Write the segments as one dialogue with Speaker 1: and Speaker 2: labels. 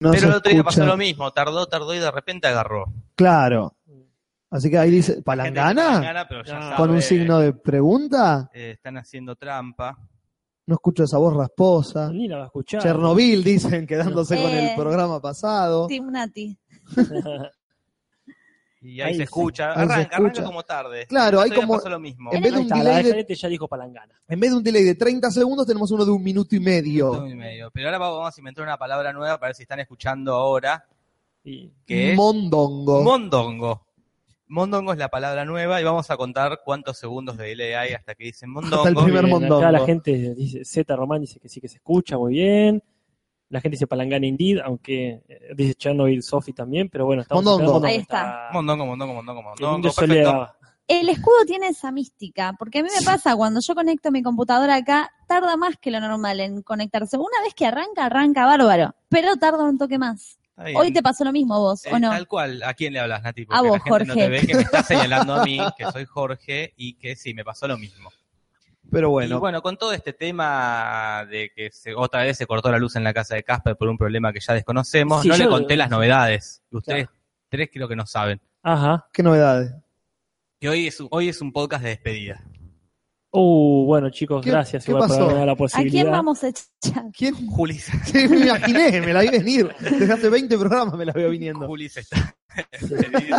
Speaker 1: No
Speaker 2: Pero
Speaker 1: se
Speaker 2: el otro día pasó
Speaker 1: escucha.
Speaker 2: lo mismo, tardó, tardó y de repente agarró.
Speaker 1: Claro. Así que ahí dice,
Speaker 2: Gente que
Speaker 1: ¿palangana?
Speaker 2: palangana, pero ya
Speaker 3: No.
Speaker 2: sabe,
Speaker 1: Con un signo de pregunta.
Speaker 2: eh, están haciendo trampa.
Speaker 1: No escucho esa voz rasposa.
Speaker 3: Ni la va a escuchar.
Speaker 1: Chernobyl, dicen, quedándose con
Speaker 4: Eh.
Speaker 1: el programa pasado.
Speaker 4: Team Nati.
Speaker 2: Y ahí,
Speaker 3: Ahí
Speaker 2: se
Speaker 3: sí.
Speaker 2: escucha.
Speaker 1: Ahí se
Speaker 2: arranca,
Speaker 1: escucha.
Speaker 2: arranca como tarde.
Speaker 1: Claro,
Speaker 2: El
Speaker 1: hay
Speaker 2: otro día
Speaker 1: como-
Speaker 2: pasó lo mismo.
Speaker 1: en vez de
Speaker 3: Ahí
Speaker 1: un
Speaker 3: está, la
Speaker 1: delay de,
Speaker 3: diferente ya dijo palangana.
Speaker 1: en vez de un delay de 30 segundos, tenemos uno de un minuto y
Speaker 2: Dos
Speaker 1: medio.
Speaker 2: y medio. Pero ahora vamos a inventar una palabra nueva para ver si están escuchando ahora,
Speaker 3: Y
Speaker 2: que es
Speaker 1: Mondongo.
Speaker 2: mondongo. Mondongo es la palabra nueva y vamos a contar cuántos segundos de delay hay hasta que dicen mondongo.
Speaker 1: Hasta el primer
Speaker 3: Bien,
Speaker 1: mondongo.
Speaker 3: Acá la gente dice, Z Román dice que sí que se escucha muy bien. La gente dice Palangana Indeed, aunque eh, dice Chernobyl Sofi también, pero bueno, estamos
Speaker 1: Mondongo.
Speaker 3: esperando
Speaker 4: Ahí
Speaker 3: que
Speaker 4: está.
Speaker 2: Mondongo, mondongo, mondongo,
Speaker 3: El mundo
Speaker 2: mondongo. Perfecto.
Speaker 3: soleado.
Speaker 4: El escudo tiene esa mística, porque a mí me pasa cuando yo conecto mi computadora acá, tarda más que lo normal en conectarse. Una vez que arranca, arranca bárbaro, pero tarda un toque más.
Speaker 2: Está bien.
Speaker 4: Hoy te pasó lo mismo a vos,
Speaker 2: Eh,
Speaker 4: ¿o no?
Speaker 2: Tal cual. ¿A quién le hablas, Nati?
Speaker 4: A
Speaker 2: la
Speaker 4: vos,
Speaker 2: gente no te
Speaker 4: Jorge.
Speaker 2: ve que me está señalando a mí, que soy Jorge, y que sí, me pasó lo mismo.
Speaker 1: Pero
Speaker 2: Y
Speaker 1: bueno,
Speaker 2: bueno, con todo este tema de que se- otra vez se cortó la luz en la casa de Casper por un problema que ya desconocemos,
Speaker 3: Sí,
Speaker 2: no le
Speaker 3: yo-
Speaker 2: conté las novedades. Ustedes tres creo que no saben.
Speaker 3: Ajá.
Speaker 1: qué novedades.
Speaker 2: Que hoy es, un- hoy es un podcast de despedida.
Speaker 3: Uh, bueno, chicos,
Speaker 1: ¿Qué-
Speaker 3: gracias
Speaker 1: qué
Speaker 3: igual por
Speaker 1: pasó?
Speaker 3: haberme dado la
Speaker 4: ¿A
Speaker 3: posibilidad.
Speaker 4: quién vamos a echar?
Speaker 1: ¿Quién?
Speaker 2: Juli, se-
Speaker 1: Sí, me imaginé, me la vi venir. Desde hace 20 programas me la veo viniendo.
Speaker 2: Juli se está despedida.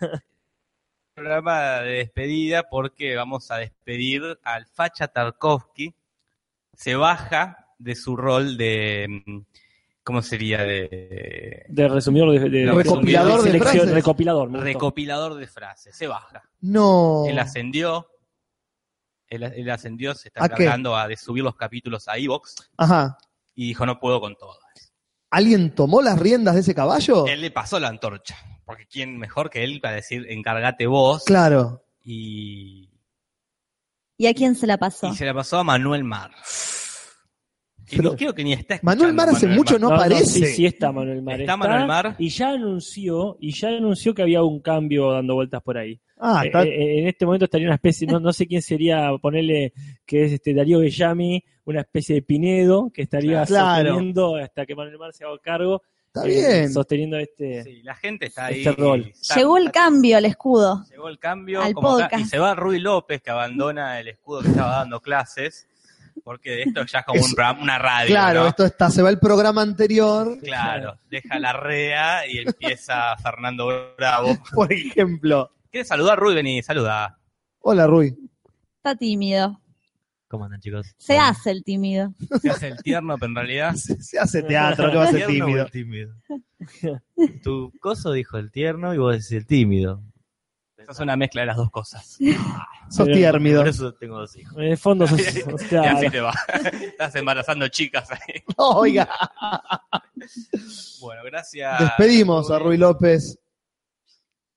Speaker 2: programa de despedida porque vamos a despedir al Facha Tarkovsky. Se baja de su rol de... mm, ¿Cómo sería? De...
Speaker 3: De resumidor de, de-
Speaker 1: Recopilador de
Speaker 3: selección-
Speaker 1: frases.
Speaker 3: recopilador, me gustó.
Speaker 2: recopilador de frases. Se baja.
Speaker 1: No.
Speaker 2: Él ascendió. Él, él ascendió, se está
Speaker 1: ¿A qué?
Speaker 2: encargando a, de subir los capítulos a Evox
Speaker 1: Ajá.
Speaker 2: y dijo: No puedo con todo.
Speaker 1: ¿Alguien tomó las riendas de ese caballo?
Speaker 2: Él le pasó la antorcha. Porque quién mejor que él para decir: Encárgate vos.
Speaker 1: Claro.
Speaker 2: Y,
Speaker 4: ¿Y a quién se la pasó?
Speaker 2: y se la pasó a Manuel Mar. Que
Speaker 1: Pero-
Speaker 2: ni- creo que ni está escuchando
Speaker 1: Manuel Mar hace mucho no, aparece.
Speaker 3: sí, sí está Manuel Mar.
Speaker 2: Está Manuel Mar.
Speaker 3: Y ya anunció, y ya anunció que había un cambio dando vueltas por ahí.
Speaker 1: Ah, está-
Speaker 3: Eh, eh, en este momento estaría una especie, no, no sé quién sería, ponerle que es este Darío Bellamy, una especie de Pinedo que estaría
Speaker 1: Claro.
Speaker 3: sosteniendo hasta que Manuel Mar se haga cargo,
Speaker 1: está
Speaker 3: eh,
Speaker 1: bien.
Speaker 3: sosteniendo este.
Speaker 2: Sí, la gente está ahí.
Speaker 3: Este rol.
Speaker 2: Está-
Speaker 4: Llegó el cambio al escudo.
Speaker 2: Llegó el cambio
Speaker 4: Al
Speaker 2: como ca-
Speaker 4: podcast.
Speaker 2: y se va Rui López que abandona el escudo que estaba dando clases, porque esto ya es como
Speaker 1: Es-
Speaker 2: un programa- una radio.
Speaker 1: Claro,
Speaker 2: ¿no?
Speaker 1: esto está, se va el programa anterior,
Speaker 2: Claro, deja la rea y empieza Fernando Bravo.
Speaker 1: por ejemplo.
Speaker 2: ¿Quieres saludar, Rui? Vení, saluda.
Speaker 1: Hola, Rui.
Speaker 4: Está tímido.
Speaker 5: ¿Cómo andan, chicos?
Speaker 4: Se
Speaker 5: Bueno,
Speaker 4: hace el tímido.
Speaker 2: Se hace el tierno, pero en realidad.
Speaker 1: Se, se hace teatro, no va a ser
Speaker 5: ¿Tierno o
Speaker 1: tímido.
Speaker 5: el tímido? tu coso dijo el tierno y vos decís el tímido.
Speaker 2: Es una mezcla de las dos cosas.
Speaker 1: Sos
Speaker 3: Pero-
Speaker 1: tiermido.
Speaker 5: Por eso tengo dos hijos.
Speaker 3: En el fondo, sos- o sea, eh,
Speaker 2: Y así te va. Estás embarazando chicas ahí.
Speaker 1: Oiga,
Speaker 2: Bueno, gracias.
Speaker 1: despedimos a Rui López.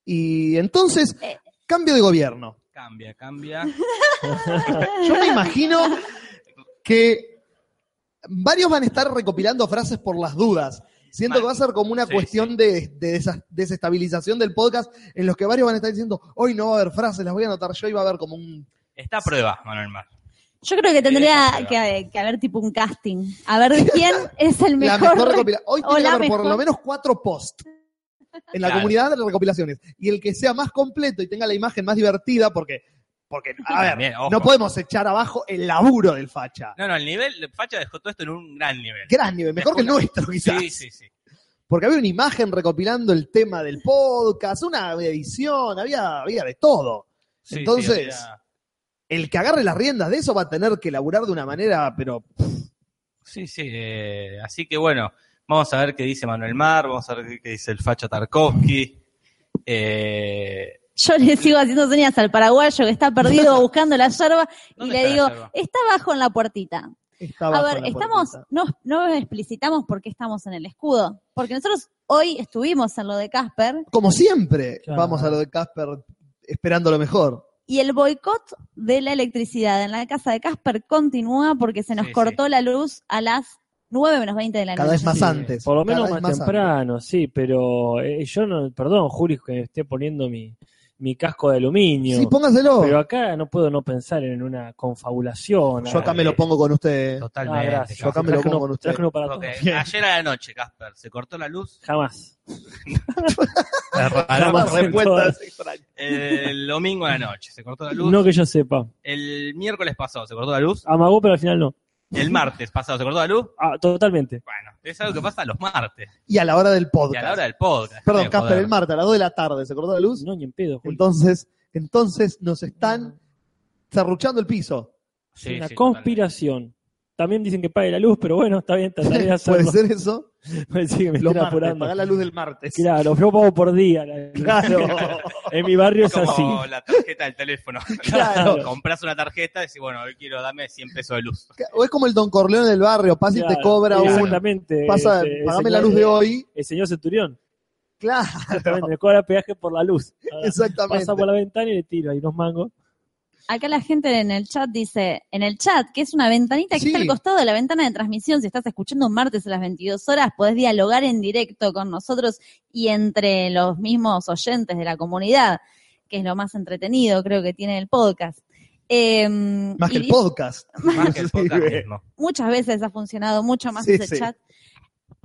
Speaker 1: Y entonces,
Speaker 4: Eh.
Speaker 1: cambio de gobierno.
Speaker 2: Cambia, cambia.
Speaker 1: Yo me imagino que varios van a estar recopilando frases por las dudas. Siento
Speaker 2: Mal.
Speaker 1: que va a ser como una
Speaker 2: Sí,
Speaker 1: cuestión
Speaker 2: sí.
Speaker 1: de, de desa- desestabilización del podcast en los que varios van a estar diciendo, hoy no va a haber frases, las voy a anotar yo y va a haber como un...
Speaker 2: Está a prueba, Manuel Mar.
Speaker 4: Yo creo que
Speaker 2: Esa
Speaker 4: tendría
Speaker 2: se va.
Speaker 4: que, que haber tipo un casting. A ver quién es el
Speaker 1: La
Speaker 4: mejor.
Speaker 1: mejor recopila- Hoy
Speaker 4: o
Speaker 1: tiene que
Speaker 4: la
Speaker 1: haber por
Speaker 4: mejor.
Speaker 1: lo menos cuatro posts en la
Speaker 2: Claro.
Speaker 1: comunidad de recopilaciones. Y el que sea más completo y tenga la imagen más divertida, porque, porque a ver,
Speaker 2: También, ojo.
Speaker 1: no podemos echar abajo el laburo del facha.
Speaker 2: No, no, el nivel. Facha dejó todo esto en un gran nivel.
Speaker 1: Gran nivel, mejor que el nuestro quizás.
Speaker 2: Sí, sí, sí.
Speaker 1: Porque había una imagen recopilando el tema del podcast, una edición, había, había de todo.
Speaker 2: Sí, sí,
Speaker 1: Entonces,
Speaker 2: o sea,
Speaker 1: El que agarre las riendas de eso va a tener que laburar de una manera, pero
Speaker 2: sí, sí. eh, así que bueno, vamos a ver qué dice Manuel Mar, vamos a ver qué dice el Facha Tarkovsky. Eh,
Speaker 4: Yo le sigo haciendo señas al paraguayo que está perdido buscando la yerba y
Speaker 2: ¿dónde
Speaker 4: le
Speaker 2: está la
Speaker 4: digo,
Speaker 2: yerba?
Speaker 4: está abajo en la puertita.
Speaker 1: está
Speaker 4: A
Speaker 1: abajo
Speaker 4: ver,
Speaker 1: en la
Speaker 4: estamos,
Speaker 1: puertita.
Speaker 4: no, no explicitamos por qué estamos en el escudo, porque nosotros hoy estuvimos en lo de Casper
Speaker 1: Como siempre,
Speaker 3: Claro.
Speaker 1: vamos a lo de Casper esperando lo mejor.
Speaker 4: y el boicot de la electricidad en la casa de Casper continúa porque se nos
Speaker 2: Sí,
Speaker 4: cortó la luz a las 9 menos 20 de la
Speaker 1: Cada
Speaker 4: noche.
Speaker 1: vez más
Speaker 3: Sí,
Speaker 1: antes.
Speaker 3: Por lo
Speaker 1: cada
Speaker 3: menos
Speaker 1: vez
Speaker 3: más
Speaker 1: antes.
Speaker 3: temprano, sí, pero eh, yo no, perdón, Juli, que me esté poniendo mi, mi casco de aluminio.
Speaker 1: Sí, póngaselo.
Speaker 3: Pero acá no puedo no pensar en una confabulación.
Speaker 1: Yo acá me lo pongo con usted.
Speaker 3: Ah,
Speaker 2: Totalmente.
Speaker 3: gracias.
Speaker 1: Yo acá me lo
Speaker 3: Traje
Speaker 1: pongo
Speaker 3: uno-
Speaker 1: con usted.
Speaker 3: traje uno para
Speaker 2: Casper. Ok,
Speaker 3: todos.
Speaker 2: Ayer a la noche, Casper, se cortó la luz.
Speaker 3: Jamás.
Speaker 5: Ahora
Speaker 3: Jamás en todas.
Speaker 2: El domingo a la noche se cortó la luz.
Speaker 3: No que yo sepa.
Speaker 2: El miércoles pasado se cortó la luz.
Speaker 3: Amagó, pero al final no.
Speaker 2: El martes pasado se cortó la luz.
Speaker 3: Ah, totalmente.
Speaker 2: Bueno, es algo que pasa los martes
Speaker 1: Y a la hora del
Speaker 2: y a
Speaker 1: podcast.
Speaker 2: la hora del podcast.
Speaker 1: Perdón,
Speaker 2: Joder.
Speaker 1: Casper, el martes a las 2 de la tarde se cortó la luz.
Speaker 3: No, ni en pedo, Julio.
Speaker 1: Entonces, entonces nos están cerruchando el piso.
Speaker 2: Sí,
Speaker 3: una
Speaker 2: sí,
Speaker 3: conspiración. También dicen que pague la luz, pero bueno, está bien, trataré de
Speaker 1: ¿Puede
Speaker 3: hacerlo.
Speaker 1: ser eso?
Speaker 3: Parece que me
Speaker 1: Los
Speaker 3: están
Speaker 1: martes,
Speaker 3: apurando.
Speaker 1: pagar la luz del martes.
Speaker 3: Claro, yo pago por día. la-
Speaker 1: Claro.
Speaker 3: En mi barrio es
Speaker 2: totalmente.
Speaker 3: así.
Speaker 2: Como la tarjeta del teléfono.
Speaker 1: Claro.
Speaker 2: Compras una tarjeta y decís, bueno, hoy quiero, dame 100 pesos de luz.
Speaker 1: O es como el Don Corleone del barrio, pasa y te
Speaker 3: Claro,
Speaker 1: cobra un...
Speaker 3: Exactamente.
Speaker 1: Pasa,
Speaker 3: ese-
Speaker 1: pagame
Speaker 3: ese-
Speaker 1: la luz de hoy.
Speaker 3: El señor Centurión.
Speaker 1: Claro,
Speaker 3: Exactamente, le cobra peaje por la luz. Ahora,
Speaker 1: exactamente.
Speaker 3: Pasa por la ventana y le tiro ahí unos mangos.
Speaker 4: Acá la gente en el chat dice, en el chat, que es una ventanita que
Speaker 1: Sí.
Speaker 4: está al costado de la ventana de transmisión. Si estás escuchando un martes a las 22 horas, podés dialogar en directo con nosotros y entre los mismos oyentes de la comunidad, que es lo más entretenido, creo que tiene el podcast. Eh,
Speaker 1: Más
Speaker 4: y
Speaker 1: que el
Speaker 4: dice-
Speaker 1: podcast.
Speaker 2: Más que el podcast
Speaker 1: Inclusive.
Speaker 2: mismo.
Speaker 4: muchas veces ha funcionado mucho más
Speaker 1: Sí,
Speaker 4: ese
Speaker 1: sí.
Speaker 4: chat.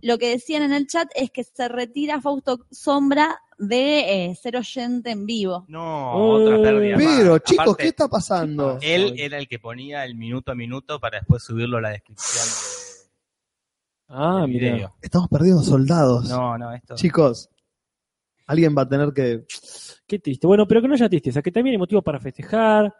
Speaker 4: Lo que decían en el chat es que se retira Fausto Sombra de eh, ser oyente en vivo.
Speaker 2: No,
Speaker 3: Eh,
Speaker 2: otra pérdida. más.
Speaker 1: Oh, Pero, chicos, ¿qué
Speaker 2: Aparte, eh,
Speaker 1: está pasando?
Speaker 2: Él era el que ponía el minuto a minuto para después subirlo a la descripción de-
Speaker 3: Ah,
Speaker 2: del
Speaker 3: mira.
Speaker 2: video.
Speaker 1: Estamos perdiendo soldados.
Speaker 2: No, no, esto.
Speaker 1: Chicos, alguien va a tener que...
Speaker 3: Qué triste. Bueno, pero que no haya tristeza, que también hay motivos para festejar.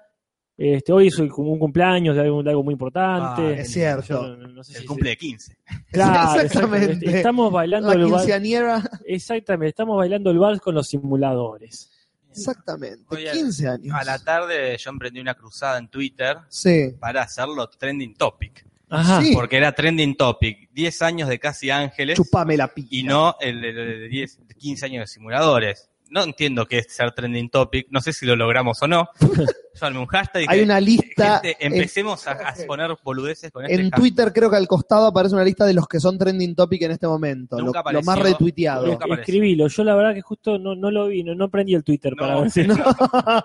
Speaker 3: Este, hoy es un un cumpleaños de algo, de algo muy
Speaker 2: Ah,
Speaker 3: importante.
Speaker 1: Es cierto.
Speaker 3: Yo no- no sé
Speaker 2: El
Speaker 3: si-
Speaker 2: cumple de 15.
Speaker 3: Claro, exactamente.
Speaker 1: Exactamente.
Speaker 3: Estamos bailando
Speaker 1: La
Speaker 3: el vals.
Speaker 1: quinceañera.
Speaker 3: Exactamente, estamos bailando el vals con los simuladores.
Speaker 1: Exactamente.
Speaker 2: Oye,
Speaker 1: 15 años.
Speaker 2: A la tarde yo emprendí una cruzada en Twitter
Speaker 1: Sí.
Speaker 2: para hacerlo trending topic.
Speaker 3: Ajá.
Speaker 1: Sí.
Speaker 2: Porque era trending topic. 10 años de Casi Ángeles
Speaker 1: Chupame la pija.
Speaker 2: y no el de- de de 10, 15 años de simuladores. No entiendo qué es ser trending topic. No sé si lo logramos o no. Yo armé un hashtag y
Speaker 1: Hay
Speaker 2: dije,
Speaker 1: una lista...
Speaker 2: gente,
Speaker 1: en-
Speaker 2: empecemos a, a poner boludeces con este
Speaker 1: En
Speaker 2: hashtag.
Speaker 1: Twitter creo que al costado aparece una lista de los que son trending topic en este momento.
Speaker 2: Nunca
Speaker 1: Lo- lo,
Speaker 2: apareció.
Speaker 1: más retuiteado.
Speaker 2: Nunca apareció.
Speaker 3: Escribilo, yo la verdad que justo no, no lo vi, no, no prendí el Twitter
Speaker 2: No,
Speaker 3: para ver si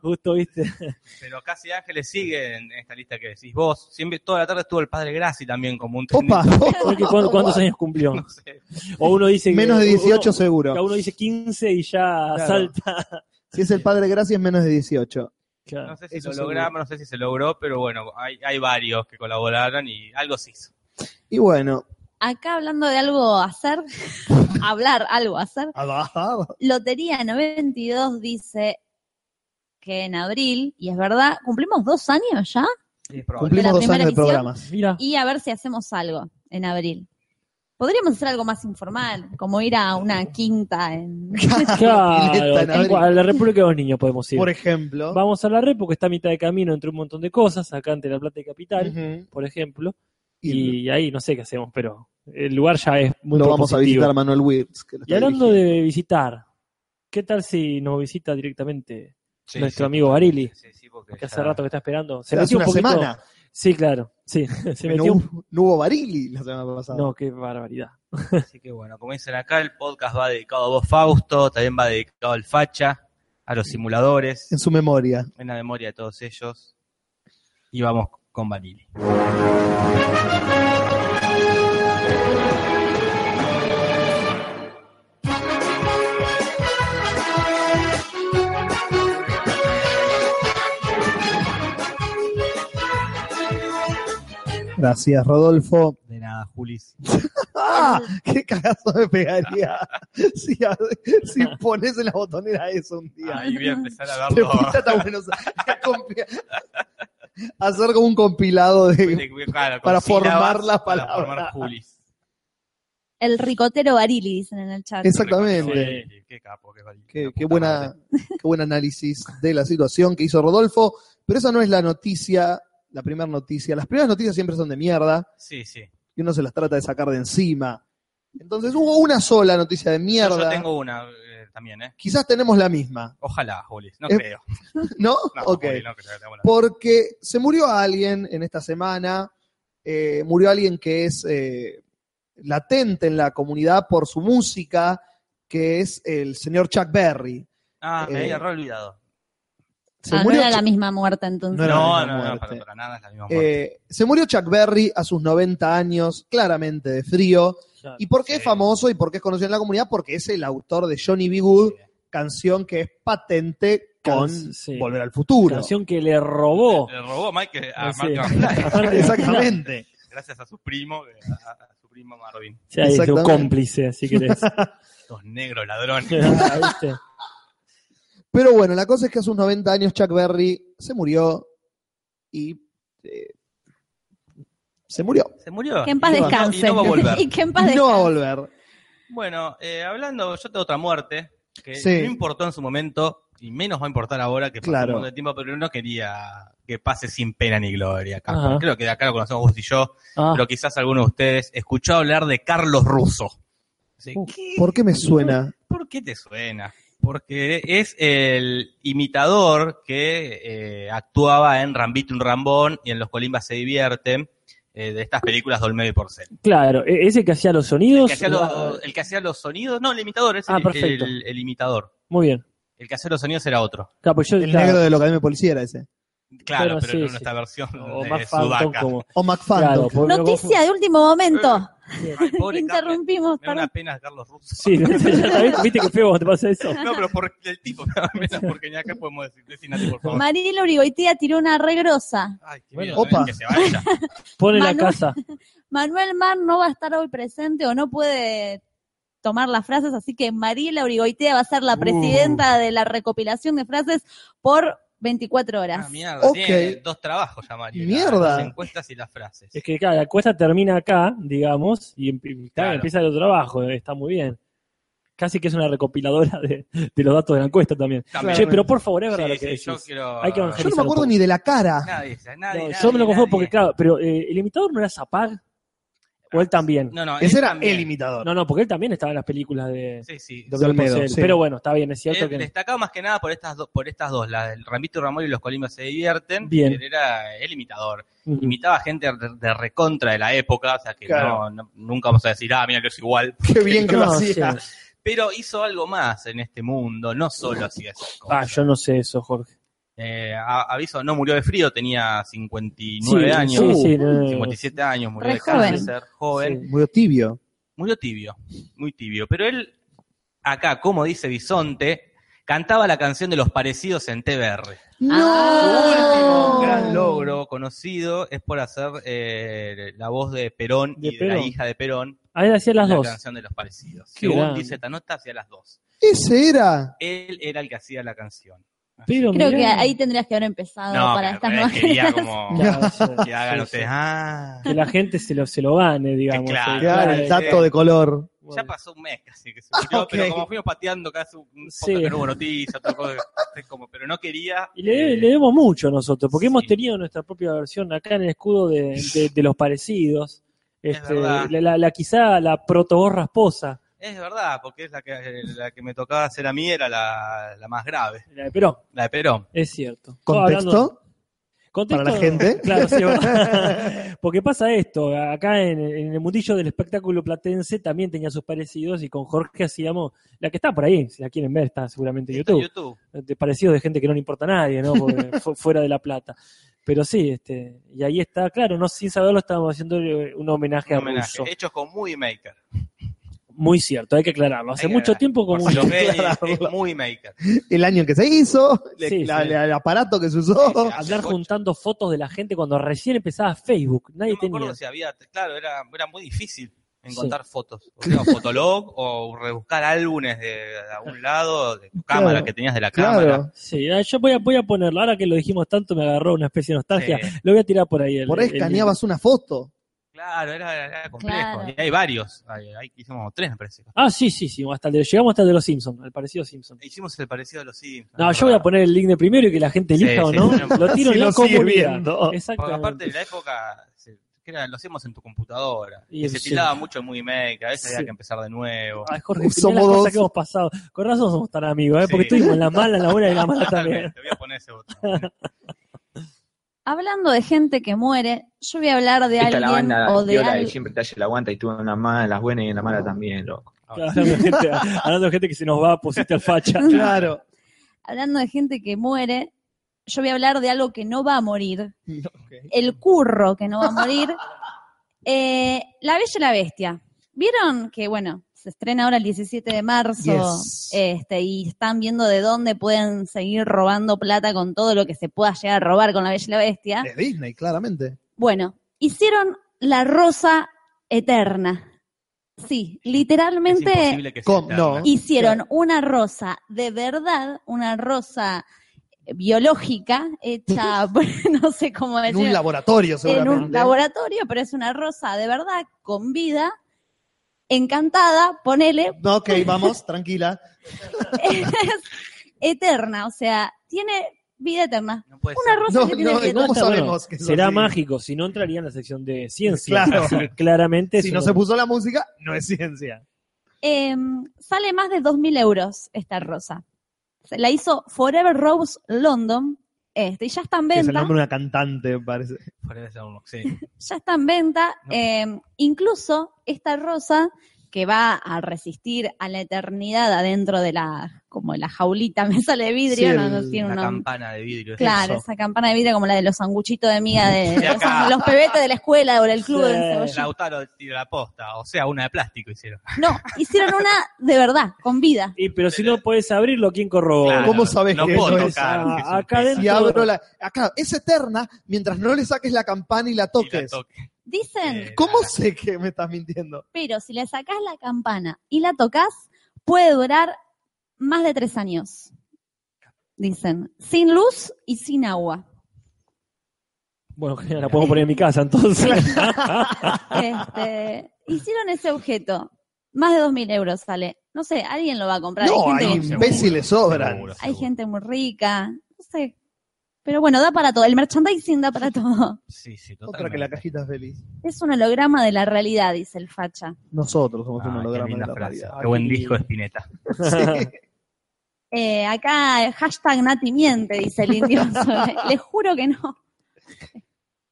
Speaker 3: justo viste.
Speaker 2: Pero Casi Ángeles sigue en esta lista que decís vos. Siempre, toda la tarde estuvo el padre Graci también como un trending
Speaker 1: Opa.
Speaker 2: topic.
Speaker 3: Porque ¿cuántos, cuántos años cumplió?
Speaker 2: No sé.
Speaker 3: O uno dice que-
Speaker 1: Menos de
Speaker 3: uno-
Speaker 1: 18
Speaker 3: Cada
Speaker 1: seguro.
Speaker 3: uno dice 15 y ya
Speaker 1: Claro.
Speaker 3: salta.
Speaker 1: Si es el padre Gracia es menos de 18.
Speaker 2: No sé si
Speaker 1: Eso
Speaker 2: lo
Speaker 1: seguro.
Speaker 2: logramos, no sé si se logró, pero bueno, hay, hay varios que colaboraron y algo se hizo.
Speaker 1: Y bueno,
Speaker 4: Acá hablando de algo a hacer, hablar algo a hacer, Lotería 92 dice que en abril, y es verdad, cumplimos dos años ya,
Speaker 1: cumplimos
Speaker 4: ¿La
Speaker 1: dos
Speaker 4: primera
Speaker 1: años de
Speaker 4: edición?
Speaker 1: programas.
Speaker 3: Mira,
Speaker 4: y a ver si hacemos algo en abril. Podríamos hacer algo más informal, como ir a una quinta en...
Speaker 3: claro,
Speaker 1: Pileta en
Speaker 3: tal
Speaker 1: abril.
Speaker 3: cual, a la República de los Niños podemos ir.
Speaker 1: Por ejemplo.
Speaker 3: Vamos a la red porque está a mitad de camino entre un montón de cosas, acá ante la Plata y Capital,
Speaker 1: Ujú.
Speaker 3: por ejemplo.
Speaker 1: Y,
Speaker 3: Y ahí no sé qué hacemos, pero el lugar ya es muy
Speaker 1: lo vamos a
Speaker 3: propositivo.
Speaker 1: visitar a Manuel Wirtz. que lo
Speaker 3: Y
Speaker 1: está
Speaker 3: hablando
Speaker 1: dirigiendo.
Speaker 3: de visitar, ¿qué tal si nos visita directamente
Speaker 2: Sí,
Speaker 3: nuestro
Speaker 2: sí.
Speaker 3: amigo Barili?
Speaker 2: Sí, sí, porque
Speaker 3: Que hace
Speaker 2: ya-
Speaker 3: rato que está esperando. Se
Speaker 1: Hace
Speaker 3: metió un
Speaker 1: una
Speaker 3: poquito-
Speaker 1: semana.
Speaker 3: Sí, claro. Sí, se
Speaker 1: No,
Speaker 3: metió un...
Speaker 1: hubo- no hubo Barili la semana pasada.
Speaker 3: No, qué barbaridad.
Speaker 2: Así que bueno, como dicen acá, el podcast va dedicado a vos, Fausto, también va dedicado al Facha, a los simuladores,
Speaker 1: En su memoria.
Speaker 2: en la memoria de todos ellos. Y vamos con Vanille.
Speaker 1: Gracias, Rodolfo.
Speaker 2: De nada, Julis.
Speaker 1: ¡Ah! ¡Qué cagazo me pegaría! si, si pones en la botonera eso un día.
Speaker 2: Ahí voy a empezar a
Speaker 1: Te
Speaker 2: verlo.
Speaker 1: fuiste hasta Buenos Aires a compi- a hacer como un compilado de.
Speaker 2: Claro, con
Speaker 1: Para formar la
Speaker 2: para formar
Speaker 1: palabra.
Speaker 2: Julis.
Speaker 4: El ricotero Barili, dicen en el chat.
Speaker 1: Exactamente.
Speaker 2: Sí, qué capo, qué, Vanille, la
Speaker 1: Qué,
Speaker 2: puta
Speaker 1: qué buena,
Speaker 2: madre.
Speaker 1: qué buen análisis de la situación que hizo Rodolfo. Pero esa no es la noticia, la primera noticia. Las primeras noticias siempre son de mierda
Speaker 2: Sí, sí.
Speaker 1: y uno se las trata de sacar de encima. Entonces hubo una sola noticia de
Speaker 2: Yo,
Speaker 1: mierda.
Speaker 2: yo tengo una eh, también, ¿eh?
Speaker 1: Quizás tenemos la misma,
Speaker 2: Ojalá, Julis. No
Speaker 1: Eh,
Speaker 2: creo.
Speaker 1: ¿no?
Speaker 2: No,
Speaker 1: ok.
Speaker 2: Juli, no creo. que tengamos la-
Speaker 1: porque se murió alguien en esta semana, eh, murió alguien que es eh, latente en la comunidad por su música, que es el señor Chuck Berry.
Speaker 2: Ah, me
Speaker 1: Eh,
Speaker 2: había re olvidado.
Speaker 1: Se
Speaker 4: Ah,
Speaker 1: murió
Speaker 4: no era la
Speaker 1: Chuck-
Speaker 4: misma muerte entonces.
Speaker 1: no era la
Speaker 2: No, no,
Speaker 1: misma
Speaker 2: no,
Speaker 1: muerte.
Speaker 2: para, para nada es la misma muerte.
Speaker 1: Eh, se murió Chuck Berry a sus 90 años, claramente de frío.
Speaker 3: Ya.
Speaker 1: ¿Y por qué es
Speaker 2: Sí.
Speaker 1: famoso y por qué es conocido en la comunidad? Porque es el autor de Johnny B. Good, canción que es patente con
Speaker 3: Can- sí.
Speaker 1: Volver al Futuro.
Speaker 3: Canción que le robó.
Speaker 2: Le robó Mike a
Speaker 3: No sé.
Speaker 2: Marty McFly,
Speaker 3: Aparte,
Speaker 1: Exactamente.
Speaker 2: gracias a su primo, eh, a, a su primo Marvin.
Speaker 3: Sí, ahí es un
Speaker 1: Exactamente.
Speaker 3: cómplice, así que les...
Speaker 2: Estos negros ladrones.
Speaker 3: Ah, ¿viste?
Speaker 1: Pero bueno, la cosa es que a sus 90 años Chuck Berry se murió y eh, se murió.
Speaker 2: Se murió.
Speaker 4: Que en paz
Speaker 2: Y no-
Speaker 4: descanse.
Speaker 2: Y no va a volver.
Speaker 4: Y que en paz
Speaker 1: Y no va a
Speaker 4: descanse.
Speaker 1: volver.
Speaker 2: Bueno, eh, hablando, yo tengo otra muerte que
Speaker 1: Sí.
Speaker 2: no importó en su momento y menos va a importar ahora que pasó
Speaker 1: Claro.
Speaker 2: un montón de tiempo, pero no quería que pase sin pena ni gloria. acá.
Speaker 3: Ajá.
Speaker 2: Creo que de acá lo conocemos vos y yo,
Speaker 3: Ah,
Speaker 2: pero quizás alguno de ustedes escuchó hablar de Carlos Russo. Sí,
Speaker 3: Uh.
Speaker 2: ¿qué?
Speaker 1: ¿Por qué me suena?
Speaker 2: ¿Por qué te suena? Porque es el imitador que eh, actuaba en Rambito un Rambón y en Los Colimbas se divierten eh, de estas películas de Olmedo y Porcel.
Speaker 3: claro, e- ese que hacía los
Speaker 2: El
Speaker 3: sonidos.
Speaker 2: que, hacía
Speaker 3: ah,
Speaker 2: los, el que hacía los sonidos, no, el imitador, es
Speaker 3: Ah,
Speaker 2: el-
Speaker 3: perfecto.
Speaker 2: el- el imitador.
Speaker 3: Muy bien.
Speaker 2: El que hacía los sonidos era otro.
Speaker 3: Claro, pues yo,
Speaker 1: El
Speaker 3: claro,
Speaker 1: negro de lo que a mí me policía era ese.
Speaker 2: Claro,
Speaker 3: Pero
Speaker 2: pero,
Speaker 3: sí,
Speaker 2: en
Speaker 3: sí.
Speaker 2: nuestra versión
Speaker 3: o
Speaker 2: de
Speaker 3: más Phantom
Speaker 2: Sudaca.
Speaker 3: como.
Speaker 1: O
Speaker 3: Claro,
Speaker 1: McFarlane.
Speaker 3: porque me
Speaker 4: Noticia de último momento.
Speaker 2: Ay, Eh, pobre Carlos.
Speaker 4: Interrumpimos.
Speaker 2: Me da
Speaker 4: perdón.
Speaker 2: una pena Carlos Russo.
Speaker 3: Sí, ya está, viste que feo cuando te pasa eso.
Speaker 2: No, pero por el tipo me da pena, porque ni acá podemos decir, decir nadie, por favor.
Speaker 4: Marilo Urigoitia tiró una regrosa.
Speaker 2: Ay, qué
Speaker 3: Bueno,
Speaker 2: miedo, ¿eh?
Speaker 1: opa.
Speaker 2: que se vaya.
Speaker 3: Pone la
Speaker 4: Manu-
Speaker 3: casa.
Speaker 4: Manuel Mar no va a estar hoy presente o no puede tomar las frases, así que Mariela Urigoitea va a ser la
Speaker 3: Uh.
Speaker 4: presidenta de la recopilación de frases por 24 horas.
Speaker 2: Ah, mierda,
Speaker 1: Ok.
Speaker 2: tiene dos trabajos ya, Mario.
Speaker 1: Mierda.
Speaker 2: Las encuestas y las frases.
Speaker 3: Es que claro, la cuesta termina acá, digamos, y em- y, claro,
Speaker 2: Claro.
Speaker 3: empieza el trabajo, eh, está muy bien. Casi que es una recopiladora de, de los datos de la encuesta también.
Speaker 2: También.
Speaker 3: Che, pero por favor, es verdad
Speaker 2: Sí,
Speaker 3: lo que
Speaker 2: sí, yo
Speaker 3: decís.
Speaker 2: quiero...
Speaker 3: Hay que
Speaker 1: Yo
Speaker 3: evangelizar.
Speaker 1: no me acuerdo ni de la cara.
Speaker 2: Nadie, nadie,
Speaker 3: No,
Speaker 2: nadie,
Speaker 3: yo me lo confundo
Speaker 2: nadie. Ah,
Speaker 3: porque, claro, pero eh, el imitador no era Zapag, o él también.
Speaker 2: No, no,
Speaker 1: Ese
Speaker 2: él
Speaker 1: era
Speaker 2: también.
Speaker 1: el imitador.
Speaker 3: No, no, porque él también estaba en las películas de,
Speaker 2: Sí, sí.
Speaker 1: De Olmedo,
Speaker 3: Porcel.
Speaker 1: sí.
Speaker 3: Pero bueno, está bien, es cierto
Speaker 2: Él
Speaker 3: que.
Speaker 2: destacaba más que nada por estas, do- por estas dos, la del Rambito Ramón y los Colimas se divierten.
Speaker 3: Bien.
Speaker 2: Él era el imitador.
Speaker 3: Ujú.
Speaker 2: Imitaba gente de, de recontra de la época, o sea que
Speaker 1: Claro.
Speaker 2: no, no- nunca vamos a decir, ah, mira, lo es igual.
Speaker 1: Qué bien que lo
Speaker 3: No,
Speaker 1: hacía.
Speaker 3: sí.
Speaker 2: Pero hizo algo más en este mundo, no solo hacía esas
Speaker 3: Ah,
Speaker 2: cosas.
Speaker 3: yo no sé eso, Jorge.
Speaker 2: Eh, a- aviso, no murió de frío, tenía 59
Speaker 3: Sí,
Speaker 2: años, Uh,
Speaker 3: sí, sí, no, no, no.
Speaker 2: 57 años, murió
Speaker 4: Re
Speaker 2: de
Speaker 4: joven.
Speaker 2: cáncer, joven.
Speaker 3: Eh, Sí.
Speaker 1: Murió tibio.
Speaker 2: murió tibio, muy tibio. Pero él, acá, como dice Bisonte, cantaba la canción de los parecidos en TBR. Su Ah, último
Speaker 3: Oh.
Speaker 2: gran logro conocido es por hacer eh, la voz de Perón
Speaker 3: De
Speaker 2: y de la
Speaker 3: Perón.
Speaker 2: hija de Perón,
Speaker 3: Ah, él hacía las
Speaker 2: la
Speaker 3: dos.
Speaker 2: canción de los parecidos.
Speaker 3: Qué
Speaker 2: Según
Speaker 3: grande.
Speaker 2: dice esta nota, hacía las dos.
Speaker 1: Ese era.
Speaker 2: Él era el que hacía la canción.
Speaker 3: Pero
Speaker 4: Creo que
Speaker 3: mirá.
Speaker 4: ahí tendrías que haber empezado
Speaker 2: No,
Speaker 4: para
Speaker 2: pero
Speaker 4: estas
Speaker 2: él
Speaker 4: nuevas
Speaker 2: quería como
Speaker 3: Claro, sí,
Speaker 2: que hagan
Speaker 3: sí,
Speaker 2: ustedes.
Speaker 3: sí.
Speaker 2: "Ah".
Speaker 3: Que la gente se lo, se lo gane, digamos.
Speaker 2: Eh,
Speaker 3: eh,
Speaker 2: claro.
Speaker 3: Sí,
Speaker 1: Claro,
Speaker 2: Ay,
Speaker 1: el dato de color.
Speaker 3: bueno. Ah,
Speaker 2: Ya pasó un mes casi que se murió,
Speaker 1: ok.
Speaker 2: pero como fuimos pateando casi un poco
Speaker 3: Sí.
Speaker 2: que no hubo noticias, otra cosa que- como, pero no quería.
Speaker 3: Y le, debe-
Speaker 2: eh,
Speaker 3: le debemos mucho nosotros, porque
Speaker 2: sí.
Speaker 3: hemos tenido nuestra propia versión acá en el escudo de, de- de los parecidos.
Speaker 2: Es
Speaker 3: Este,
Speaker 2: verdad.
Speaker 3: la, la- la- quizá la protovoz rasposa,
Speaker 2: Es verdad, porque es la que, eh, la que me tocaba hacer a mí, era la, la más grave,
Speaker 3: la de Perón,
Speaker 2: la de Perón.
Speaker 3: eh, es cierto. No, hablando-
Speaker 1: ¿Contexto?
Speaker 3: contexto,
Speaker 1: para la gente.
Speaker 3: Claro, sí, es verdad. porque pasa esto, acá en, en el mundillo del espectáculo platense también tenía sus parecidos y con Jorge hacíamos, la que está por ahí, si la quieren ver, está seguramente en
Speaker 2: Está en
Speaker 3: YouTube. de parecidos de gente que no le importa a nadie, ¿no? Porque fu- fuera de la plata. Pero sí, este, y ahí está, claro, no sin saberlo estábamos haciendo eh, un homenaje
Speaker 2: Un
Speaker 3: a
Speaker 2: homenaje,
Speaker 3: Russo.
Speaker 2: Hechos con Movie Maker.
Speaker 3: Muy cierto, hay que aclararlo. Hace
Speaker 2: Hay que
Speaker 3: mucho
Speaker 2: aclarar.
Speaker 3: tiempo como
Speaker 2: Por si lo ven, es,
Speaker 1: Claro.
Speaker 2: es Movie Maker.
Speaker 1: El año en que se hizo, le-
Speaker 3: Sí,
Speaker 1: la-
Speaker 3: sí.
Speaker 1: la- el aparato que se usó.
Speaker 2: hace
Speaker 3: hablar
Speaker 2: ocho.
Speaker 3: juntando fotos de la gente cuando recién empezaba Facebook, nadie
Speaker 2: No me
Speaker 3: tenía.
Speaker 2: acuerdo si había, claro, era, era muy difícil encontrar fotos. O sea, Fotolog o rebuscar álbumes de, de algún lado, de tu
Speaker 1: Claro,
Speaker 2: cámara que tenías de la cámara.
Speaker 1: Claro.
Speaker 3: Sí, ah, yo voy a, voy a ponerlo, ahora que lo dijimos tanto me agarró una especie de nostalgia,
Speaker 2: Sí.
Speaker 3: lo voy a tirar por ahí. el-
Speaker 1: Por ahí
Speaker 3: el-
Speaker 1: escaneabas una foto.
Speaker 2: Claro, era, era complejo.
Speaker 4: Claro.
Speaker 2: Y hay varios. Hay, hay- hicimos como tres, me parece.
Speaker 3: Ah, sí, sí, sí, hasta el de- llegamos hasta el de los Simpsons, al parecido Simpson.
Speaker 2: Hicimos el parecido a los Sims.
Speaker 3: No, yo voy a poner el link de primero y que la gente
Speaker 2: Ah, Sí,
Speaker 3: elija o
Speaker 2: sí,
Speaker 3: no.
Speaker 2: sí, no.
Speaker 3: lo tiro
Speaker 1: Si
Speaker 3: en la
Speaker 1: lo sigue
Speaker 3: comunidad.
Speaker 1: viendo.
Speaker 2: Porque
Speaker 3: Exactamente.
Speaker 2: aparte de la época, se- que era, lo hacíamos en tu computadora.
Speaker 3: Y
Speaker 2: Y se
Speaker 3: sí.
Speaker 2: tildaba mucho el Movie Maker, a veces
Speaker 3: Sí.
Speaker 2: había que empezar de nuevo.
Speaker 1: Ah,
Speaker 3: Ay, Jorge, mirá
Speaker 1: Somos
Speaker 3: las cosas
Speaker 1: dos.
Speaker 3: que hemos pasado. Con razón somos tan amigos, ¿eh? porque
Speaker 2: Sí.
Speaker 3: estuvimos en la mala, en la buena y en la mala también.
Speaker 2: Te voy a poner ese botón.
Speaker 4: Hablando de gente que muere, yo voy a hablar de
Speaker 6: Esta es
Speaker 4: alguien
Speaker 6: la banda
Speaker 4: o de
Speaker 6: viola
Speaker 4: al-
Speaker 6: que siempre te hace el aguanta y tú en las malas, en las buenas y en las malas también, loco.
Speaker 3: Hablando de, gente, hablando de gente que se nos va, pusiste al facha.
Speaker 1: Claro.
Speaker 4: hablando de gente que muere, yo voy a hablar de algo que no va a morir. El curro que no va a morir. Eh, la Bella y la Bestia. ¿Vieron que, bueno, se estrena ahora el 17 de marzo
Speaker 1: Yes.
Speaker 4: este, y están viendo de dónde pueden seguir robando plata con todo lo que se pueda llegar a robar con La Bella y la Bestia?
Speaker 1: De Disney, claramente.
Speaker 4: Bueno, hicieron La Rosa Eterna. Sí, literalmente
Speaker 2: Es imposible que sea
Speaker 1: ¿Cómo?
Speaker 2: eterna.
Speaker 1: No.
Speaker 4: hicieron una rosa de verdad, una rosa biológica hecha, no sé cómo
Speaker 1: En
Speaker 4: decir,
Speaker 1: un laboratorio,
Speaker 4: en
Speaker 1: seguramente.
Speaker 4: un laboratorio, pero es una rosa de verdad con vida, encantada, ponele,
Speaker 1: No, ok, vamos, tranquila.
Speaker 4: es eterna, o sea, tiene vida eterna.
Speaker 2: No puede
Speaker 4: Una
Speaker 2: ser.
Speaker 4: rosa
Speaker 1: No,
Speaker 4: que tiene
Speaker 1: no,
Speaker 4: vida
Speaker 1: ¿cómo
Speaker 4: eterna.
Speaker 3: Está bueno,
Speaker 1: sabemos que eso
Speaker 3: Será
Speaker 1: sí?
Speaker 3: mágico, si no entraría en la sección de ciencia.
Speaker 1: Claro.
Speaker 3: Así, claramente.
Speaker 1: Si
Speaker 3: eso
Speaker 1: no se puso la música, no es ciencia.
Speaker 4: Eh, sale más de 2.000 euros esta rosa. Se la hizo Forever Rose London, este, y ya está en
Speaker 1: Que es el
Speaker 4: venta.
Speaker 1: nombre de una cantante, me parece.
Speaker 2: Fuera de esa uno, sí.
Speaker 4: ya está en venta.
Speaker 2: No.
Speaker 4: eh, incluso esta rosa que va a resistir a la eternidad adentro de la, como la jaulita, me sale de vidrio,
Speaker 1: Sí,
Speaker 4: no,
Speaker 1: el-
Speaker 4: no tiene
Speaker 2: Una
Speaker 4: un nombre.
Speaker 2: campana de vidrio. es
Speaker 4: Claro,
Speaker 2: eso.
Speaker 4: esa campana de vidrio como la de los sanguchitos de miga de,
Speaker 2: De acá.
Speaker 4: esos- los pebetes de la escuela o del club
Speaker 3: Sí.
Speaker 4: del cebollín.
Speaker 2: Lautaro tiró la posta, o sea, una de plástico hicieron.
Speaker 4: No, hicieron una de verdad, con vida.
Speaker 3: Y, pero si no puedes abrirlo, ¿quién corrobora?
Speaker 1: Oh, ¿Cómo sabés
Speaker 2: no
Speaker 1: que
Speaker 2: puedo
Speaker 1: eso es?
Speaker 2: tocar,
Speaker 3: Ah,
Speaker 2: que es un
Speaker 3: acá
Speaker 2: pez.
Speaker 3: dentro-
Speaker 1: Y abro la. Acá, es eterna mientras no le saques la campana y la
Speaker 2: Y la
Speaker 1: toques.
Speaker 2: toque.
Speaker 4: Dicen,
Speaker 2: Eh,
Speaker 1: ¿Cómo sé que me estás mintiendo?
Speaker 4: pero si le sacás la campana y la tocas, puede durar más de tres años. Dicen, sin luz y sin agua.
Speaker 3: Bueno, genial, la puedo poner en mi casa entonces.
Speaker 4: Este, hicieron ese objeto. Más de 2.000 euros sale. No sé, alguien lo va a comprar.
Speaker 1: No,
Speaker 4: hay
Speaker 1: hay
Speaker 4: gente,
Speaker 2: seguro,
Speaker 1: imbéciles sobran.
Speaker 2: seguro,
Speaker 4: hay
Speaker 2: seguro.
Speaker 4: gente muy rica. No sé. Pero bueno, da para todo. El merchandising da para todo.
Speaker 2: Sí, sí,
Speaker 1: Otra
Speaker 2: totalmente.
Speaker 1: que la cajita es feliz.
Speaker 4: Es un holograma de la realidad, dice el facha.
Speaker 1: Nosotros somos
Speaker 2: Ah,
Speaker 1: un
Speaker 2: qué
Speaker 1: holograma de
Speaker 2: linda
Speaker 1: la
Speaker 2: frase.
Speaker 1: realidad.
Speaker 2: Qué buen
Speaker 3: qué
Speaker 2: disco de Spinetta.
Speaker 4: Eh, acá, eh, hashtag Nati miente, dice el indio. Les juro que no.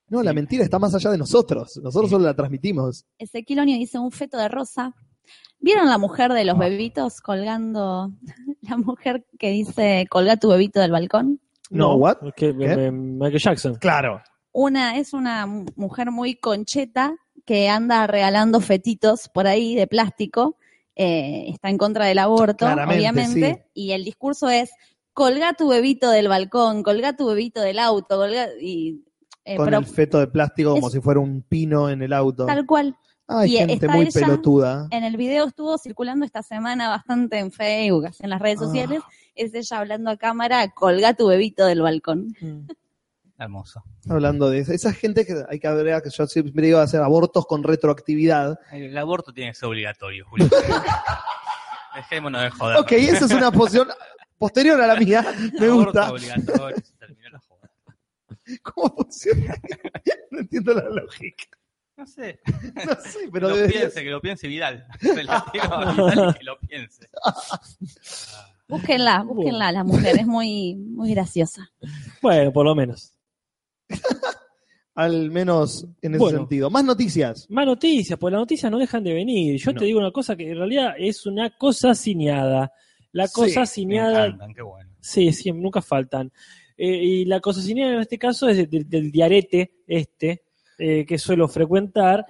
Speaker 1: No, la mentira está más allá de nosotros. Nosotros solo la transmitimos.
Speaker 4: Ezequiel Oño dice un feto de rosa. ¿Vieron la mujer de los bebitos colgando? La mujer que dice colga tu bebito del balcón.
Speaker 1: No, what?
Speaker 3: es que, eh, Michael Jackson.
Speaker 1: Claro.
Speaker 4: una es una mu- mujer muy concheta que anda regalando fetitos por ahí de plástico, eh, está en contra del aborto,
Speaker 1: Claramente,
Speaker 4: obviamente, y el discurso es colga tu bebito del balcón, colga tu bebito del auto, colga y eh,
Speaker 1: Con
Speaker 4: pero
Speaker 1: el feto de plástico como
Speaker 4: es-
Speaker 1: si fuera un pino en el auto.
Speaker 4: tal cual.
Speaker 1: Hay
Speaker 4: y
Speaker 1: gente
Speaker 4: está
Speaker 1: muy
Speaker 4: ella-
Speaker 1: pelotuda.
Speaker 4: En el video estuvo circulando esta semana bastante en Facebook, en las
Speaker 1: Ah.
Speaker 4: redes sociales, es ella hablando a cámara, colga tu bebito del balcón.
Speaker 2: Hermoso.
Speaker 1: Hablando de eso. esa gente que hay que habría que yo siempre iba a hacer abortos con retroactividad.
Speaker 2: El aborto tiene que ser obligatorio, Julio. Dejémonos de joder.
Speaker 1: Ok, esa es una posición posterior a la mía. Me
Speaker 2: Aborto
Speaker 1: gusta.
Speaker 2: obligatorio, se terminó la joda.
Speaker 1: ¿Cómo funciona? No entiendo la lógica.
Speaker 2: No sé,
Speaker 1: No sé,
Speaker 2: que
Speaker 1: pero
Speaker 2: lo
Speaker 1: debería-
Speaker 2: piense, que lo piense Vidal. Se la tiro a Vidal y que lo piense.
Speaker 4: Búsquenla, búsquenla, la mujer, es muy, muy graciosa.
Speaker 3: Bueno, por lo menos.
Speaker 1: al menos en ese
Speaker 3: Bueno.
Speaker 1: sentido. Más noticias.
Speaker 3: Más noticias, pues las noticias no dejan de venir. Yo
Speaker 1: No.
Speaker 3: te digo una cosa que en realidad es una cosa ciñada. La
Speaker 1: Sí,
Speaker 3: cosa
Speaker 2: Me
Speaker 3: ciñada
Speaker 2: encantan, qué bueno.
Speaker 3: Sí, sí, nunca faltan. Eh, y la cosocinería en este caso es de- del, del diarete este, eh, que suelo frecuentar,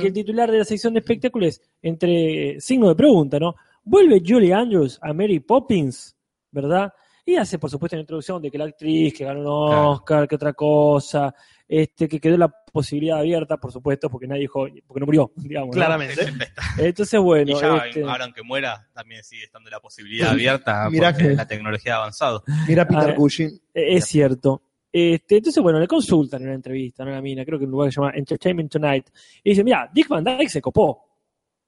Speaker 3: que el titular de la sección de espectáculos, entre eh, signo de pregunta, ¿no? ¿Vuelve Julie Andrews a Mary Poppins? ¿Verdad? Y hace, por supuesto, una introducción de que la actriz, que ganó un
Speaker 2: Claro.
Speaker 3: Oscar, que otra cosa, este, que quedó la posibilidad abierta, por supuesto, porque nadie dijo, porque no murió, digamos. ¿no?
Speaker 1: Claramente.
Speaker 3: Entonces, bueno.
Speaker 2: y ya,
Speaker 3: este-
Speaker 2: ahora aunque muera, también sigue estando la posibilidad abierta
Speaker 1: Mirá
Speaker 2: porque
Speaker 1: que-
Speaker 2: la tecnología ha avanzado.
Speaker 1: Mira Peter
Speaker 3: Ah,
Speaker 1: Cushing.
Speaker 3: Eh, Es cierto. Este, entonces, bueno, le consultan en una entrevista, ¿no? La mina, creo que en un lugar que se llama Entertainment Tonight. Y dice, mira, Dick Van Dyke se copó,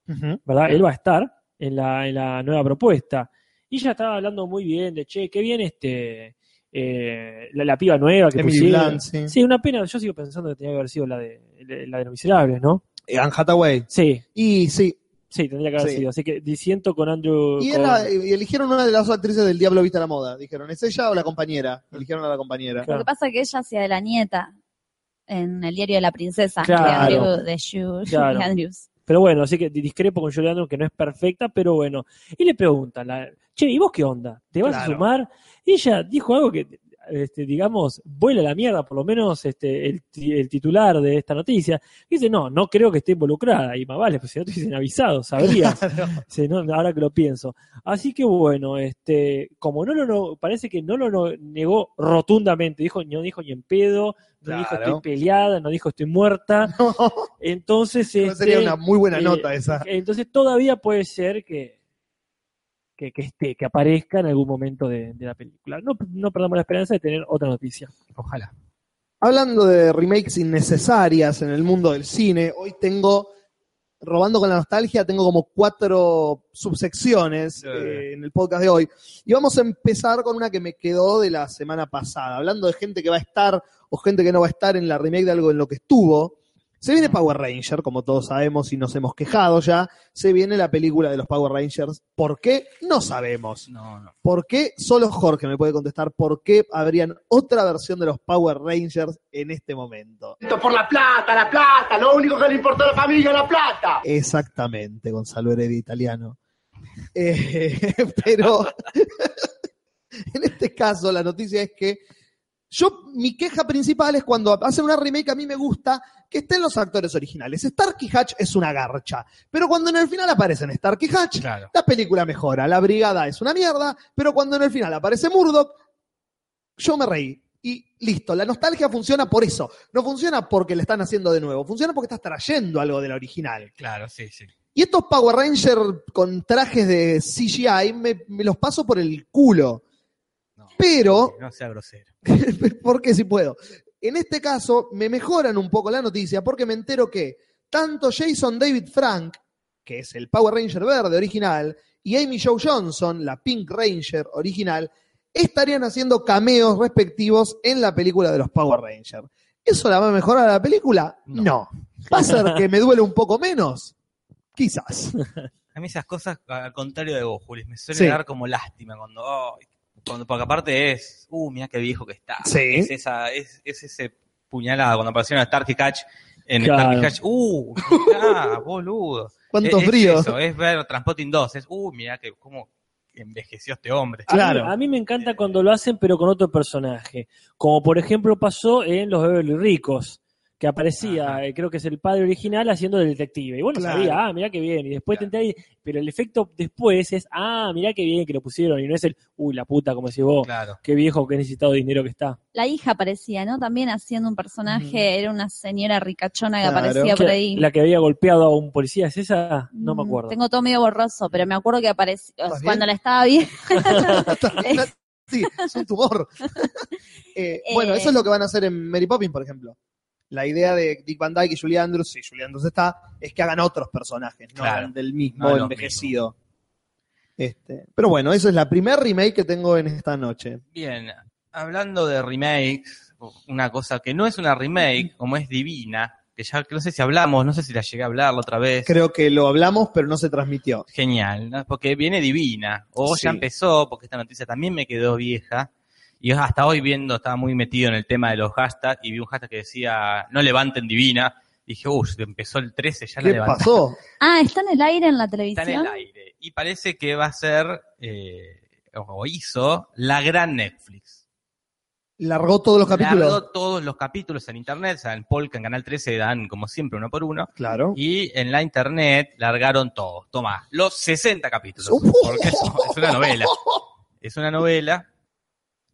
Speaker 1: Ujú.
Speaker 3: ¿verdad? Él va a estar en la, en la nueva propuesta. Y ella estaba hablando muy bien de, che, qué bien este, eh, la, la piba nueva que
Speaker 1: Emily
Speaker 3: pusieron.
Speaker 1: Blunt, sí.
Speaker 3: Sí, una pena. Yo sigo pensando que tenía que haber sido la de, la de Los Miserables, ¿no?
Speaker 1: Eh, Anne Hathaway.
Speaker 3: Sí,
Speaker 1: Y sí.
Speaker 3: sí, tendría que haber
Speaker 1: Sí.
Speaker 3: sido. Así que disiento con Andrew...
Speaker 1: Y
Speaker 3: con-
Speaker 1: era- y eligieron una de las dos actrices del Diablo Vista a la Moda. Dijeron, ¿es ella o la compañera? Eligieron a la compañera.
Speaker 4: Lo que pasa es que ella hacía de la nieta en el diario de la princesa
Speaker 3: Claro.
Speaker 4: de Andrew, de Shu-
Speaker 3: Claro.
Speaker 4: Julie Andrews.
Speaker 3: Pero bueno, así que discrepo con Juliano que no es perfecta, pero bueno. Y le preguntan, la- che, ¿y vos qué onda? ¿Te vas
Speaker 2: Claro.
Speaker 3: a sumar? Y ella dijo algo que, este, digamos, vuela la mierda, por lo menos este, el, ti- el titular de esta noticia. Y dice, no, no creo que esté involucrada. Y más vale, pues si no te hubiesen avisado, sabrías. Sí, no, ahora que lo pienso. Así que bueno, este, como no lo no- parece que no lo no- negó rotundamente, dijo, no dijo ni en pedo, no dijo
Speaker 1: Claro.
Speaker 3: estoy peleada, no dijo estoy muerta.
Speaker 1: No,
Speaker 3: Entonces, este,
Speaker 1: sería una muy buena
Speaker 3: eh,
Speaker 1: nota esa.
Speaker 3: entonces todavía puede ser que que, que esté, que aparezca en algún momento de, de la película. No, no perdamos la esperanza de tener otra noticia.
Speaker 2: Ojalá.
Speaker 1: Hablando de remakes innecesarias en el mundo del cine, hoy tengo, robando con la nostalgia, tengo como cuatro subsecciones
Speaker 6: Sí.
Speaker 1: eh, en el podcast de hoy. Y vamos a empezar con una que me quedó de la semana pasada, hablando de gente que va a estar o gente que no va a estar en la remake de algo en lo que estuvo. Se viene Power Ranger, como todos sabemos y nos hemos quejado ya. Se viene la película de los Power Rangers. ¿Por qué? No sabemos.
Speaker 2: No, no.
Speaker 1: ¿Por qué? Solo Jorge me puede contestar por qué habrían otra versión de los Power Rangers en este momento.
Speaker 7: Por la plata, la plata, lo único que le importa a la familia es la plata.
Speaker 1: Exactamente, Gonzalo Heredia italiano. Eh, pero en este caso la noticia es que yo, mi queja principal es cuando hacen una remake a mí me gusta que estén los actores originales. Starkey Hatch es una garcha, pero cuando en el final aparecen Starkey Hatch,
Speaker 2: Claro.
Speaker 1: La película mejora, la brigada es una mierda, pero cuando en el final aparece Murdoch, yo me reí. Y listo, la nostalgia funciona por eso. No funciona porque le están haciendo de nuevo, funciona porque estás trayendo algo de la original.
Speaker 2: Claro, sí, sí.
Speaker 1: Y estos Power Rangers con trajes de CGI me, me los paso por el culo.
Speaker 2: No.
Speaker 1: Pero,
Speaker 2: No sea grosero.
Speaker 1: porque si puedo. En este caso, me mejoran un poco la noticia porque me entero que tanto Jason David Frank, que es el Power Ranger verde original, y Amy Jo Johnson, la Pink Ranger original, estarían haciendo cameos respectivos en la película de los Power Rangers. ¿Eso la va a mejorar a la película? No.
Speaker 2: No.
Speaker 1: ¿Va a ser que me duele un poco menos? Quizás.
Speaker 2: A mí esas cosas, al contrario de vos, Julis, me suele
Speaker 1: Sí.
Speaker 2: dar como lástima cuando, ay, cuando- porque aparte es, uh, mira qué viejo que está.
Speaker 1: Sí.
Speaker 2: Es, esa, es, es ese puñalada cuando apareció una Starkey Catch en
Speaker 3: Claro.
Speaker 2: Starkey Catch. Uh, mirá, boludo.
Speaker 1: ¿Cuántos
Speaker 2: es,
Speaker 1: bríos?
Speaker 2: Es, eso, es ver Transpotting 2, es, uh, mirá que, cómo envejeció este hombre.
Speaker 3: A mí-
Speaker 1: Claro.
Speaker 3: A mí, me encanta cuando lo hacen, pero con otro personaje. Como por ejemplo pasó en Los Beverly Ricos, que aparecía,
Speaker 2: Ajá.
Speaker 3: eh, creo que es el padre original, haciendo de detective. Y bueno,
Speaker 1: Claro.
Speaker 3: sabía, ah, mirá que bien. Y después
Speaker 2: Claro.
Speaker 3: te enterás y- pero el efecto después es, ah, mirá que bien que lo pusieron. Y no es el, uy, la puta, como decís vos,
Speaker 2: Claro.
Speaker 3: qué viejo, qué necesitado dinero que está.
Speaker 4: La hija aparecía, ¿no? También haciendo un personaje, era una señora ricachona que
Speaker 1: Claro.
Speaker 4: aparecía por ahí.
Speaker 3: La que había golpeado a un policía, ¿es esa? No me
Speaker 4: Mm,
Speaker 3: acuerdo.
Speaker 4: Tengo todo medio borroso, pero me acuerdo que apareció
Speaker 1: ¿Estás bien?
Speaker 4: cuando la estaba bien.
Speaker 1: sí, es un tumor. Eh, bueno,
Speaker 4: Eh.
Speaker 1: eso es lo que van a hacer en Mary Poppins, por ejemplo. La idea de Dick Van Dyke y Julie Andrews, si Julie Andrews está, es que hagan otros personajes, no
Speaker 2: Claro. Ah,
Speaker 1: hagan del mismo
Speaker 2: No de los
Speaker 1: envejecido. Este, pero bueno, eso es la primer remake que tengo en esta noche.
Speaker 2: Bien, hablando de remakes, una cosa que no es una remake, como es divina, que ya que no sé si hablamos, no sé si la llegué a hablar la otra vez.
Speaker 1: Creo que lo hablamos, pero no se transmitió.
Speaker 2: Genial, ¿no? porque viene divina. O ya
Speaker 1: Sí.
Speaker 2: empezó, porque esta noticia también me quedó vieja. Y yo hasta hoy viendo, estaba muy metido en el tema de los hashtags y vi un hashtag que decía, no levanten divina. Dije, uff, empezó el 13, ya la
Speaker 1: ¿Qué
Speaker 2: levantaron.
Speaker 1: pasó?
Speaker 4: Ah, está en el aire en la
Speaker 2: Está
Speaker 4: televisión.
Speaker 2: en el aire. Y parece que va a ser, eh, o hizo, la gran Netflix.
Speaker 1: Largó todos los capítulos.
Speaker 2: Largó todos los capítulos en internet, o sea, en Polka, en Canal 13 dan como siempre uno por uno.
Speaker 1: Claro.
Speaker 2: Y en la internet largaron todos. Tomá, los 60 capítulos.
Speaker 1: Uf.
Speaker 2: Porque es, es una novela. Es una novela.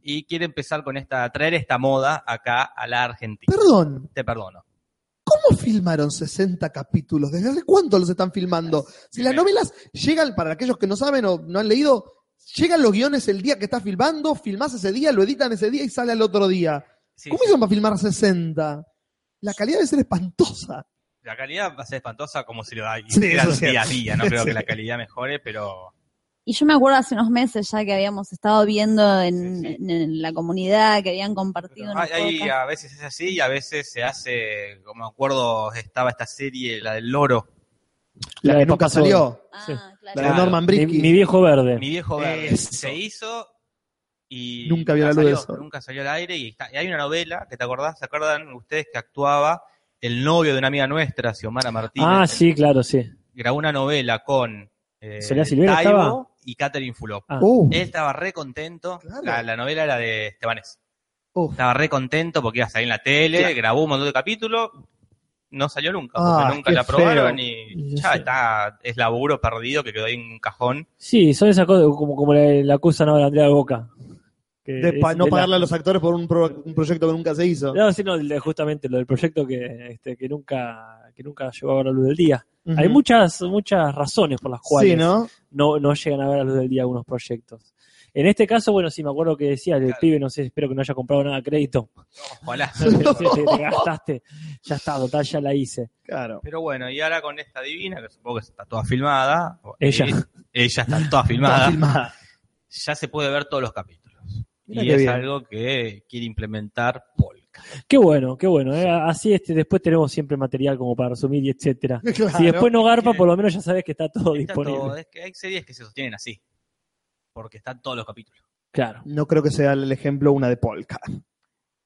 Speaker 2: Y quiere empezar con esta, a traer esta moda acá a la Argentina.
Speaker 1: Perdón,
Speaker 2: Te perdono.
Speaker 1: ¿Cómo filmaron 60 capítulos? ¿Desde hace cuánto los están filmando? Si las novelas llegan, para aquellos que no saben o no han leído, llegan los guiones el día que estás filmando, filmás ese día, lo editan ese día y sale al otro día.
Speaker 2: Sí,
Speaker 1: ¿Cómo
Speaker 2: sí.
Speaker 1: hicieron para filmar 60? La calidad debe ser espantosa.
Speaker 2: La calidad va a ser espantosa como si lo da
Speaker 1: Sí,
Speaker 2: hicieran
Speaker 1: eso es
Speaker 2: día a
Speaker 1: cierto.
Speaker 2: día. No creo
Speaker 1: Sí.
Speaker 2: que la calidad mejore, pero
Speaker 4: Y yo me acuerdo hace unos meses ya que habíamos estado viendo en,
Speaker 2: Sí, sí.
Speaker 4: en- en la comunidad que habían compartido.
Speaker 2: Pero
Speaker 4: unos
Speaker 2: hay- hay-
Speaker 4: podcasts.
Speaker 2: a veces es así y a veces se hace, como me acuerdo, estaba esta serie, la del loro,
Speaker 1: La,
Speaker 3: La
Speaker 1: que
Speaker 3: de
Speaker 1: nunca
Speaker 3: Papá Sol.
Speaker 1: salió.
Speaker 4: Ah,
Speaker 3: Sí.
Speaker 4: claro.
Speaker 1: La de
Speaker 2: Claro.
Speaker 1: Norman
Speaker 3: Mi,
Speaker 1: Brisky.
Speaker 3: mi viejo verde.
Speaker 2: Mi viejo verde
Speaker 1: Eso.
Speaker 2: se hizo y
Speaker 1: Nunca vio la luz
Speaker 2: salió,
Speaker 1: del sol.
Speaker 2: Nunca salió al aire y, está- y hay una novela que te acordás, ¿se acuerdan ustedes que actuaba el novio de una amiga nuestra, Xiomara Martínez,
Speaker 3: Ah, sí, claro, sí.
Speaker 2: grabó una novela con eh,
Speaker 3: ¿Soledad Silvera
Speaker 2: Taibo
Speaker 3: estaba?
Speaker 2: y Catherine Fulop.
Speaker 3: Ah.
Speaker 1: Uh,
Speaker 2: Él estaba re contento.
Speaker 1: Claro.
Speaker 2: La, la novela era de Estebanés.
Speaker 1: Uf.
Speaker 2: Estaba re contento porque iba a salir en la tele,
Speaker 6: Claro.
Speaker 2: grabó un montón de capítulos. No salió nunca,
Speaker 1: Ah,
Speaker 2: porque nunca
Speaker 1: qué
Speaker 2: la aprobaron
Speaker 1: feo.
Speaker 2: y
Speaker 3: Ya
Speaker 2: ya
Speaker 3: sé.
Speaker 2: está, es laburo perdido que quedó ahí en un cajón.
Speaker 3: Sí, son esas cosas como, como la, la acusan ahora a Andrea Boca. que
Speaker 1: de
Speaker 3: es
Speaker 1: pa- no
Speaker 3: de la-
Speaker 1: pagarle a los actores por un, pro- un proyecto que nunca se hizo.
Speaker 3: No, sí, no, de- justamente lo del proyecto que, este, que nunca que nunca llegó a ver la luz del día.
Speaker 1: Ujú.
Speaker 3: Hay muchas muchas razones por las cuales
Speaker 1: Sí, ¿no?
Speaker 3: no, no llegan a ver a luz del día algunos proyectos. En este caso, bueno, sí, me acuerdo que decía el
Speaker 2: Claro.
Speaker 3: pibe, no sé, espero que no haya comprado nada a crédito.
Speaker 2: Ojalá.
Speaker 3: No sé, te, te gastaste, ya está, total, ya la hice.
Speaker 1: Claro.
Speaker 2: Pero bueno, y ahora con esta divina, que supongo que está toda filmada. o-
Speaker 3: Ella.
Speaker 2: eh, ella está toda filmada.
Speaker 1: Está filmada.
Speaker 2: Ya se puede ver todos los capítulos.
Speaker 1: Mirá
Speaker 2: y
Speaker 1: qué
Speaker 2: es
Speaker 1: bien.
Speaker 2: algo que quiere implementar Polka.
Speaker 3: Qué bueno, qué bueno. eh. Así este, después tenemos siempre material como para resumir y etcétera.
Speaker 1: Claro.
Speaker 3: Si después no garpa, por lo menos ya sabes que está todo
Speaker 2: Está
Speaker 3: disponible.
Speaker 2: todo- es que hay series que se sostienen así. Porque están todos los capítulos.
Speaker 3: Claro.
Speaker 1: No creo que sea el ejemplo una de Polka.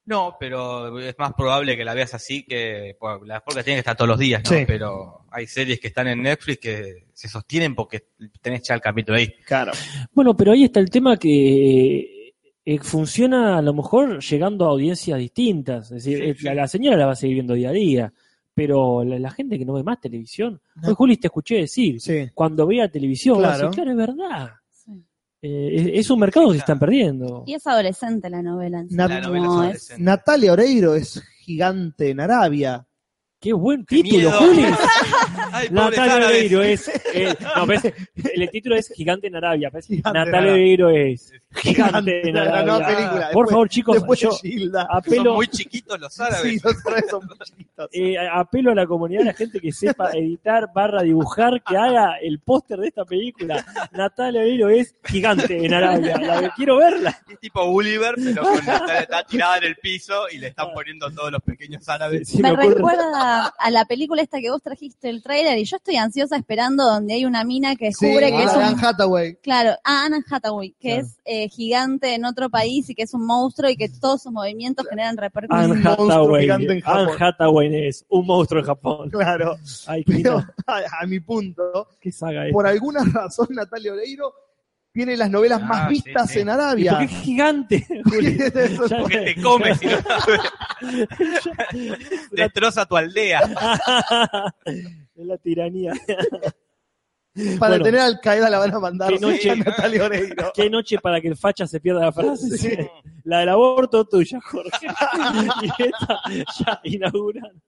Speaker 2: No, pero es más probable que la veas así que. bueno, las Polka tienen que estar todos los días, ¿no?
Speaker 1: Sí.
Speaker 2: Pero hay series que están en Netflix que se sostienen porque tenés ya el capítulo ahí.
Speaker 1: Claro.
Speaker 3: Bueno, pero ahí está el tema que eh, funciona a lo mejor llegando a audiencias distintas. Es decir,
Speaker 2: Sí,
Speaker 3: eh,
Speaker 2: sí.
Speaker 3: La, la señora la va a seguir viendo día a día, pero la, la gente que no ve más televisión.
Speaker 1: No.
Speaker 3: Hoy, Juli, te escuché decir,
Speaker 1: Sí.
Speaker 3: cuando vea televisión, va a decir,
Speaker 1: Claro.
Speaker 3: claro, es verdad.
Speaker 4: Sí.
Speaker 3: Eh, es, es un mercado que se están perdiendo.
Speaker 4: Y es adolescente la novela. en sí.
Speaker 1: Na-
Speaker 2: La novela
Speaker 4: No,
Speaker 2: es
Speaker 4: es-
Speaker 2: adolescente.
Speaker 1: Natalia Oreiro es gigante en Arabia.
Speaker 3: Qué buen
Speaker 2: Qué
Speaker 3: título,
Speaker 2: miedo.
Speaker 3: Juli.
Speaker 2: Ay, pobre
Speaker 3: Natalia
Speaker 2: Sara,
Speaker 3: Oreiro es. eh, no, ves, el título es Gigante en Arabia. parece que
Speaker 1: Gigante en
Speaker 3: Natalia
Speaker 1: Arabia.
Speaker 3: Oreiro es. Gigante en
Speaker 1: la
Speaker 3: Arabia.
Speaker 1: nueva película.
Speaker 3: Por
Speaker 1: Ah, Después-
Speaker 3: favor, chicos,
Speaker 1: después
Speaker 3: yo Ah,
Speaker 1: Gilda.
Speaker 2: Son
Speaker 3: apelo,
Speaker 2: muy chiquitos los árabes.
Speaker 1: Sí, los tres son muy chiquitos.
Speaker 3: eh, apelo a la comunidad, a la gente que sepa editar, barra dibujar, que haga el póster de esta película. Natalia Oreiro es Gigante en Arabia. La- quiero verla.
Speaker 2: Es tipo Gulliver, pero con- está, está tirada en el piso y le están poniendo todos los pequeños árabes.
Speaker 3: Si
Speaker 4: me
Speaker 3: me ocurre.
Speaker 4: recuerda a la película esta que vos trajiste el trailer y yo estoy ansiosa esperando donde hay una mina que descubre que
Speaker 1: ah,
Speaker 4: es
Speaker 1: Anne
Speaker 4: un
Speaker 1: Hathaway.
Speaker 4: Claro, a Anna Hathaway, que
Speaker 3: Claro.
Speaker 4: es eh, gigante en otro país y que es un monstruo y que todos sus movimientos generan repercusión.
Speaker 3: Anne
Speaker 1: un monstruo
Speaker 3: Hathaway.
Speaker 1: gigante en Japón.
Speaker 3: Anne Hathaway es un monstruo en Japón.
Speaker 1: Claro.
Speaker 3: Ay, qué
Speaker 1: Pero
Speaker 3: lindo.
Speaker 1: a, a mi punto,
Speaker 3: Qué saga es.
Speaker 1: por alguna razón Natalia Oreiro tiene las novelas
Speaker 2: Ah,
Speaker 1: más
Speaker 2: sí,
Speaker 1: vistas
Speaker 2: sí.
Speaker 1: en
Speaker 3: ¿Y por qué
Speaker 1: Arabia.
Speaker 3: es gigante, Juli?
Speaker 1: Eso-
Speaker 3: Ya-
Speaker 2: Porque te comes y no destroza tu aldea.
Speaker 3: es la tiranía.
Speaker 1: Para
Speaker 3: Bueno.
Speaker 1: tener al Qaeda la van a mandar
Speaker 3: Qué noche.
Speaker 1: a Natalia Oreiro.
Speaker 3: Qué noche para que el facha se pierda la frase. La del aborto tuya, Jorge. y esta ya inauguran.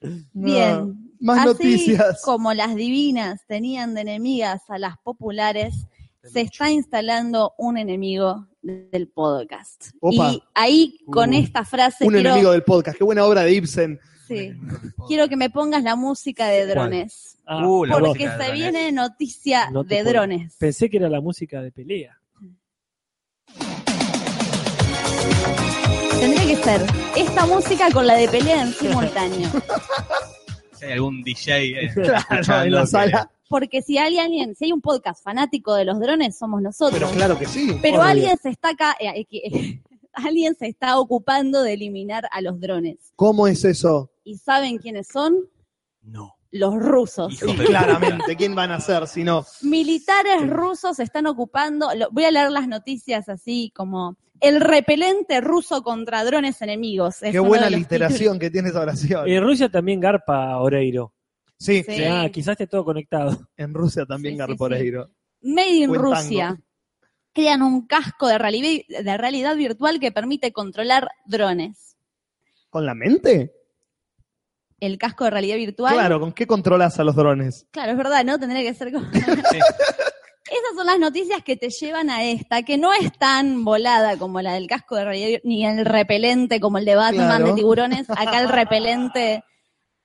Speaker 1: No.
Speaker 4: Bien.
Speaker 1: Más
Speaker 4: Así
Speaker 1: noticias.
Speaker 4: como las divinas tenían de enemigas a las populares, se está instalando un enemigo del podcast.
Speaker 1: Opa.
Speaker 4: Y ahí con
Speaker 1: Uh,
Speaker 4: esta frase
Speaker 1: Un
Speaker 4: quiero,
Speaker 1: enemigo del podcast. Qué buena obra de Ibsen.
Speaker 4: sí, quiero que me pongas la música de
Speaker 3: Ah,
Speaker 4: drones.
Speaker 2: Uh, la
Speaker 3: perdón.
Speaker 4: Porque
Speaker 2: música de
Speaker 4: se
Speaker 2: drones.
Speaker 4: viene noticia
Speaker 3: No te
Speaker 4: de
Speaker 3: puedo-
Speaker 4: drones.
Speaker 3: Pensé que era la música de pelea.
Speaker 4: Tendría que ser esta música con la de pelea en simultáneo.
Speaker 2: Si hay algún DJ eh,
Speaker 1: Claro, en la
Speaker 2: escuchando
Speaker 1: sala.
Speaker 4: Porque si hay alguien, si hay un podcast fanático de los drones, somos nosotros.
Speaker 1: Pero
Speaker 4: Pero,
Speaker 1: claro que sí.
Speaker 3: obvio.
Speaker 4: alguien se está acá, eh, que- eh, alguien se está ocupando de eliminar a los drones.
Speaker 1: ¿Cómo es eso?
Speaker 4: ¿Y saben quiénes son?
Speaker 2: que- No.
Speaker 4: Los rusos.
Speaker 2: Hijo de
Speaker 1: Claramente, ¿quién van a ser si no?
Speaker 4: Militares rusos se están ocupando. lo- voy a leer las noticias así como el repelente ruso contra drones enemigos. Es
Speaker 1: Qué
Speaker 4: uno
Speaker 1: buena
Speaker 4: de los
Speaker 1: literación que tiene esa oración.
Speaker 3: En Eh, Rusia también garpa Oreiro.
Speaker 1: sí,
Speaker 4: Sí.
Speaker 3: O sea, quizás esté todo conectado.
Speaker 1: en Rusia también
Speaker 4: Sí, sí,
Speaker 1: Garpo
Speaker 4: sí.
Speaker 1: Oreiro.
Speaker 4: Made in
Speaker 1: Buen tango.
Speaker 4: Rusia. Crean un casco de, reali- de realidad virtual que permite controlar drones.
Speaker 1: ¿Con la mente?
Speaker 4: El casco de realidad virtual.
Speaker 1: Claro, ¿con qué controlas a los drones?
Speaker 4: Claro, es verdad, ¿no? Tendría que ser como... Esas son las noticias que te llevan a esta, que no es tan volada como la del casco de realidad, vir- ni el repelente como el de Batman
Speaker 1: Claro.
Speaker 4: de tiburones, acá el repelente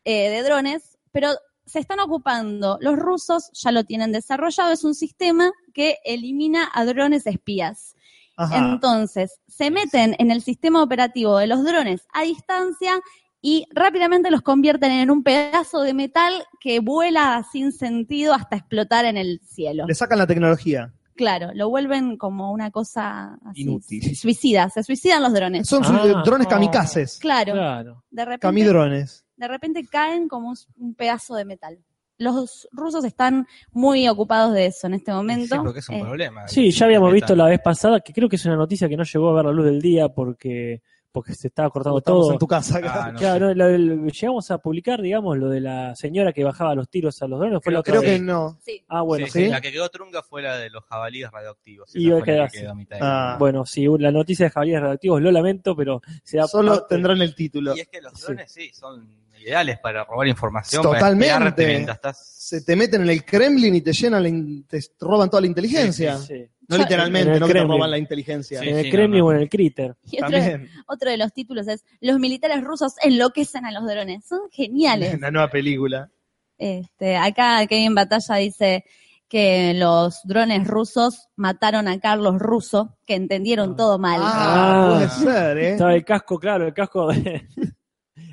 Speaker 4: eh, de drones, pero se están ocupando, los rusos ya lo tienen desarrollado, es un sistema que elimina a drones espías.
Speaker 1: Ajá.
Speaker 4: Entonces, se meten en el sistema operativo de los drones a distancia y rápidamente los convierten en un pedazo de metal que vuela sin sentido hasta explotar en el cielo.
Speaker 1: Le sacan la tecnología.
Speaker 4: Claro, lo vuelven como una cosa así,
Speaker 8: Inútil.
Speaker 4: Suicida, se suicidan los drones.
Speaker 1: Son sus-
Speaker 3: Ah.
Speaker 1: drones kamikazes.
Speaker 4: Claro,
Speaker 3: Claro.
Speaker 4: de repente
Speaker 1: Camidrones.
Speaker 4: de repente caen como un- un pedazo de metal. Los rusos están muy ocupados de eso en este momento.
Speaker 2: Sí, porque es un
Speaker 4: Eh,
Speaker 2: problema.
Speaker 3: Sí, ya habíamos
Speaker 2: Metal.
Speaker 3: visto la vez pasada, que creo que es una noticia que no llegó a ver la luz del día porque, porque se estaba cortando
Speaker 1: Estamos
Speaker 3: todo.
Speaker 1: en tu casa.
Speaker 2: Ah, no
Speaker 3: Claro,
Speaker 2: sé.
Speaker 3: no, lo del- llegamos a publicar, digamos, lo de la señora que bajaba los tiros a los drones. Fue la otra
Speaker 1: Creo
Speaker 3: vez.
Speaker 1: que no.
Speaker 4: sí.
Speaker 3: Ah, bueno,
Speaker 2: Sí,
Speaker 3: sí.
Speaker 2: sí, La que quedó trunca fue la de los jabalíes radioactivos.
Speaker 3: Y
Speaker 2: Esa fue
Speaker 3: hoy
Speaker 2: la
Speaker 3: quedó
Speaker 2: que
Speaker 3: así.
Speaker 2: quedó a mitad de
Speaker 1: Ah.
Speaker 3: Bueno, sí, la noticia de Javier Radioactivos lo lamento, pero se da
Speaker 1: Solo
Speaker 3: parte-
Speaker 1: tendrán el título.
Speaker 2: Y es que los
Speaker 3: Sí.
Speaker 2: drones sí, son ideales para robar información.
Speaker 1: Totalmente.
Speaker 2: Para espiarte mientras estás...
Speaker 1: Se te meten en el Kremlin y te llenan, la in- te roban toda la inteligencia.
Speaker 3: Sí.
Speaker 1: No
Speaker 4: Yo-
Speaker 1: literalmente,
Speaker 3: En el
Speaker 1: no que te
Speaker 3: Kremlin.
Speaker 1: roban la inteligencia.
Speaker 2: Sí,
Speaker 3: en el
Speaker 2: sí,
Speaker 3: Kremlin
Speaker 2: no, no.
Speaker 3: o en el Critter.
Speaker 4: Y otro,
Speaker 1: También.
Speaker 4: otro de los títulos es Los militares rusos enloquecen a los drones. Son geniales.
Speaker 1: La nueva película.
Speaker 4: Este, acá Kevin Batalla dice que los drones rusos mataron a Carlos Russo, que entendieron
Speaker 3: Ah.
Speaker 4: todo mal.
Speaker 1: Ah,
Speaker 3: Ah.
Speaker 1: puede ser, ¿eh?
Speaker 3: Estaba el casco, claro, el casco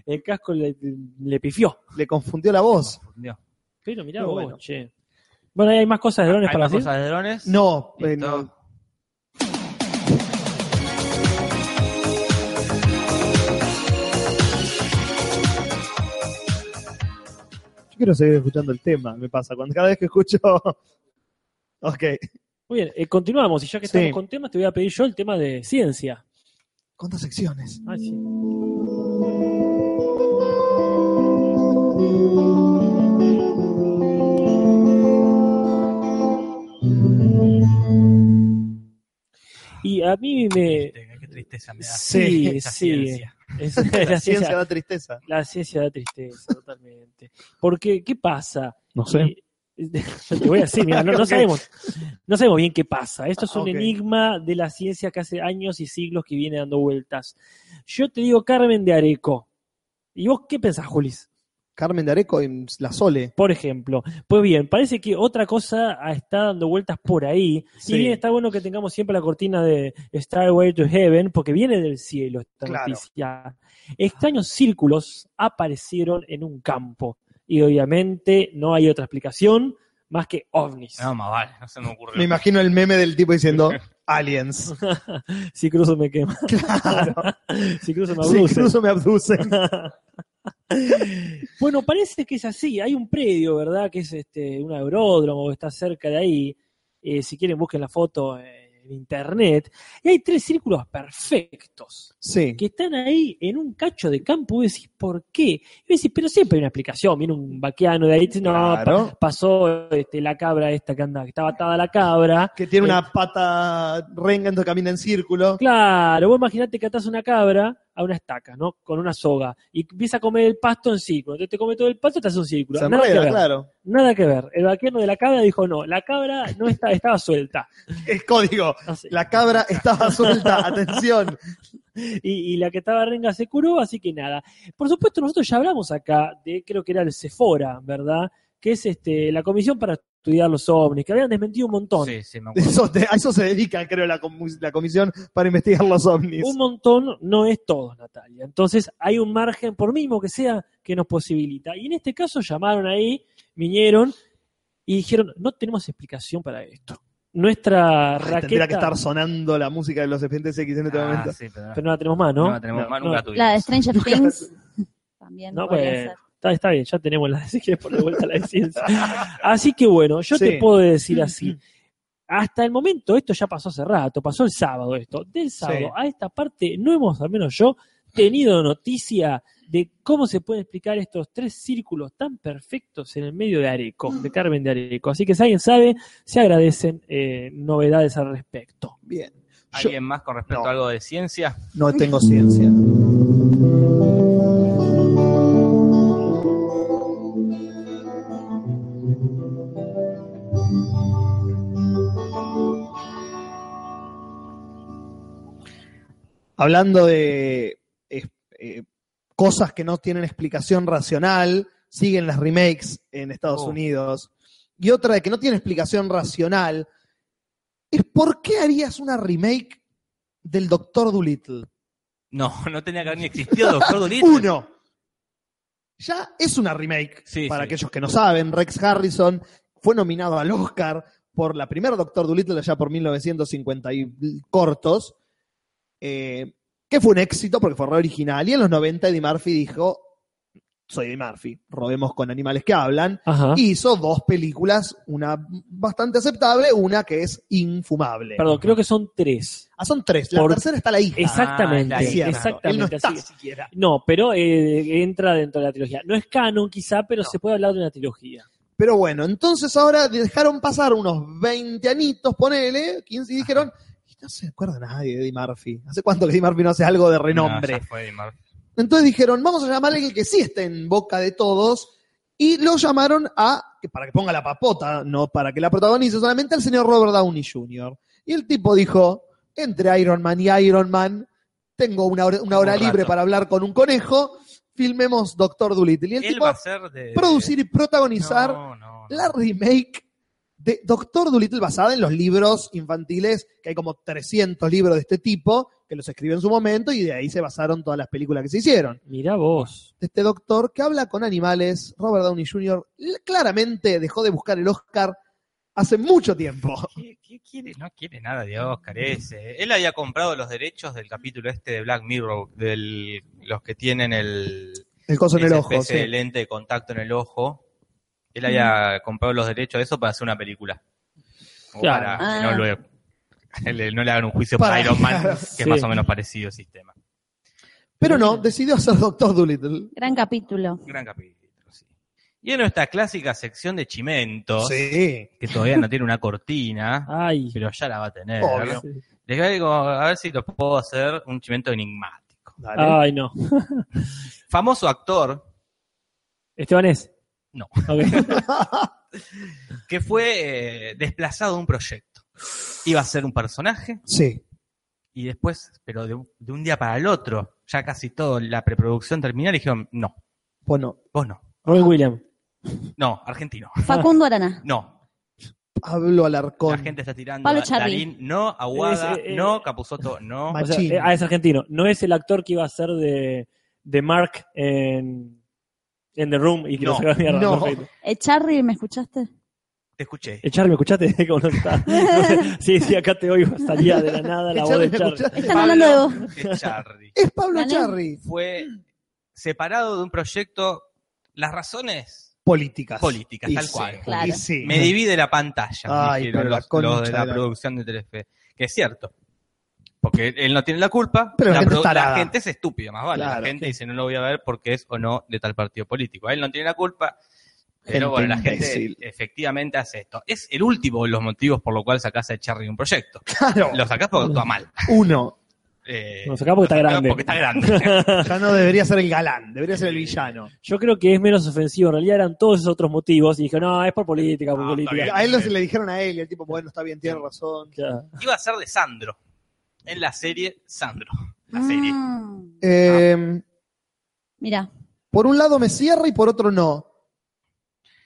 Speaker 3: el casco le, le pifió.
Speaker 1: Le confundió la voz.
Speaker 2: Dios.
Speaker 3: Pero mirá
Speaker 1: Pero
Speaker 3: vos,
Speaker 1: bueno.
Speaker 3: Oh, che. Bueno, ahí hay más cosas de drones
Speaker 2: ¿Hay
Speaker 3: para
Speaker 2: más
Speaker 3: decir.
Speaker 2: cosas de drones?
Speaker 1: No, eh,
Speaker 2: Listo.
Speaker 1: no. Yo quiero seguir escuchando el tema, me pasa. Cuando cada vez que escucho. ok.
Speaker 3: Muy bien, eh, continuamos. Y ya que
Speaker 1: Sí.
Speaker 3: estamos con temas, te voy a pedir yo el tema de ciencia.
Speaker 1: ¿Cuántas secciones?
Speaker 3: Ah, sí. Y a mí me...
Speaker 2: Este, Qué, tristeza me da.
Speaker 3: eh, Sí,
Speaker 2: esa
Speaker 3: sí.
Speaker 2: ciencia.
Speaker 3: Es-
Speaker 1: La
Speaker 3: la
Speaker 1: ciencia
Speaker 3: ciencia
Speaker 1: da tristeza.
Speaker 3: La ciencia da tristeza, totalmente. Porque, ¿qué pasa?
Speaker 8: No
Speaker 3: Eh, Te voy a decir, mira, no, no
Speaker 1: Ok.
Speaker 3: sabemos, no sabemos bien qué pasa. Esto es
Speaker 1: Ah,
Speaker 3: un
Speaker 1: ok.
Speaker 3: enigma de la ciencia que hace años y siglos que viene dando vueltas. Yo te digo Carmen de Areco. ¿Y vos qué pensás, Julis?
Speaker 1: Carmen de Areco en La Sole.
Speaker 3: Por ejemplo. Pues bien, parece que otra cosa ah, está dando vueltas por ahí.
Speaker 1: Sí.
Speaker 3: Y bien, está bueno que tengamos siempre la cortina de Starway to Heaven, porque viene del cielo esta
Speaker 1: Claro.
Speaker 3: noticia. Extraños círculos aparecieron en un campo. Y obviamente no hay otra explicación más que ovnis.
Speaker 2: No, más vale, no se me ocurrió.
Speaker 1: Me imagino el meme del tipo diciendo aliens.
Speaker 3: si cruzo me quema.
Speaker 1: Claro.
Speaker 3: si cruzo me
Speaker 1: Sí,
Speaker 3: abduce.
Speaker 1: incluso me abducen.
Speaker 3: bueno, parece que es así. Hay un predio, ¿verdad? Que es este, un aeródromo, que está cerca de ahí. Eh, si quieren, busquen la foto eh, en internet. Y hay tres círculos perfectos
Speaker 1: Sí.
Speaker 3: que están ahí en un cacho de campo. Y vos decís, ¿por qué? Y vos decís, pero siempre hay una explicación. Viene un vaqueano de ahí. dice, No,
Speaker 1: Claro.
Speaker 3: pa- pasó este, la cabra esta que anda, que estaba atada a la cabra.
Speaker 1: Que tiene una pata renga, entonces camina en círculo.
Speaker 3: Eh, Claro, vos imaginate que atás una cabra a una estaca, ¿no? Con una soga. Y empieza a comer el pasto en círculo. Entonces te come todo el pasto y te hace un círculo.
Speaker 1: Se
Speaker 3: nada, que
Speaker 1: enreda,
Speaker 3: ver,
Speaker 1: claro.
Speaker 3: nada que ver. El vaquero de la cabra dijo no, la cabra no está, estaba suelta.
Speaker 1: Es código.
Speaker 3: Así-
Speaker 1: La cabra estaba suelta, atención.
Speaker 3: y, y la que estaba renga se curó, así que nada. Por supuesto, nosotros ya hablamos acá de, creo que era el Cefora, ¿verdad? Que es este, la comisión para estudiar los ovnis, que habían desmentido un montón.
Speaker 2: Sí, sí, me acuerdo.
Speaker 1: Eso te- a eso se dedica, creo, la, comu- la comisión para investigar los ovnis.
Speaker 3: Un montón no es todo, Natalia. Entonces hay un margen, por mínimo que sea, que nos posibilita. Y en este caso llamaron ahí, vinieron y dijeron, no tenemos explicación para esto. Nuestra
Speaker 1: Ay,
Speaker 3: raqueta...
Speaker 1: Tendría que estar sonando la música de los expedientes X en este
Speaker 2: Ah,
Speaker 1: momento.
Speaker 2: sí, pero no.
Speaker 3: Pero no la tenemos más, ¿no?
Speaker 2: No la tenemos
Speaker 1: No,
Speaker 2: más,
Speaker 3: no.
Speaker 2: nunca la
Speaker 4: La
Speaker 2: tuvimos.
Speaker 4: de Stranger Things también
Speaker 3: No,
Speaker 4: podría
Speaker 3: bueno.
Speaker 4: ser.
Speaker 3: Está, está bien, ya tenemos la... Si quieres poner de vuelta la de ciencia. Así que bueno, yo
Speaker 1: Sí. Mm,
Speaker 3: te puedo decir así. Hasta el momento, esto ya pasó hace rato, pasó el sábado esto. Del sábado
Speaker 1: Sí.
Speaker 3: a esta parte no hemos, al menos yo, tenido noticia de cómo se pueden explicar estos tres círculos tan perfectos en el medio de Areco, de
Speaker 1: Mm.
Speaker 3: Carmen de Areco. Así que si alguien sabe, se agradecen eh, novedades al respecto.
Speaker 1: Bien. Yo
Speaker 2: ¿Alguien más con respecto
Speaker 1: No.
Speaker 2: a algo de ciencia?
Speaker 1: no tengo ciencia. Hablando de eh, eh, cosas que no tienen explicación racional, siguen las remakes en Estados
Speaker 2: Oh.
Speaker 1: Unidos. Y otra de que no tiene explicación racional es por qué harías una remake del Doctor Dolittle.
Speaker 2: No, no tenía que haber ni existido Doctor Dolittle.
Speaker 1: Uno. Ya es una remake.
Speaker 2: Sí,
Speaker 1: para
Speaker 2: sí.
Speaker 1: aquellos que no saben, Rex Harrison fue nominado al Oscar por la primera Doctor Dolittle allá por 1950 y cortos, eh, que fue un éxito porque fue re original. Y en los 90 Eddie Murphy dijo, soy Eddie Murphy, robemos con animales que hablan.
Speaker 3: Ajá.
Speaker 1: Y hizo dos películas, una bastante aceptable, una que es infumable.
Speaker 3: Perdón, creo que son tres.
Speaker 1: Ah, son tres. La
Speaker 3: Por-
Speaker 1: tercera está la hija.
Speaker 3: Exactamente,
Speaker 2: Ah, la
Speaker 1: Luciana. Él no
Speaker 3: exactamente.
Speaker 1: está
Speaker 3: así es.
Speaker 1: siquiera.
Speaker 3: No, pero eh, entra dentro de la trilogía. No es canon quizá, pero se puede hablar de una trilogía.
Speaker 1: Pero bueno, entonces ahora dejaron pasar unos 20 anitos, ponele, 15, y dijeron, "Y no se acuerda nadie de Eddie Murphy. ¿Hace cuánto que Eddie Murphy no hace algo de renombre?
Speaker 2: No, ya fue, Dimar.
Speaker 1: Entonces dijeron, vamos a llamar al que sí esté en boca de todos, y lo llamaron a, que para que ponga la papota, no para que la protagonice, solamente al señor Robert Downey Jr. Y el tipo dijo, entre Iron Man y Iron Man, tengo una hora, una hora
Speaker 2: Un
Speaker 1: libre
Speaker 2: rato.
Speaker 1: para hablar con un conejo, filmemos Doctor Dolittle. Y el
Speaker 2: Él
Speaker 1: tipo,
Speaker 2: va a ser de...
Speaker 1: producir y protagonizar
Speaker 2: No, no, no.
Speaker 1: la remake de Doctor Dolittle basada en los libros infantiles, que hay como 300 libros de este tipo, que los escribió en su momento y de ahí se basaron todas las películas que se hicieron.
Speaker 3: Mirá vos.
Speaker 1: De este doctor que habla con animales, Robert Downey Jr. l- claramente dejó de buscar el Oscar hace mucho tiempo.
Speaker 2: ¿Qué, qué quiere? No quiere nada de Oscar ese. Él había comprado los derechos del capítulo este de Black Mirror, de los que tienen el,
Speaker 1: El coso en el
Speaker 2: esa
Speaker 1: ojo.
Speaker 2: especie de
Speaker 1: sí. Mm.
Speaker 2: lente de contacto en el ojo. Él había comprado los derechos de eso para hacer una película. Como
Speaker 3: Claro.
Speaker 2: para
Speaker 4: Ah.
Speaker 2: que no, lo- le, no le hagan un juicio
Speaker 1: Para-
Speaker 2: para Iron Man, que
Speaker 3: Sí.
Speaker 2: es más o menos parecido el sistema.
Speaker 1: Pero no, decidió hacer Doctor Dolittle.
Speaker 4: Gran capítulo.
Speaker 2: Gran capítulo, sí. Y en nuestra clásica sección de chimentos,
Speaker 1: Sí.
Speaker 2: que todavía no tiene una cortina,
Speaker 3: Ay.
Speaker 2: pero ya la va a tener.
Speaker 1: Obvio.
Speaker 3: Sí.
Speaker 2: Les digo, a ver si lo puedo hacer un chimento enigmático.
Speaker 1: Dale.
Speaker 3: Ay, no.
Speaker 2: Famoso actor
Speaker 3: Esteban es.
Speaker 2: No.
Speaker 3: Ok.
Speaker 2: que fue eh, desplazado de un proyecto. Iba a ser un personaje
Speaker 1: Sí.
Speaker 2: y después, pero de, un- de un día para el otro, ya casi todo la preproducción terminó, le dijeron, no,
Speaker 1: Bueno,
Speaker 2: vos no,
Speaker 3: Roy William.
Speaker 2: no, argentino,
Speaker 4: Facundo Arana.
Speaker 2: no.
Speaker 1: Pablo Alarcón.
Speaker 2: La gente está tirando
Speaker 4: Pablo
Speaker 2: a
Speaker 4: Charly.
Speaker 2: Darín, no, Aguada,
Speaker 3: Es, eh, eh,
Speaker 2: no, Capuzoto, no.
Speaker 1: Machín.
Speaker 3: O sea, eh, ah, es argentino. No es el actor que iba a ser de, de Mark en, en The Room y que
Speaker 2: No.
Speaker 3: lo sacó a la mierda.
Speaker 1: No.
Speaker 3: Perfecto.
Speaker 4: Eh, Charry, ¿me escuchaste?
Speaker 2: Te escuché.
Speaker 3: Eh, Charlie, ¿me escuchaste? ¿Cómo no está? Sí, sí, acá te oigo. Salía de la nada la voz
Speaker 1: Charlie,
Speaker 3: de
Speaker 1: ¿me
Speaker 3: Charlie.
Speaker 1: escuchás?
Speaker 4: Están hablando de vos.
Speaker 2: de Charly.
Speaker 1: Es Pablo
Speaker 4: Gané.
Speaker 1: Charri.
Speaker 2: Fue separado de un proyecto, las razones
Speaker 1: Políticas.
Speaker 2: políticas,
Speaker 1: Y
Speaker 2: tal
Speaker 1: sí,
Speaker 2: cual.
Speaker 4: Claro.
Speaker 1: y sí.
Speaker 2: Me divide la pantalla,
Speaker 1: Ay,
Speaker 2: dijeron
Speaker 1: pero la
Speaker 2: los, los
Speaker 1: concha
Speaker 2: de
Speaker 1: de
Speaker 2: la
Speaker 1: la-
Speaker 2: producción de Telefe. Que es cierto. Porque él no tiene la culpa,
Speaker 1: Pero la gente
Speaker 2: produ-
Speaker 1: es tarada.
Speaker 2: gente es estúpida, más vale.
Speaker 1: Claro,
Speaker 2: la gente
Speaker 1: sí.
Speaker 2: dice no lo voy a ver porque es o no de tal partido político. Él no tiene la culpa, pero
Speaker 1: Gente
Speaker 2: bueno, la
Speaker 1: imbécil.
Speaker 2: gente efectivamente hace esto. Es el último de los motivos por lo cual sacás a Charlie de un proyecto.
Speaker 1: Claro.
Speaker 2: Lo sacás porque actúa mal.
Speaker 1: Uno.
Speaker 2: Eh,
Speaker 3: Lo sacás porque está
Speaker 2: lo
Speaker 3: grande.
Speaker 2: Porque está grande.
Speaker 1: Ya no debería ser el galán, debería ser el villano.
Speaker 3: Yo creo que es menos ofensivo. En realidad eran todos esos otros motivos. Y dije, no, es por política, por
Speaker 2: Ah,
Speaker 3: política.
Speaker 2: está
Speaker 1: A él no se le dijeron a él y el tipo, bueno, está bien, tiene razón.
Speaker 3: Claro.
Speaker 2: Iba a ser de Sandro. En la serie Sandro. La serie.
Speaker 4: Mm.
Speaker 1: Eh,
Speaker 4: Mira,
Speaker 1: por un lado me cierra y por otro no.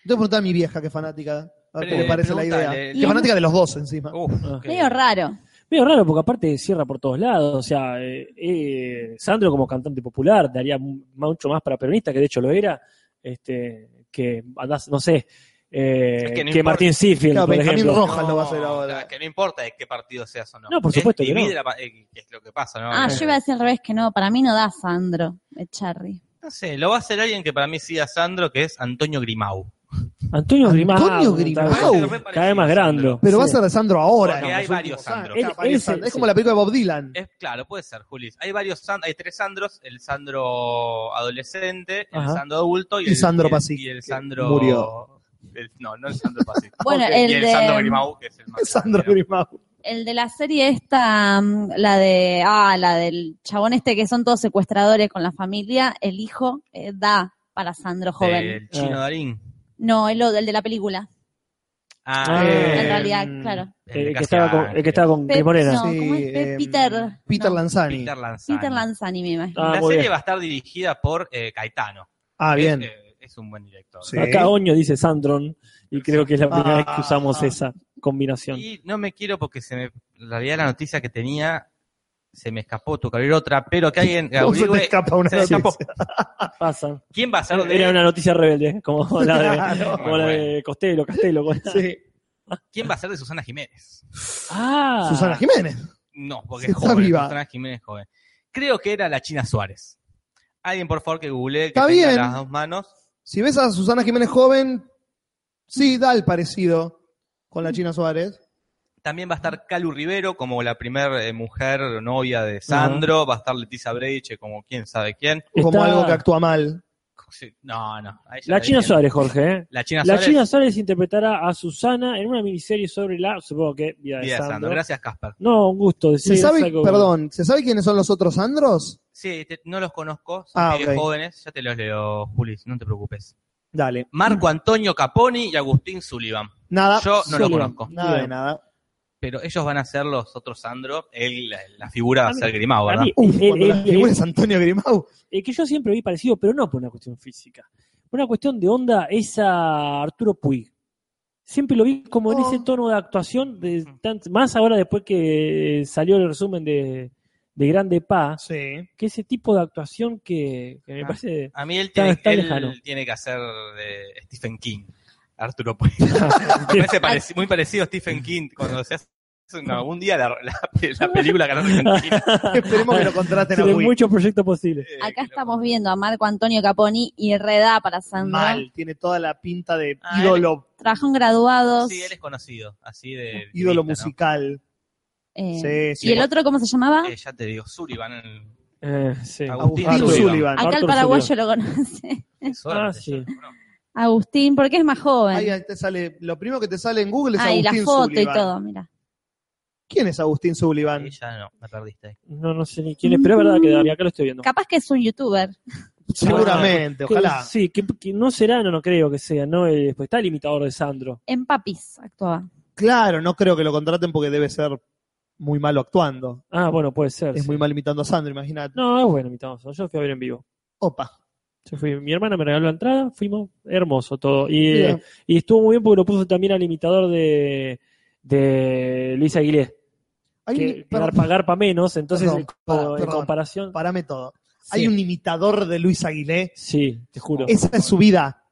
Speaker 1: Yo pregunté a mi vieja que es fanática, a ver qué
Speaker 2: Pero,
Speaker 1: le parece la idea.
Speaker 2: pregúntale.
Speaker 1: Que es fanática de los dos encima.
Speaker 2: Uf,
Speaker 3: Ah.
Speaker 2: qué-
Speaker 4: medio raro.
Speaker 3: Medio raro porque aparte cierra por todos lados. O sea, eh, eh, Sandro como cantante popular daría m- mucho más para peronista, que de hecho lo era, este, que andás, no sé, eh,
Speaker 2: Es que
Speaker 3: que,
Speaker 2: no importa.
Speaker 3: Martín Siffield,
Speaker 1: Claro,
Speaker 3: por
Speaker 1: Benjamín
Speaker 3: ejemplo.
Speaker 1: Rojas. Rojas lo va a hacer ahora.
Speaker 2: o sea, Que no importa de qué partido seas o no.
Speaker 3: No, por supuesto
Speaker 2: Es,
Speaker 3: que no.
Speaker 2: divide la pa- eh, que es lo que pasa, ¿no?
Speaker 4: Ah,
Speaker 2: Eh,
Speaker 4: yo iba a decir al revés que no. Para mí no da Sandro, eh, Charry.
Speaker 2: No sé, lo va a hacer alguien que para mí sigue a Sandro, que es Antonio Grimau.
Speaker 3: Antonio Grimau.
Speaker 1: Antonio Grimau.
Speaker 3: tal vez.
Speaker 2: Re parecido
Speaker 3: Ah, uh, Cada vez más
Speaker 2: a
Speaker 3: grande.
Speaker 2: Sandro.
Speaker 1: Pero va a
Speaker 3: Sí.
Speaker 1: ser de Sandro ahora.
Speaker 2: Porque
Speaker 1: en los
Speaker 2: hay
Speaker 1: últimos
Speaker 2: varios
Speaker 1: años.
Speaker 2: Sandros.
Speaker 1: Claro,
Speaker 3: Él-
Speaker 1: varios
Speaker 3: él se-
Speaker 1: Sandros. Es
Speaker 3: sí.
Speaker 1: como la película de Bob Dylan.
Speaker 2: Es, claro, puede ser, Julis. Hay varios San- hay tres Sandros, el Sandro adolescente, el
Speaker 3: Ajá.
Speaker 2: Sandro adulto y,
Speaker 1: Y Sandro
Speaker 2: el,
Speaker 1: Pasic,
Speaker 2: Y el
Speaker 1: que
Speaker 2: Sandro...
Speaker 1: murió.
Speaker 2: el- no, no el Sandro Pasic.
Speaker 4: Bueno,
Speaker 2: Ok.
Speaker 4: el
Speaker 2: y el
Speaker 4: de-
Speaker 2: Sandro Grimau, que es el más
Speaker 1: Sandro
Speaker 2: grande,
Speaker 1: Grimau.
Speaker 4: El de la serie esta, mm, la de, ah, la del chabón este que son todos secuestradores con la familia, el hijo eh, da para Sandro
Speaker 2: ¿no?
Speaker 4: joven.
Speaker 2: El chino
Speaker 3: Ah.
Speaker 2: Darín.
Speaker 4: No, el, el de la película,
Speaker 2: Ah,
Speaker 3: Ah.
Speaker 2: eh,
Speaker 4: en
Speaker 1: Eh,
Speaker 4: realidad, claro.
Speaker 2: el
Speaker 3: El
Speaker 2: de
Speaker 3: que estaba con, el que estaba con Cris
Speaker 4: Pe-
Speaker 3: Morena.
Speaker 4: No, ¿cómo es? Pe-
Speaker 1: em,
Speaker 4: Peter-
Speaker 1: Peter
Speaker 4: no.
Speaker 1: Lanzani.
Speaker 2: Peter Lanzani.
Speaker 4: Peter Lanzani, me imagino.
Speaker 3: Ah,
Speaker 2: la
Speaker 3: muy
Speaker 2: serie
Speaker 3: bien.
Speaker 2: va a estar dirigida por eh, Caetano.
Speaker 1: Ah,
Speaker 2: que
Speaker 1: bien.
Speaker 2: Es, eh, es un buen director.
Speaker 1: Sí.
Speaker 3: Acá Oño dice Sandron. Y creo que es la primera
Speaker 1: Ah.
Speaker 3: vez que usamos esa combinación.
Speaker 2: Y no me quiero porque se me, en realidad la noticia que tenía se me escapó, tuvo que abrir otra, pero que alguien
Speaker 1: ¿Cómo se te
Speaker 2: averigüe
Speaker 1: escapa una
Speaker 2: se me
Speaker 1: noticia?
Speaker 2: escapó.
Speaker 3: Pasan.
Speaker 2: quién va a ser de
Speaker 3: Era una noticia rebelde, ¿eh? como la de,
Speaker 1: Claro.
Speaker 3: como la de Costello, Castelo.
Speaker 1: Sí.
Speaker 2: ¿Quién va a ser de Susana Jiménez?
Speaker 3: Ah,
Speaker 1: Susana Jiménez.
Speaker 2: No, porque
Speaker 1: Si
Speaker 2: es
Speaker 1: está
Speaker 2: joven.
Speaker 1: viva.
Speaker 2: Susana Jiménez es joven. Creo que era la China Suárez. Alguien, por favor, que google que
Speaker 1: Está
Speaker 2: tenga
Speaker 1: bien.
Speaker 2: las dos manos.
Speaker 1: Si ves a Susana Jiménez joven, sí da el parecido con la China Suárez.
Speaker 2: También va a estar Calu Rivero como la primera mujer o novia de Sandro. Va a estar Leticia Breiche como quién sabe quién.
Speaker 1: Como
Speaker 3: Está-
Speaker 1: algo que actúa mal.
Speaker 2: Sí, No, no. ahí ya
Speaker 3: la China
Speaker 2: dije.
Speaker 3: Suárez, Jorge. ¿eh?
Speaker 2: La China
Speaker 3: La
Speaker 2: Suárez.
Speaker 3: China Suárez interpretará a Susana en una miniserie sobre la, supongo que, vida de,
Speaker 2: Bien, Sandro.
Speaker 3: Sandro.
Speaker 2: Gracias, Casper.
Speaker 3: No, un gusto
Speaker 1: ¿Se
Speaker 3: decir
Speaker 1: sabe,
Speaker 3: algo-
Speaker 1: perdón, ¿se sabe quiénes son los otros Sandros?
Speaker 2: Sí, te- no los conozco. Son
Speaker 1: Ah,
Speaker 2: pibes
Speaker 1: ok.
Speaker 2: jóvenes. Ya te los leo, Juli. No te preocupes.
Speaker 1: Dale.
Speaker 2: Marco Antonio Caponi y Agustín Sullivan.
Speaker 1: Nada.
Speaker 2: Yo no lo
Speaker 3: Sullivan.
Speaker 2: conozco.
Speaker 1: Nada de nada.
Speaker 2: Pero ellos van a ser los otros Sandro. Él, la, la figura va a
Speaker 3: A mí-
Speaker 2: ser Grimao,
Speaker 3: a
Speaker 2: ¿verdad?
Speaker 3: mí,
Speaker 1: Uf,
Speaker 3: el-
Speaker 1: cuando
Speaker 3: el-
Speaker 1: la figura es Antonio Grimau.
Speaker 3: el que yo siempre vi parecido, pero no por una cuestión física. Por una cuestión de onda es a Arturo Puig. Siempre lo vi como en
Speaker 1: Oh.
Speaker 3: ese tono de actuación, de tan- más ahora después que salió el resumen de, de Grande Paz,
Speaker 1: Sí.
Speaker 3: que ese tipo de actuación que, que me
Speaker 2: Ah.
Speaker 3: parece...
Speaker 2: A mí él
Speaker 3: Está-
Speaker 2: tiene,
Speaker 3: está
Speaker 2: él
Speaker 3: lejano.
Speaker 2: tiene que hacer de Stephen King. Arturo Puig. Me parece pareci- muy parecido a Stephen King cuando se hace no, un día la, la- la película que no
Speaker 1: Esperemos que lo contraten a
Speaker 3: Tiene
Speaker 1: Wii.
Speaker 3: muchos proyectos posibles.
Speaker 4: Acá estamos viendo a Marco Antonio Caponi y Redá para Sandro.
Speaker 1: Mal, tiene toda la pinta de
Speaker 2: Ah,
Speaker 1: ídolo,
Speaker 4: Trabajaron graduados.
Speaker 2: Sí, él es conocido, así de...
Speaker 1: ídolo
Speaker 2: divista, ¿no?
Speaker 1: musical.
Speaker 4: eh,
Speaker 1: Sí, sí.
Speaker 4: ¿Y el otro cómo se llamaba?
Speaker 2: Eh, ya te digo, Sullivan. el-
Speaker 3: Eh, sí.
Speaker 2: Agustín,
Speaker 1: Agustín
Speaker 2: Sullivan.
Speaker 1: Sullivan.
Speaker 4: Acá el
Speaker 3: Arthur
Speaker 4: paraguayo lo conoce.
Speaker 2: Qué suerte,
Speaker 3: Ah, sí.
Speaker 2: yo no lo conozco.
Speaker 4: Agustín, porque es más joven.
Speaker 1: Ahí te sale, lo primero que te sale en Google es
Speaker 4: Ah, y la
Speaker 1: Agustín
Speaker 4: foto
Speaker 1: Sullivan.
Speaker 4: y todo, mira.
Speaker 1: ¿Quién es Agustín Sullivan?
Speaker 2: Sí, ya no, me perdiste. ahí.
Speaker 3: No, no sé ni quién es, pero es verdad que Daria, acá lo estoy viendo.
Speaker 4: Capaz que es un youtuber.
Speaker 1: Seguramente,
Speaker 3: Que-
Speaker 1: ojalá.
Speaker 3: Sí, que, que no será, no, no creo que sea, ¿no? Eh, pues está el imitador de Sandro.
Speaker 4: En Papis actuaba.
Speaker 1: Claro, no creo que lo contraten porque debe ser muy malo actuando.
Speaker 3: Ah, bueno, puede ser.
Speaker 1: Es
Speaker 3: sí.
Speaker 1: muy mal imitando a Sandro, imagínate.
Speaker 3: No, es bueno, imitador. Yo fui a ver en vivo.
Speaker 1: Opa.
Speaker 3: Yo fui- mi hermana me regaló la entrada, fuimos, hermoso todo. Y, eh,
Speaker 1: Bien.
Speaker 3: y estuvo muy bien porque lo puso también al imitador de, de Luis Aguilé,
Speaker 1: Hay un-
Speaker 3: que
Speaker 1: perdón,
Speaker 3: pagar, pagar pa' menos, entonces
Speaker 1: Perdón,
Speaker 3: en-
Speaker 1: perdón,
Speaker 3: en
Speaker 1: perdón.
Speaker 3: comparación...
Speaker 1: parame todo.
Speaker 3: sí,
Speaker 1: Hay un imitador de Luis Aguilé.
Speaker 3: Sí, te juro.
Speaker 1: Esa es su vida.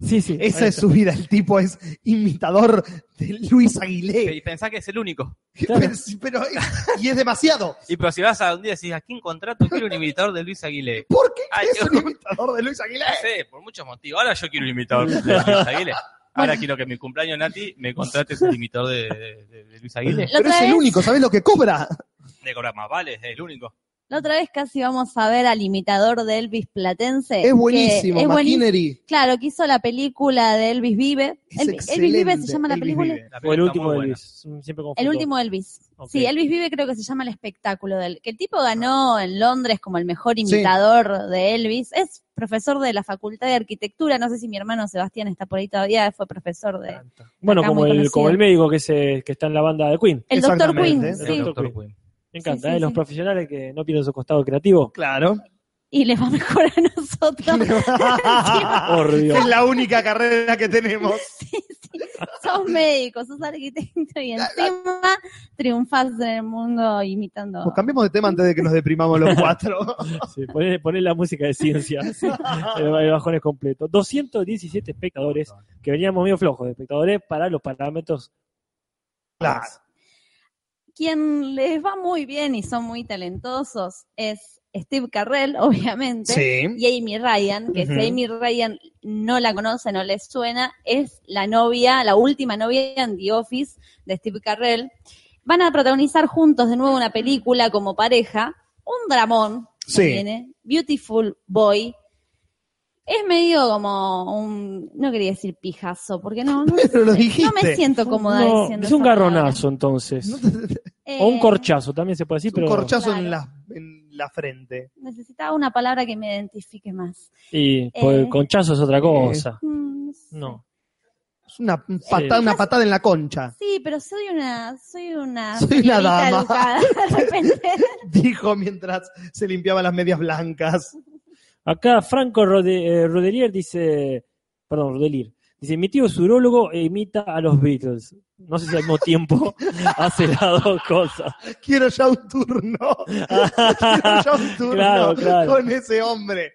Speaker 3: sí, sí.
Speaker 1: Esa es su vida. El tipo es imitador de Luis Aguilé.
Speaker 2: Y pensá que es el único.
Speaker 3: claro.
Speaker 1: Pero, pero es- y es demasiado.
Speaker 2: Y pero si vas a un día y decís, ¿a quién contrato? Quiero un imitador de Luis Aguilé.
Speaker 1: ¿Por qué
Speaker 2: Ay,
Speaker 1: es un
Speaker 2: Dios.
Speaker 1: imitador de Luis Aguilé?
Speaker 2: No sé, por muchos motivos. Ahora yo quiero un imitador de Luis Aguilé. Ahora quiero que en mi cumpleaños, Nati, me contrates un imitador de, de- de- de Luis Aguilé.
Speaker 1: Pero
Speaker 4: La otra
Speaker 1: es el
Speaker 4: vez-
Speaker 1: único, ¿sabes lo que cobra?
Speaker 2: De cobrar más vale, es el único.
Speaker 4: La otra vez casi vamos a ver al imitador de Elvis Platense. que
Speaker 1: Es buenísimo,
Speaker 4: es buenísimo.
Speaker 1: Machinery.
Speaker 4: Claro, que hizo la película de Elvis Vive.
Speaker 1: Es
Speaker 4: Elvi- Elvis,
Speaker 1: excelente.
Speaker 4: Vive se llama la
Speaker 1: Elvis
Speaker 4: película.
Speaker 1: Vive.
Speaker 2: La
Speaker 3: O el
Speaker 2: película
Speaker 3: último
Speaker 2: muy
Speaker 3: de
Speaker 2: buena.
Speaker 3: Luis. Siempre confundo.
Speaker 4: El último Elvis.
Speaker 3: Ok.
Speaker 4: Sí, Elvis Vive creo que se llama el espectáculo del que el tipo ganó en Londres como el mejor
Speaker 1: Sí.
Speaker 4: imitador de Elvis. Es profesor de la Facultad de Arquitectura, no sé si mi hermano Sebastián está por ahí todavía, fue profesor de
Speaker 3: Bueno,
Speaker 4: Acá
Speaker 3: como
Speaker 4: muy
Speaker 3: el,
Speaker 4: conocido.
Speaker 3: como el médico que, se, que está en la banda de Queen.
Speaker 4: El Doctor
Speaker 1: Exactamente.
Speaker 4: Queen,
Speaker 1: El
Speaker 4: sí.
Speaker 3: Dr.
Speaker 2: Doctor
Speaker 3: Queen.
Speaker 2: Queen.
Speaker 3: Me encanta,
Speaker 4: Sí, sí,
Speaker 3: ¿eh? Los
Speaker 4: sí.
Speaker 3: profesionales que no pierden su costado creativo.
Speaker 1: Claro.
Speaker 4: Y les va mejor a nosotros.
Speaker 3: Ah, Por Dios.
Speaker 1: es la única carrera que tenemos.
Speaker 4: sos médico, sos arquitecto y encima triunfás en el mundo imitando.
Speaker 1: Pues cambiemos de tema antes de que nos deprimamos los cuatro.
Speaker 3: Sí, poné, poné la música de ciencia. el, el bajón es completo. 217 espectadores, que veníamos medio flojos de espectadores para los parámetros.
Speaker 1: Claro.
Speaker 4: Quien les va muy bien y son muy talentosos es Steve Carrell, obviamente.
Speaker 1: Sí.
Speaker 4: y Amy Ryan, que
Speaker 1: Ujú.
Speaker 4: si Amy Ryan no la conoce, no le suena, es la novia, la última novia en The Office de Steve Carrell. Van a protagonizar juntos de nuevo una película como pareja, un dramón que
Speaker 1: Sí.
Speaker 4: viene, Beautiful Boy. Es medio como un, no quería decir pijazo, porque no, no,
Speaker 1: Pero lo dijiste.
Speaker 4: no me siento cómoda
Speaker 3: No,
Speaker 4: diciendo.
Speaker 3: es un
Speaker 4: esa palabra.
Speaker 3: garronazo, entonces.
Speaker 4: Eh,
Speaker 3: o un corchazo, también se puede decir,
Speaker 1: Un
Speaker 3: pero.
Speaker 1: corchazo en,
Speaker 4: Claro.
Speaker 1: la, en la frente.
Speaker 4: Necesitaba una palabra que me identifique más.
Speaker 3: Y pues,
Speaker 4: Eh.
Speaker 3: conchazo es otra cosa.
Speaker 4: Mm, no sé.
Speaker 3: No.
Speaker 1: Es una patada, una patada en la concha.
Speaker 4: Sí, pero soy una, soy una,
Speaker 1: Soy una
Speaker 4: señorita
Speaker 1: dama.
Speaker 4: educada, de repente.
Speaker 1: Dijo mientras se limpiaba las medias blancas.
Speaker 3: Acá Franco Rode- eh, Rodelier dice. Perdón, Rodelier. Dice: Mi tío es urólogo e imita a los Beatles. No sé si al mismo tiempo hace las dos cosas.
Speaker 1: Quiero ya un turno. Quiero ya un turno
Speaker 3: Claro, claro.
Speaker 1: con ese hombre.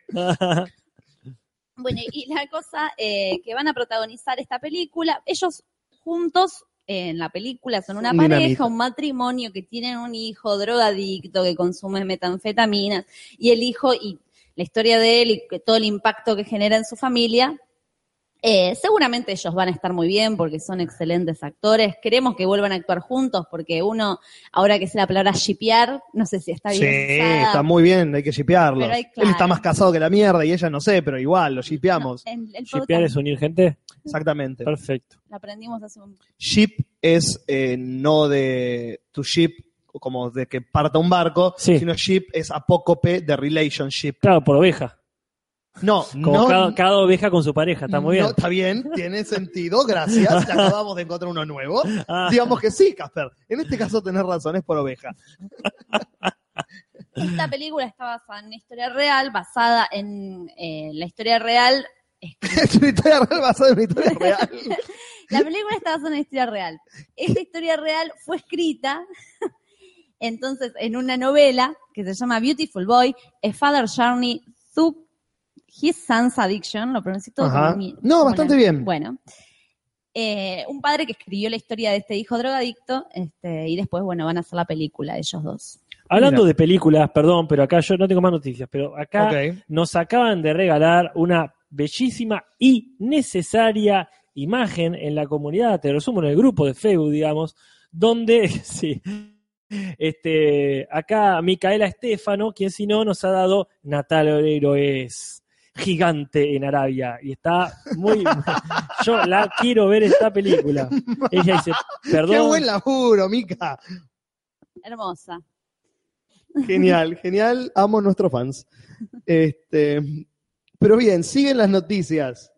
Speaker 4: Bueno, y la cosa eh, que van a protagonizar esta película, ellos juntos eh, en la película son una
Speaker 1: Dinamita.
Speaker 4: pareja, un matrimonio que tienen un hijo drogadicto que consume metanfetaminas y el hijo y la historia de él y que todo el impacto que genera en su familia. Eh, seguramente ellos van a estar muy bien porque son excelentes actores. Queremos que vuelvan a actuar juntos porque uno, ahora que es la palabra shipear, no sé si está
Speaker 1: Sí,
Speaker 4: bien. usada,
Speaker 1: está muy bien, hay que shipearlos.
Speaker 4: Pero hay-
Speaker 1: Él está
Speaker 4: claro.
Speaker 1: más casado que la mierda y ella no sé, pero igual, lo shipeamos.
Speaker 4: No, el- el
Speaker 3: Shippear es
Speaker 4: podcast
Speaker 3: unir gente.
Speaker 1: Exactamente.
Speaker 3: Perfecto.
Speaker 4: lo aprendimos hace un
Speaker 1: Ship es eh, no de to ship, como de que parta un barco,
Speaker 3: Sí.
Speaker 1: sino ship es apócope de relationship.
Speaker 3: Claro, por oveja.
Speaker 1: No,
Speaker 3: Como
Speaker 1: no.
Speaker 3: cada, cada oveja con su pareja, está muy bien.
Speaker 1: No, está bien, tiene sentido, gracias. Te acabamos de encontrar uno nuevo.
Speaker 3: Ah,
Speaker 1: Digamos que sí, Casper. En este caso tenés razón, es por oveja.
Speaker 4: Esta película está basada en una historia real, basada en eh, la historia real.
Speaker 1: es una historia real basada en una historia real.
Speaker 4: La película está basada en una historia real. Esta historia real fue escrita entonces en una novela que se llama Beautiful Boy, A Father Journey Through His Son's Addiction. Lo pronuncié todo
Speaker 1: Ajá.
Speaker 4: como mi-
Speaker 1: No,
Speaker 4: como
Speaker 1: bastante
Speaker 4: la-
Speaker 1: bien.
Speaker 4: Bueno. Eh, un padre que escribió la historia de este hijo drogadicto este, y después, bueno, van a hacer la película ellos dos.
Speaker 3: Hablando de películas, perdón, pero acá yo no tengo más noticias, pero acá
Speaker 1: Ok.
Speaker 3: nos acaban de regalar una bellísima y necesaria imagen en la comunidad, te lo resumo, en el grupo de Facebook, digamos, donde, sí, este, acá Micaela Estefano, quien si no, nos ha dado Natal Oreiro es gigante en Arabia y está muy... yo la quiero ver esta película. Ella dice, perdón.
Speaker 1: Qué buen laburo, Mica.
Speaker 4: Hermosa.
Speaker 1: Genial, genial. Amo a nuestros fans. Este, pero bien, siguen las noticias.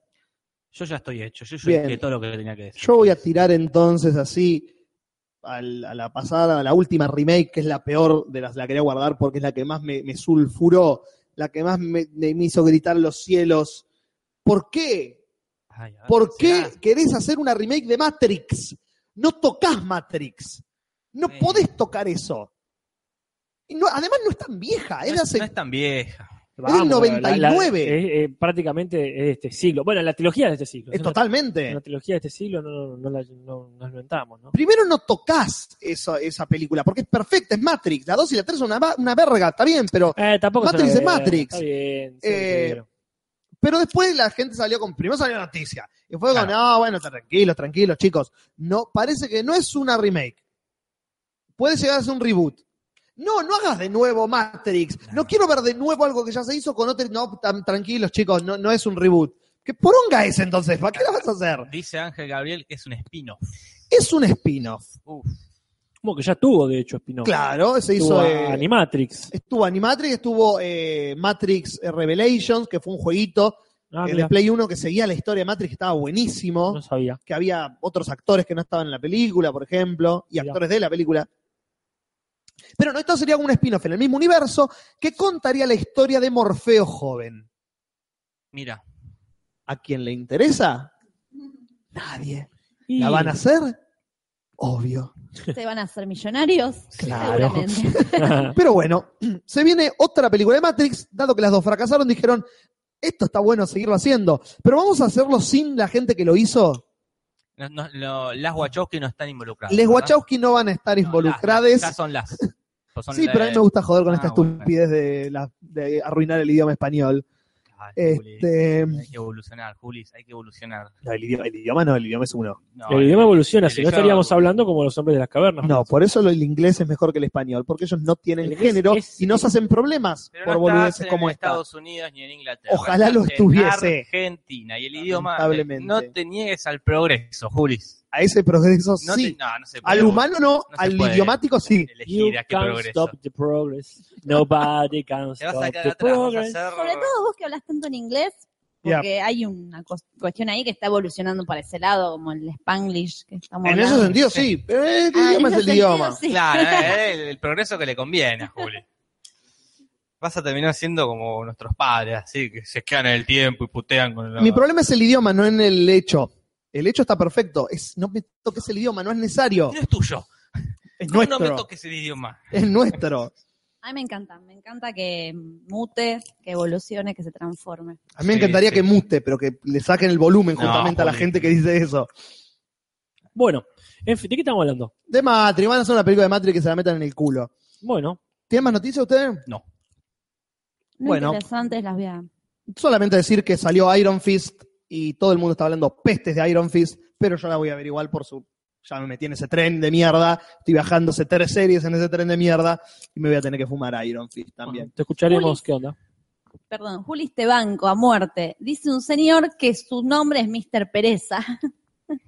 Speaker 2: Yo ya estoy hecho, yo ya
Speaker 1: Bien.
Speaker 2: dije todo lo que tenía que decir.
Speaker 1: Yo voy a tirar entonces así al- a la pasada, a la última remake, que es la peor de las, la quería guardar porque es la que más me, me sulfuró, la que más me, me- me hizo gritar los cielos. ¿Por qué?
Speaker 2: Ay, a ver,
Speaker 1: ¿Por qué
Speaker 2: será.
Speaker 1: querés hacer una remake de Matrix? No tocas Matrix. No
Speaker 2: Sí.
Speaker 1: podés tocar eso. Y no- además no es tan vieja, es
Speaker 2: No
Speaker 1: de
Speaker 2: es,
Speaker 1: hace
Speaker 2: no es tan vieja.
Speaker 1: Es del
Speaker 3: pero
Speaker 1: 99.
Speaker 3: es, eh, prácticamente es de este siglo. Bueno, la trilogía es de este siglo.
Speaker 1: Eh,
Speaker 3: Es una-
Speaker 1: Totalmente.
Speaker 3: La trilogía de este siglo no, no, no la no, nos inventamos, ¿no?
Speaker 1: Primero no tocas esa, esa película, porque es perfecta, es Matrix. La 2 y la 3 son una, va- una verga, está bien, pero,
Speaker 3: Eh, tampoco se la
Speaker 1: Matrix es
Speaker 3: ve,
Speaker 1: Matrix.
Speaker 3: Está bien. sí,
Speaker 1: Eh,
Speaker 3: pero-
Speaker 1: pero después la gente salió con. Primero salió la noticia. Y fue con,
Speaker 2: Claro.
Speaker 1: no, bueno, tranquilos, tranquilos, chicos. No, parece que no es una remake. Puede llegar a ser un reboot. No, no hagas de nuevo Matrix. No quiero ver de nuevo algo que ya se hizo con otro. No, tan, tranquilos, chicos, no, no es un reboot. ¿Qué poronga es entonces? ¿Para qué la vas a hacer?
Speaker 2: Dice Ángel Gabriel que es un spin-off.
Speaker 1: Es un spin-off.
Speaker 2: Uf,
Speaker 3: Como que ya tuvo, de hecho, Spinoff.
Speaker 1: Claro, se hizo.
Speaker 3: Tuvo
Speaker 1: eh,
Speaker 3: Animatrix.
Speaker 1: Estuvo Animatrix, estuvo eh, Matrix eh, Revelations, que fue un jueguito
Speaker 3: Ah,
Speaker 1: eh, de
Speaker 3: mira,
Speaker 1: Play 1 que seguía la historia de Matrix, que estaba buenísimo,
Speaker 3: no sabía.
Speaker 1: que había otros actores que no estaban en la película, por ejemplo, y
Speaker 3: Mirá.
Speaker 1: actores de la película. Pero no, esto sería un spin-off en el mismo universo que contaría la historia de Morfeo joven.
Speaker 2: mira.
Speaker 1: ¿A quién le interesa? Nadie.
Speaker 3: Y-
Speaker 1: ¿La van a hacer? Obvio.
Speaker 4: Se van a hacer millonarios.
Speaker 1: Claro.
Speaker 4: seguramente.
Speaker 1: Pero bueno, se viene otra película de Matrix, dado que las dos fracasaron, dijeron, esto está bueno seguirlo haciendo, pero vamos a hacerlo sin la gente que lo hizo.
Speaker 2: No- no- no, las Wachowski no están involucradas.
Speaker 1: Les
Speaker 2: ¿verdad?
Speaker 1: Wachowski no van a estar
Speaker 2: No, las- las
Speaker 1: involucradas.
Speaker 2: son las. Pues son
Speaker 1: Sí,
Speaker 2: la-
Speaker 1: pero a mí me gusta joder con
Speaker 2: Ah,
Speaker 1: esta
Speaker 2: bueno.
Speaker 1: estupidez de, la- de arruinar el idioma español.
Speaker 2: Ay, Ah, Juli,
Speaker 1: Este,
Speaker 2: Hay que evolucionar, Julis, hay que evolucionar.
Speaker 1: no, el, idioma, el idioma no, el idioma es uno.
Speaker 2: No, eh,
Speaker 3: El idioma evoluciona,
Speaker 2: el
Speaker 3: si no
Speaker 2: idioma-
Speaker 3: estaríamos hablando como los hombres de las cavernas.
Speaker 1: No, por eso lo- el inglés es mejor que el español, porque ellos no tienen
Speaker 3: El inglés
Speaker 1: género
Speaker 3: es-
Speaker 1: y no se hacen problemas
Speaker 2: Pero
Speaker 1: por
Speaker 2: no
Speaker 1: boludeces
Speaker 2: estás en
Speaker 1: como esta.
Speaker 2: Estados Unidos ni en Inglaterra.
Speaker 1: Ojalá lo
Speaker 2: Estás
Speaker 1: estuviese.
Speaker 2: En Argentina y el idioma. eh,
Speaker 1: Lamentablemente.
Speaker 2: No te niegues al progreso, Julis.
Speaker 1: A ese progreso
Speaker 2: No
Speaker 1: sí.
Speaker 2: te, no, no se puede.
Speaker 1: Al humano no,
Speaker 2: se
Speaker 1: al
Speaker 2: puede.
Speaker 1: idiomático sí.
Speaker 3: You
Speaker 2: Elegir a qué
Speaker 3: can't
Speaker 2: progreso.
Speaker 3: stop the progress. Nobody can
Speaker 2: Te vas a
Speaker 3: stop
Speaker 2: quedar
Speaker 3: the
Speaker 2: atrás. vas a
Speaker 3: progress.
Speaker 2: hacer-
Speaker 4: Sobre todo vos que hablas tanto en inglés, porque hay una cos- cuestión ahí que está evolucionando para ese lado, como el spanglish que estamos
Speaker 1: En ese
Speaker 4: hablando.
Speaker 1: sentido sí, pero el
Speaker 4: Ah, en
Speaker 1: idioma es
Speaker 4: ese
Speaker 1: el idioma.
Speaker 4: sentido, sí.
Speaker 2: Claro, eh, el, el progreso que le conviene a Juli. Vas a terminar siendo como nuestros padres, así que se quedan en el tiempo y putean con la-
Speaker 1: Mi problema es el idioma, no en el hecho. El hecho está perfecto. Es, no me toques el idioma, no es necesario.
Speaker 2: No es tuyo.
Speaker 1: Es
Speaker 2: No, no me
Speaker 1: nuestro.
Speaker 2: toques el idioma.
Speaker 1: es nuestro.
Speaker 4: A mí me encanta, me encanta que mute, que evolucione, que se transforme.
Speaker 1: A mí me
Speaker 2: Sí,
Speaker 1: encantaría
Speaker 2: sí.
Speaker 1: que mute, pero que le saquen el volumen
Speaker 2: No,
Speaker 1: justamente a la
Speaker 2: Juli.
Speaker 1: gente que dice eso.
Speaker 3: Bueno, en fin, ¿de qué estamos hablando?
Speaker 1: De Matri, van a hacer una película de Matri que se la metan en el culo.
Speaker 3: Bueno,
Speaker 1: ¿Tienen más noticias ustedes?
Speaker 4: Muy
Speaker 1: Bueno.
Speaker 4: interesantes las vean.
Speaker 1: Solamente decir que salió Iron Fist y todo el mundo está hablando pestes de Iron Fist, pero yo la voy a ver igual por su. Ya me metí en ese tren de mierda, estoy viajando hace tres series en ese tren de mierda y me voy a tener que fumar a Iron Fist también.
Speaker 3: te escucharemos qué onda.
Speaker 4: Perdón, Juli Estebanco, a muerte. Dice un señor que su nombre es Mr. Pereza.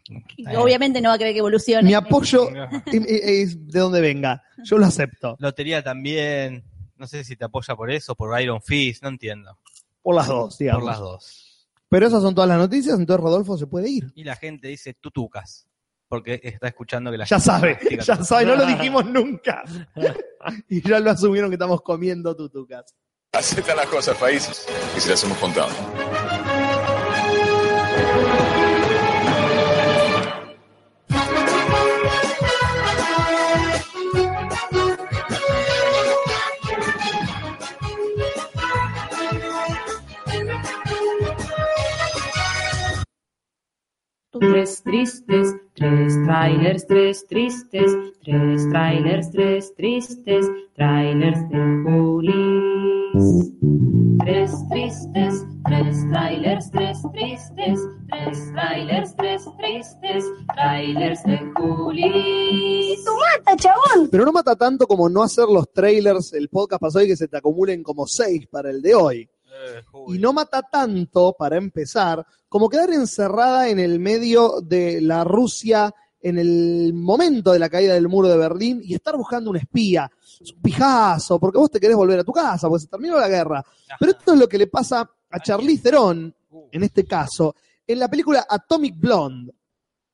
Speaker 4: Que Obviamente no va a creer que evolucione.
Speaker 1: Mi apoyo es- es- es de donde venga, yo lo acepto,
Speaker 2: Lotería también. No sé si te apoya por eso, por Iron Fist, no entiendo.
Speaker 1: por las dos, digamos.
Speaker 2: Por las dos.
Speaker 1: Pero esas son todas las noticias, entonces Rodolfo se puede ir.
Speaker 2: Y la gente dice tutucas, porque está escuchando que la
Speaker 1: Ya
Speaker 2: gente
Speaker 1: sabe,
Speaker 2: mastica
Speaker 1: ya
Speaker 2: tutucas.
Speaker 1: sabe, no lo dijimos nunca. y ya lo asumieron que estamos comiendo tutucas.
Speaker 8: Así están las cosas, países. Y se las hemos contado.
Speaker 9: Tres tristes, tres trailers, tres tristes, tres trailers, tres tristes, trailers de Julis. Tres tristes, tres trailers, tres tristes, tres trailers, tres tristes, trailers de Julis.
Speaker 1: Pero no mata tanto como no hacer los trailers el podcast pasado y que se te acumulen como seis para el de hoy.
Speaker 2: Eh, Juli.
Speaker 1: Y no mata tanto, para empezar, como quedar encerrada en el medio de la Rusia en el momento de la caída del muro de Berlín y estar buscando un espía, un pijazo, porque vos te querés volver a tu casa, porque se terminó la guerra.
Speaker 2: Ajá.
Speaker 1: Pero esto es lo que le pasa a Charlize Theron, en este caso, en la película Atomic Blonde,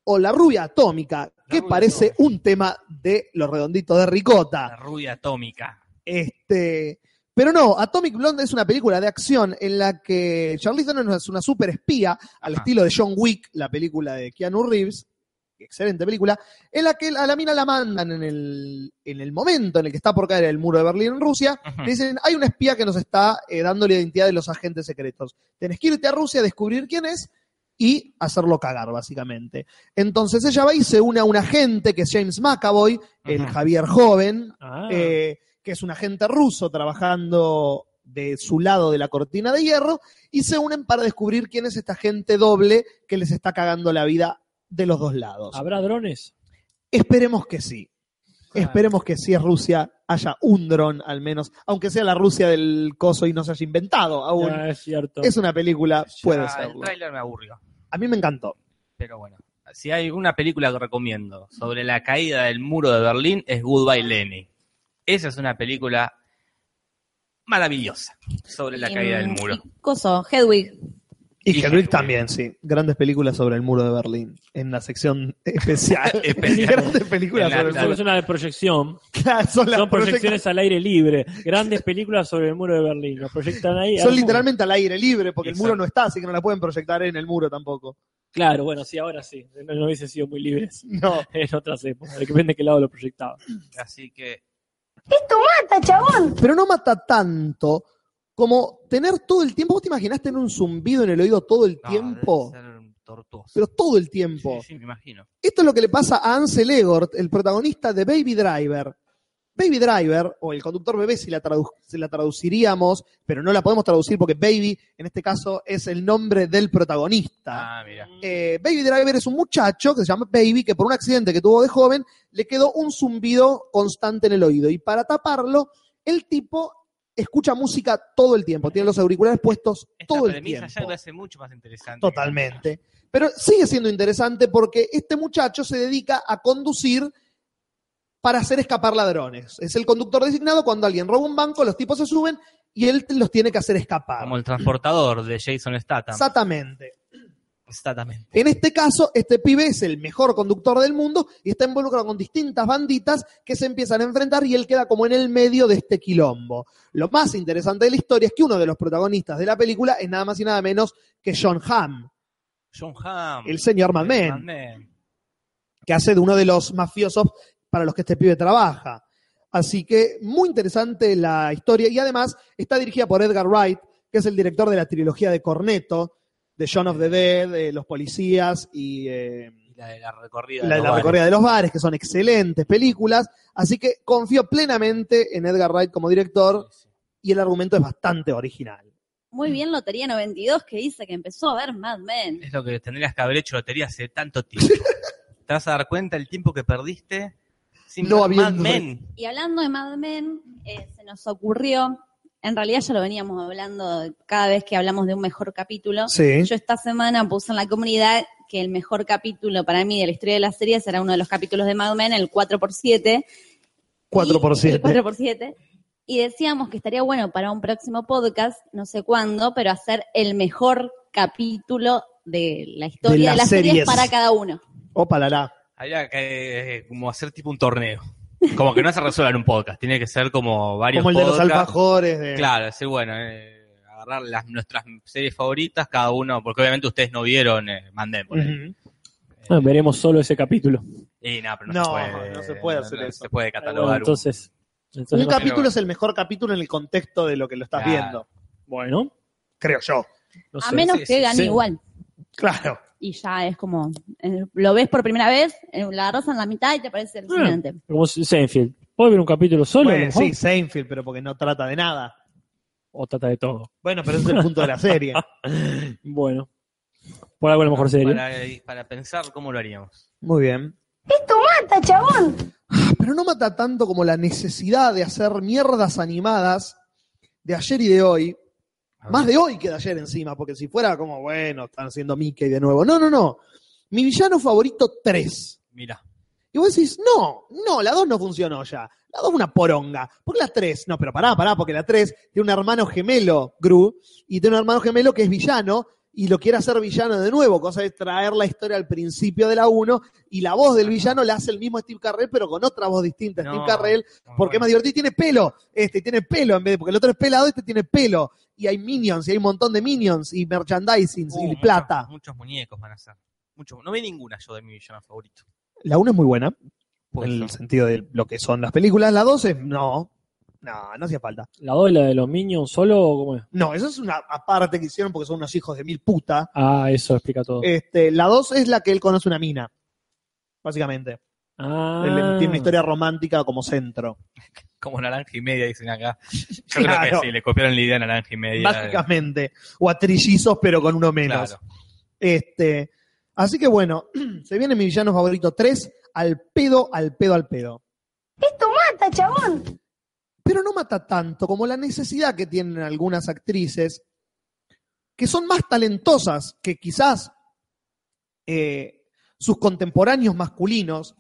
Speaker 1: o La Rubia Atómica, que
Speaker 2: Rubia
Speaker 1: parece un tema de Los Redonditos de Ricota.
Speaker 2: La rubia atómica.
Speaker 1: Este, pero no, Atomic Blonde es una película de acción en la que Charlize Theron es una super espía al
Speaker 2: Ajá.
Speaker 1: estilo de John Wick, la película de Keanu Reeves, excelente película, en la que a la mina la mandan en el, en el momento en el que está por caer el muro de Berlín en Rusia,
Speaker 2: Ujú.
Speaker 1: le dicen, hay un espía que nos está eh, dando la identidad de los agentes secretos. Tenés que irte a Rusia a descubrir quién es y hacerlo cagar, básicamente. Entonces ella va y se une a un agente que es James McAvoy, el
Speaker 2: Ujú.
Speaker 1: Javier joven,
Speaker 3: Ah,
Speaker 1: eh, que es un agente ruso trabajando de su lado de la cortina de hierro, y se unen para descubrir quién es esta gente doble que les está cagando la vida de los dos lados.
Speaker 3: ¿Habrá drones?
Speaker 1: Esperemos que sí.
Speaker 3: Claro.
Speaker 1: Esperemos que si es Rusia haya un dron al menos, aunque sea la Rusia del coso y no se haya inventado aún.
Speaker 3: Ah, es cierto.
Speaker 1: Es una película, puede
Speaker 2: Ya,
Speaker 1: ser.
Speaker 2: El tráiler me aburrió,
Speaker 1: A mí me encantó.
Speaker 2: pero bueno. Si hay una película que recomiendo sobre la caída del muro de Berlín es Goodbye Lenny. Esa es una película maravillosa sobre la
Speaker 4: Y,
Speaker 2: caída del
Speaker 4: mm,
Speaker 2: muro.
Speaker 4: y coso, Hedwig.
Speaker 1: Y
Speaker 2: Y
Speaker 1: Henrik
Speaker 2: Hedwig.
Speaker 1: también, sí. Grandes películas sobre el muro de Berlín, en la sección especial.
Speaker 2: Especial.
Speaker 1: Grandes películas
Speaker 2: En la-
Speaker 1: sobre el muro.
Speaker 2: la-
Speaker 3: Solo es una de proyección.
Speaker 1: Claro, son las proyecciones
Speaker 3: Son proyecciones al aire libre. Grandes películas sobre el muro de Berlín. Las proyectan ahí. al
Speaker 1: Son
Speaker 3: muro.
Speaker 1: literalmente al aire libre, porque el
Speaker 2: Exacto.
Speaker 1: muro no está, así que no la pueden proyectar en el muro tampoco.
Speaker 3: Claro, bueno, sí, ahora sí. No, no hubiesen sido muy libres
Speaker 1: No.
Speaker 3: en otras épocas. Depende de qué lado lo proyectaba.
Speaker 2: Así que
Speaker 1: Pero no mata tanto como tener todo el tiempo. ¿Vos te imaginás tener un zumbido en el oído todo el
Speaker 2: no,
Speaker 1: tiempo?
Speaker 2: debe ser tortuoso.
Speaker 1: Pero todo el
Speaker 2: sí,
Speaker 1: tiempo.
Speaker 2: sí, me imagino.
Speaker 1: Esto es lo que le pasa a Ansel Egort, el protagonista de Baby Driver. Baby Driver, o el conductor bebé, si la, tradu- si la traduciríamos, pero no la podemos traducir porque Baby, en este caso, es el nombre del protagonista.
Speaker 2: Ah, mira.
Speaker 1: eh, Baby Driver es un muchacho que se llama Baby, que por un accidente que tuvo de joven le quedó un zumbido constante en el oído. Y para taparlo, el tipo escucha música todo el tiempo, tiene los auriculares puestos
Speaker 2: Esta
Speaker 1: todo el
Speaker 2: premisa
Speaker 1: tiempo.
Speaker 2: ya lo hace mucho más interesante.
Speaker 1: Totalmente. Pero sigue siendo interesante porque este muchacho se dedica a conducir para hacer escapar ladrones. Es el conductor designado cuando alguien roba un banco, los tipos se suben y él los tiene que hacer escapar.
Speaker 2: Como el transportador de Jason Statham.
Speaker 1: Exactamente.
Speaker 2: Exactamente.
Speaker 1: En este caso, este pibe es el mejor conductor del mundo y está involucrado con distintas banditas que se empiezan a enfrentar y él queda como en el medio de este quilombo. Lo más interesante de la historia es que uno de los protagonistas de la película es nada más y nada menos que John Hamm,
Speaker 2: John Hamm.
Speaker 1: el señor
Speaker 2: Batman
Speaker 1: Madman,
Speaker 2: Man.
Speaker 1: que hace de uno de los mafiosos para los que este pibe trabaja. Así que muy interesante la historia y además está dirigida por Edgar Wright, que es el director de la trilogía de Cornetto, de John of the Dead, eh, Los Policías y... eh,
Speaker 2: la de la recorrida. de
Speaker 1: la,
Speaker 2: los
Speaker 1: la
Speaker 2: bares.
Speaker 1: recorrida de los bares, que son excelentes películas. Así que confío plenamente en Edgar Wright como director y el argumento es bastante original.
Speaker 4: Muy bien, Lotería 92, que dice que empezó a ver Mad Men.
Speaker 2: Es lo que tendrías que haber hecho lotería hace tanto tiempo. Te vas a dar cuenta el tiempo que perdiste sin
Speaker 1: No
Speaker 2: Mad
Speaker 1: habiendo-
Speaker 2: Men.
Speaker 4: Y hablando de Mad Men, eh, se nos ocurrió, en realidad ya lo veníamos hablando cada vez que hablamos de un mejor capítulo.
Speaker 1: Sí.
Speaker 4: Yo esta semana puse en la comunidad que el mejor capítulo para mí de la historia de la serie será uno de los capítulos de Mad Men, el 4x7.
Speaker 1: 4x7.
Speaker 4: Y- el 4x7. Y decíamos que estaría bueno para un próximo podcast, no sé cuándo, pero hacer el mejor capítulo de la historia
Speaker 1: De
Speaker 4: de,
Speaker 1: las
Speaker 4: las series.
Speaker 1: series.
Speaker 4: para cada uno.
Speaker 1: Opa, la, la.
Speaker 2: Habría que eh, como hacer tipo un torneo. Como que no se resuelve en un podcast, tiene que ser como varios
Speaker 1: Como el de los
Speaker 2: podcasts.
Speaker 1: alfajores. de-
Speaker 2: Claro, decir, bueno, eh, agarrar las, nuestras series favoritas, cada uno, porque obviamente ustedes no vieron eh, Mandem. por ejemplo.
Speaker 1: Ujú.
Speaker 3: Ah, veremos solo ese capítulo.
Speaker 2: Y nada, pero
Speaker 1: No,
Speaker 2: no, se puede,
Speaker 1: no se puede hacer
Speaker 2: no
Speaker 1: eso.
Speaker 2: se puede
Speaker 3: Ah,
Speaker 2: catalogar.
Speaker 3: bueno,
Speaker 2: un-
Speaker 3: entonces, entonces
Speaker 1: Un
Speaker 3: no-
Speaker 1: capítulo
Speaker 2: bueno.
Speaker 1: es el mejor capítulo en el contexto de lo que lo estás
Speaker 2: Claro.
Speaker 1: viendo,
Speaker 3: bueno,
Speaker 1: creo yo.
Speaker 3: no
Speaker 4: A
Speaker 3: sé.
Speaker 4: menos
Speaker 2: sí,
Speaker 4: que
Speaker 2: sí,
Speaker 4: gane
Speaker 3: sí.
Speaker 4: igual.
Speaker 1: Claro.
Speaker 4: Y ya es como, eh, lo ves por primera vez, eh, la rosa en la mitad y te
Speaker 1: Mm.
Speaker 4: parece alucinante.
Speaker 3: Como Seinfeld. ¿Puedo ver un capítulo solo? a lo
Speaker 1: Bueno,
Speaker 3: mejor?
Speaker 1: sí, Seinfeld, pero porque no trata de nada.
Speaker 3: ¿O trata de todo?
Speaker 1: Bueno, pero ese es el punto de la serie.
Speaker 3: Bueno, por algo a lo mejor serio.
Speaker 2: Para, para pensar cómo lo haríamos.
Speaker 1: Muy bien. Esto mata, chabón. Pero no mata tanto como la necesidad de hacer mierdas animadas de ayer y de hoy. Más de hoy que de ayer encima, porque si fuera como, bueno, están haciendo Mickey de nuevo. No, no, no. Mi villano favorito 3.
Speaker 2: Mira,
Speaker 1: Y vos decís, no, no, la 2 no funcionó ya. La 2 es una poronga. ¿Por qué la 3? No, pero pará, pará, porque la 3 tiene un hermano gemelo, Gru, y tiene un hermano gemelo que es villano y lo quiere hacer villano de nuevo, cosa de traer la historia al principio de la 1 y la voz del villano la hace el mismo Steve Carrell, pero con otra voz distinta.
Speaker 2: No.
Speaker 1: Steve Carrell, porque es más divertido, y tiene pelo, este tiene pelo, en vez de, porque el otro es pelado, este tiene pelo. Y hay minions, y hay un montón de minions, y merchandising,
Speaker 2: Uh,
Speaker 1: y
Speaker 2: muchos-
Speaker 1: plata.
Speaker 2: Muchos, muñecos van a ser. Muchos, no vi ninguna yo de mi villano favorito. Pues,
Speaker 1: La 1 es muy buena.
Speaker 2: Puede
Speaker 1: en el
Speaker 2: ser.
Speaker 1: sentido de lo que son las películas. La 2 es no, no, no hacía falta.
Speaker 3: ¿La dos la de los Minions solo o cómo es?
Speaker 1: No, eso es una aparte que hicieron porque son unos hijos de mil puta.
Speaker 3: Ah, eso explica todo.
Speaker 1: Este, la 2 es la que él conoce una mina, básicamente.
Speaker 3: ah,
Speaker 1: Él le- tiene una historia romántica como centro,
Speaker 2: Como naranja y media, dicen acá. Yo creo
Speaker 1: Claro.
Speaker 2: que sí, le copiaron la idea a naranja y media.
Speaker 1: básicamente. O a trillizos, pero con uno menos.
Speaker 2: Claro.
Speaker 1: Este, así que bueno, se viene mi villano favorito 3, al pedo, al pedo, al pedo. Esto mata, chabón. Pero no mata tanto como la necesidad que tienen algunas actrices que son más talentosas que quizás eh, sus contemporáneos masculinos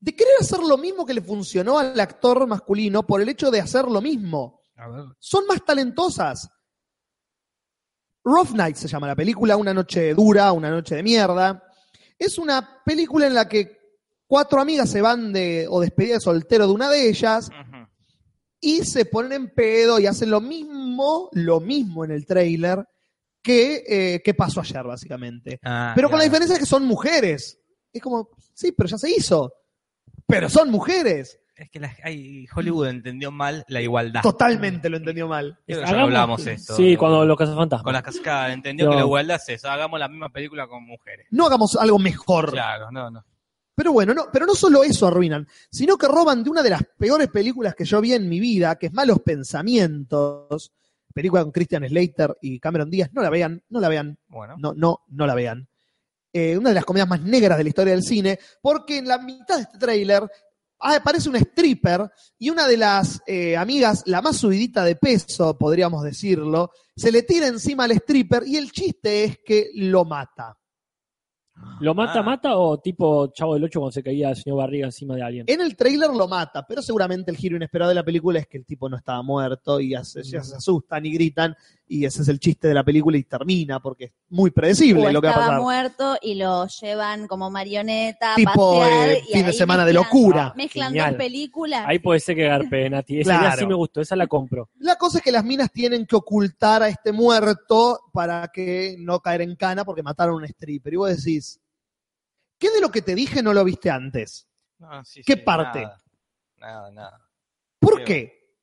Speaker 1: de querer hacer lo mismo que le funcionó al actor masculino por el hecho de hacer lo mismo
Speaker 2: A ver,
Speaker 1: son más talentosas. Rough Night se llama la película, una noche dura, una noche de mierda. Es una película en la que cuatro amigas se van de o despedida de soltero de una de ellas
Speaker 2: ujú.
Speaker 1: y se ponen en pedo y hacen lo mismo, lo mismo en el tráiler que, eh, que pasó ayer, básicamente.
Speaker 2: Ah,
Speaker 1: Pero con la
Speaker 2: claro.
Speaker 1: diferencia de que son mujeres. Es como, sí, pero ya se hizo. Pero son mujeres.
Speaker 2: Es que la- ay, Hollywood entendió mal la igualdad.
Speaker 1: Totalmente lo entendió mal.
Speaker 2: Creo que ya lo
Speaker 3: hagamos-
Speaker 2: hablamos esto.
Speaker 3: Sí, cuando los cazafantasmas.
Speaker 2: Con las cascadas, entendió
Speaker 3: No.
Speaker 2: que la igualdad es eso. Hagamos la misma película con mujeres.
Speaker 1: No hagamos algo mejor.
Speaker 2: Claro, no, no.
Speaker 1: Pero bueno, no, pero no solo eso arruinan, sino que roban de una de las peores películas que yo vi en mi vida, que es Malos Pensamientos, película con Christian Slater y Cameron Díaz, no la vean, no la vean,
Speaker 2: Bueno.
Speaker 1: no, no, no la vean. Eh, una de las comedias más negras de la historia del cine, porque en la mitad de este tráiler ah, aparece una stripper y una de las eh, amigas, la más subidita de peso, podríamos decirlo, se le tira encima al stripper y el chiste es que lo mata.
Speaker 3: ¿Lo mata,
Speaker 2: Ah.
Speaker 3: mata o tipo Chavo del 8 cuando se caía el señor Barriga encima de alguien?
Speaker 1: En el tráiler lo mata, pero seguramente el giro inesperado de la película es que el tipo no estaba muerto y hace- ya se asustan y gritan y ese es el chiste de la película y termina porque es muy predecible
Speaker 4: O
Speaker 1: lo que va a
Speaker 4: estaba
Speaker 1: pasar.
Speaker 4: muerto y lo llevan como marioneta a
Speaker 1: Tipo
Speaker 4: pasear.
Speaker 1: eh,
Speaker 4: y
Speaker 1: fin de
Speaker 4: ahí
Speaker 1: semana de
Speaker 4: mezclan-
Speaker 1: locura.
Speaker 4: Mezclan
Speaker 3: Genial.
Speaker 4: dos películas.
Speaker 3: Ahí puede ser que garpe, Nati. Esa idea
Speaker 1: Claro.
Speaker 3: sí me gustó, esa la compro.
Speaker 1: La cosa es que las minas tienen que ocultar a este muerto para que no caer en cana porque mataron a un stripper. Y vos decís, ¿qué de lo que te dije no lo viste antes?
Speaker 2: No, sí,
Speaker 1: ¿Qué
Speaker 2: sí,
Speaker 1: parte?
Speaker 2: Nada, nada. nada.
Speaker 1: ¿Por
Speaker 2: Sí,
Speaker 1: qué?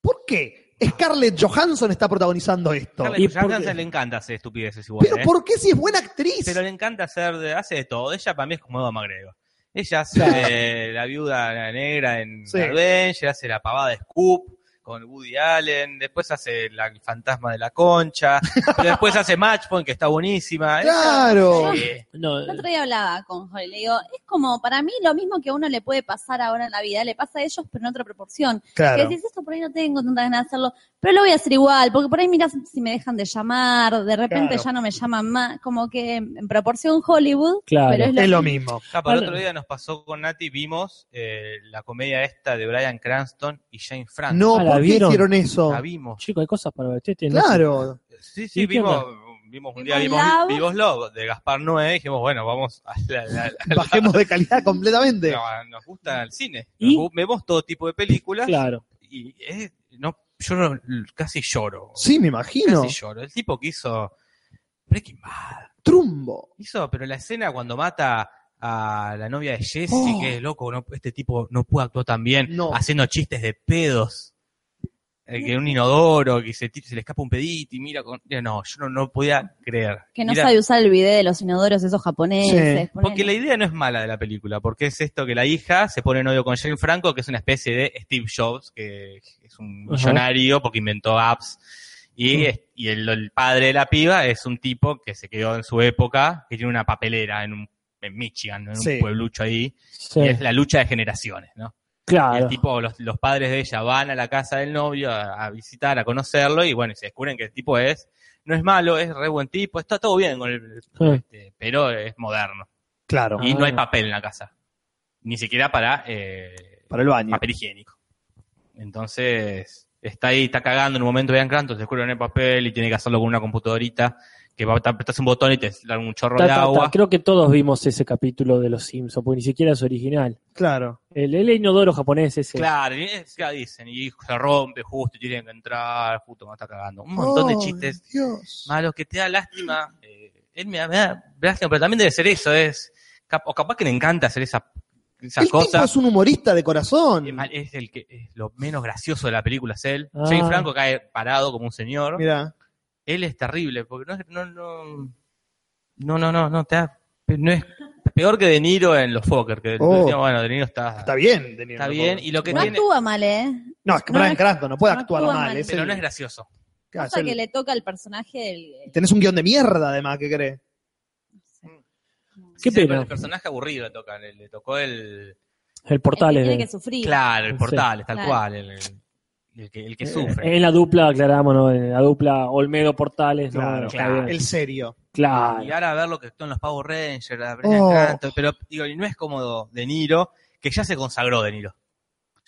Speaker 1: ¿Por qué? Scarlett Johansson está protagonizando esto.
Speaker 2: Scarlett
Speaker 3: ¿Y
Speaker 2: Johansson
Speaker 3: por qué?
Speaker 2: le encanta hacer estupideces igual.
Speaker 1: Pero
Speaker 2: ¿eh?
Speaker 1: ¿por qué si es buena actriz?
Speaker 2: Pero le encanta hacer, de- hace de todo. Ella para mí es como Eva Magrego. Ella hace eh, la viuda negra en
Speaker 1: Sí.
Speaker 2: Avenger, hace la pavada de Scoop con Woody Allen, después hace la el fantasma de la concha, pero después hace Matchpoint que está buenísima. Ella-
Speaker 1: Claro.
Speaker 2: Sí.
Speaker 3: No, eh,
Speaker 4: El otro día hablaba con Holly, le digo, es como para mí lo mismo que a uno le puede pasar ahora en la vida, le pasa a ellos pero en otra proporción.
Speaker 1: Claro.
Speaker 4: Que decís, esto por ahí no tengo tantas ganas de hacerlo, pero lo voy a hacer igual, porque por ahí mirás si me dejan de llamar, de repente
Speaker 1: Claro.
Speaker 4: ya no me llaman más, como que en proporción Hollywood,
Speaker 3: Claro.
Speaker 4: pero es lo,
Speaker 1: Es lo mismo.
Speaker 2: Ah, pero el
Speaker 3: Ahora-
Speaker 2: otro día nos pasó con Nati, vimos eh, la comedia esta de Brian Cranston y Jane Frank.
Speaker 1: No,
Speaker 3: Ah, ¿la
Speaker 1: ¿por qué
Speaker 3: vieron?
Speaker 1: hicieron eso?
Speaker 2: La vimos.
Speaker 3: Chico, hay cosas para ver. Ustedes tienen-
Speaker 1: Claro.
Speaker 2: Sí, sí,
Speaker 3: ¿Y qué
Speaker 2: vimos,
Speaker 3: onda?
Speaker 2: vimos un día,
Speaker 4: Vimos
Speaker 2: vimos
Speaker 4: Love.
Speaker 2: Vivos Love de Gaspar Noé, y dijimos, bueno, vamos a la- la- la-
Speaker 1: Bajemos de calidad completamente.
Speaker 2: No, nos gusta el cine.
Speaker 3: ¿Y?
Speaker 2: Nos gu- Vemos todo tipo de películas
Speaker 3: Claro.
Speaker 2: y es- no, yo no- casi lloro.
Speaker 1: Sí, me
Speaker 2: casi
Speaker 1: imagino.
Speaker 2: lloro. El tipo que hizo Breaking Bad.
Speaker 1: Trumbo.
Speaker 2: Hizo, pero la escena cuando mata a la novia de Jesse,
Speaker 1: Oh.
Speaker 2: que es loco, no- este tipo no pudo actuar tan bien,
Speaker 1: No.
Speaker 2: haciendo chistes de pedos. Eh, Que un inodoro, que se, ti- se le escapa un pedito y mira con... mira, No, yo no, no podía creer.
Speaker 4: que no
Speaker 2: Mira,
Speaker 4: sabe usar el video de los inodoros esos japoneses.
Speaker 1: Sí,
Speaker 4: ponele.
Speaker 2: Porque la idea no es mala de la película, porque es esto que la hija se pone en novio con Jane Franco, que es una especie de Steve Jobs, que es un
Speaker 3: Ajá.
Speaker 2: millonario porque inventó apps. Y, es- y el, el padre de la piba es un tipo que se quedó en su época, que tiene una papelera en, un, en Michigan, en
Speaker 1: Sí.
Speaker 2: un pueblucho ahí.
Speaker 3: Sí,
Speaker 2: Y es la lucha de generaciones, ¿no? Y
Speaker 3: claro.
Speaker 2: el tipo, los, los padres de ella van a la casa del novio a, a visitar, a conocerlo, y bueno, y se descubren que el tipo es, no es malo, es re buen tipo, está todo bien con el,
Speaker 3: Sí.
Speaker 2: este, pero es moderno.
Speaker 1: Claro.
Speaker 2: Y no hay
Speaker 3: Ah.
Speaker 2: papel en la casa. Ni siquiera para, eh,
Speaker 1: Para el baño.
Speaker 2: papel higiénico. Entonces, está ahí, está cagando en un momento de Cranto, se descubre en el papel y tiene que hacerlo con una computadorita que va, te apretas un botón y te larga un chorro
Speaker 3: Ta,
Speaker 2: de
Speaker 3: ta, ta.
Speaker 2: agua.
Speaker 3: Creo que todos vimos ese capítulo de Los Simpsons, porque ni siquiera es original.
Speaker 1: Claro.
Speaker 3: El, el inodoro japonés ese.
Speaker 2: Claro, y es- ya dicen, y se rompe justo y tienen que entrar, justo cuando está cagando. Un montón de
Speaker 1: Oh,
Speaker 2: chistes
Speaker 1: Dios.
Speaker 2: malos que te da lástima. Eh, él me, da- me da lástima, pero también debe ser eso, es cap- o capaz que le encanta hacer esa, esas
Speaker 3: Este
Speaker 1: el tipo
Speaker 2: cosas.
Speaker 1: es un humorista de
Speaker 2: Es,
Speaker 1: corazón.
Speaker 2: mal- es el que es lo menos gracioso de la película es él.
Speaker 3: Ah.
Speaker 2: Jane Franco cae parado como un señor.
Speaker 1: Mira.
Speaker 2: Él es terrible, porque no es- no, no, no, no, no, no, te da- no es peor que De Niro en los Fokker, que
Speaker 1: Oh.
Speaker 2: bueno, De Niro está,
Speaker 1: Está bien. De Niro,
Speaker 2: está bien, y lo que
Speaker 4: no
Speaker 2: tiene,
Speaker 4: actúa mal, ¿eh?
Speaker 1: No, es que
Speaker 4: No,
Speaker 1: Brian
Speaker 4: no-
Speaker 1: Cranston no puede
Speaker 4: no
Speaker 1: actuar
Speaker 4: actúa
Speaker 1: mal.
Speaker 4: mal.
Speaker 1: es
Speaker 2: pero
Speaker 1: el-
Speaker 2: no es gracioso.
Speaker 1: claro,
Speaker 4: Cosa
Speaker 1: es
Speaker 4: que
Speaker 1: el-
Speaker 4: le toca al personaje del...
Speaker 1: Tenés un guión de mierda, además, ¿qué crees?
Speaker 2: Sí,
Speaker 3: Qué
Speaker 2: pero
Speaker 3: pena.
Speaker 2: El personaje aburrido le toca, le, le tocó el,
Speaker 3: El
Speaker 4: el que
Speaker 3: portal es
Speaker 4: tiene
Speaker 3: de-
Speaker 4: que sufrir.
Speaker 2: claro, el
Speaker 3: Sí.
Speaker 2: portal, tal
Speaker 4: Claro.
Speaker 2: cual, el, el- el que, el que sufre.
Speaker 3: En la dupla, aclaramos, ¿no? En la dupla Olmedo Portales. ¿no?
Speaker 1: Claro.
Speaker 3: Está bien.
Speaker 1: El serio.
Speaker 3: Claro.
Speaker 2: Y ahora a ver lo que actuó en los Power Rangers, la Brenna
Speaker 1: Ah, Oh.
Speaker 2: Cranston, pero digo, y no es cómodo De Niro, que ya se consagró De Niro.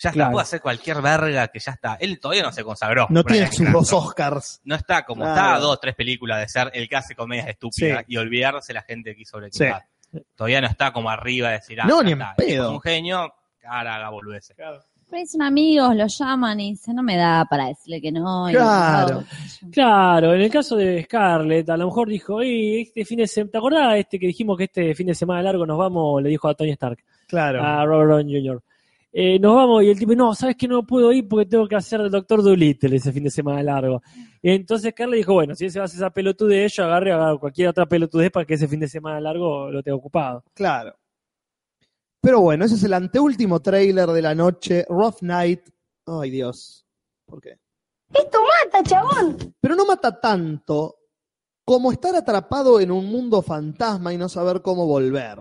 Speaker 2: Ya está,
Speaker 3: Claro.
Speaker 2: puede hacer cualquier verga que ya está. Él todavía no se consagró.
Speaker 1: No
Speaker 2: Bryan
Speaker 1: tiene sus
Speaker 2: Cranston.
Speaker 1: dos Oscars.
Speaker 2: No está como
Speaker 1: Claro.
Speaker 2: está a dos, tres películas de ser el que hace comedias estúpidas y olvidarse la gente que hizo Breaking
Speaker 1: Sí.
Speaker 2: Bad. Todavía no está como arriba de decir, ah,
Speaker 1: No,
Speaker 2: ya
Speaker 1: ni en
Speaker 2: está,
Speaker 1: pedo.
Speaker 2: es un genio, cara, haga boludeces.
Speaker 4: Pero son amigos, lo llaman y dice, no me da para decirle que no. y-
Speaker 1: Claro.
Speaker 3: Claro, en el caso de Scarlett, a lo mejor dijo, "Ey, este fin de semana, ¿te acordás este que dijimos que este fin de semana largo nos vamos? Le dijo a Tony Stark,
Speaker 1: Claro.
Speaker 3: a Robert Downey Jr. Eh, nos vamos y el tipo, no, ¿sabes que no puedo ir porque tengo que hacer del Doctor Dolittle ese fin de semana largo? Entonces Scarlett dijo, bueno, si ese va a hacer esa pelotudez, yo agarre agarro cualquier otra pelotudez para que ese fin de semana largo lo tenga ocupado.
Speaker 1: Claro. Pero bueno, ese es el anteúltimo tráiler de la noche, Rough Night. Ay Dios, ¿por qué?
Speaker 10: Esto mata, chabón.
Speaker 1: Pero no mata tanto como estar atrapado en un mundo fantasma y no saber cómo volver.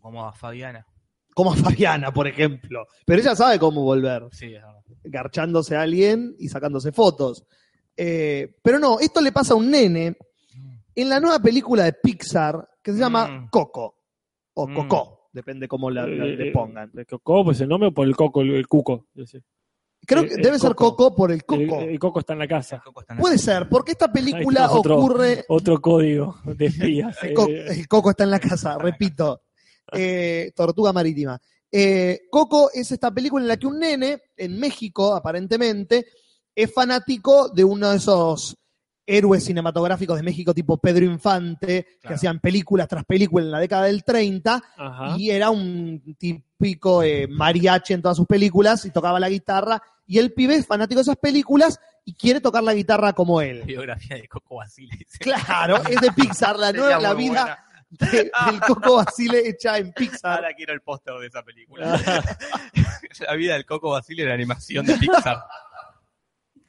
Speaker 2: Como a Fabiana.
Speaker 1: Como a Fabiana, por ejemplo. Pero ella sabe cómo volver,
Speaker 2: Sí, es verdad.
Speaker 1: garchándose a alguien y sacándose fotos. Eh, pero no, esto le pasa a un nene en la nueva película de Pixar que se llama
Speaker 2: Mm.
Speaker 1: Coco. O
Speaker 2: Mm.
Speaker 1: Coco, depende cómo la, la- le pongan.
Speaker 3: Eh, ¿Coco? Pues el nombre o por el coco, el, el cuco.
Speaker 1: Creo
Speaker 3: El-
Speaker 1: que
Speaker 3: el
Speaker 1: debe ser
Speaker 3: eh, Coco.
Speaker 1: Coco por el Coco.
Speaker 3: El, el coco está en la casa.
Speaker 2: Coco está en la-
Speaker 1: Puede ser, porque esta
Speaker 3: Ahí
Speaker 1: película
Speaker 3: está otro-
Speaker 1: ocurre.
Speaker 3: Otro código de espías.
Speaker 1: El, co-
Speaker 3: Eh,
Speaker 1: el Coco está en la casa, repito. Eh, Tortuga Marítima. Eh, Coco es esta película en la que un nene, en México aparentemente, es fanático de uno de esos héroes cinematográficos de México tipo Pedro Infante, que
Speaker 2: Claro.
Speaker 1: hacían películas tras película en la década del 30,
Speaker 3: Ajá.
Speaker 1: y era un típico eh, mariachi en todas sus películas y tocaba la guitarra Y el pibe es fanático de esas películas y quiere tocar la guitarra como él.
Speaker 2: Biografía de Coco Basile.
Speaker 1: Claro, es de Pixar, la, nueva, la vida de- del Coco Basile hecha en Pixar.
Speaker 2: Ah. Ahora quiero el póster de esa película.
Speaker 1: Ah.
Speaker 2: la vida del Coco Basile en la animación de Pixar.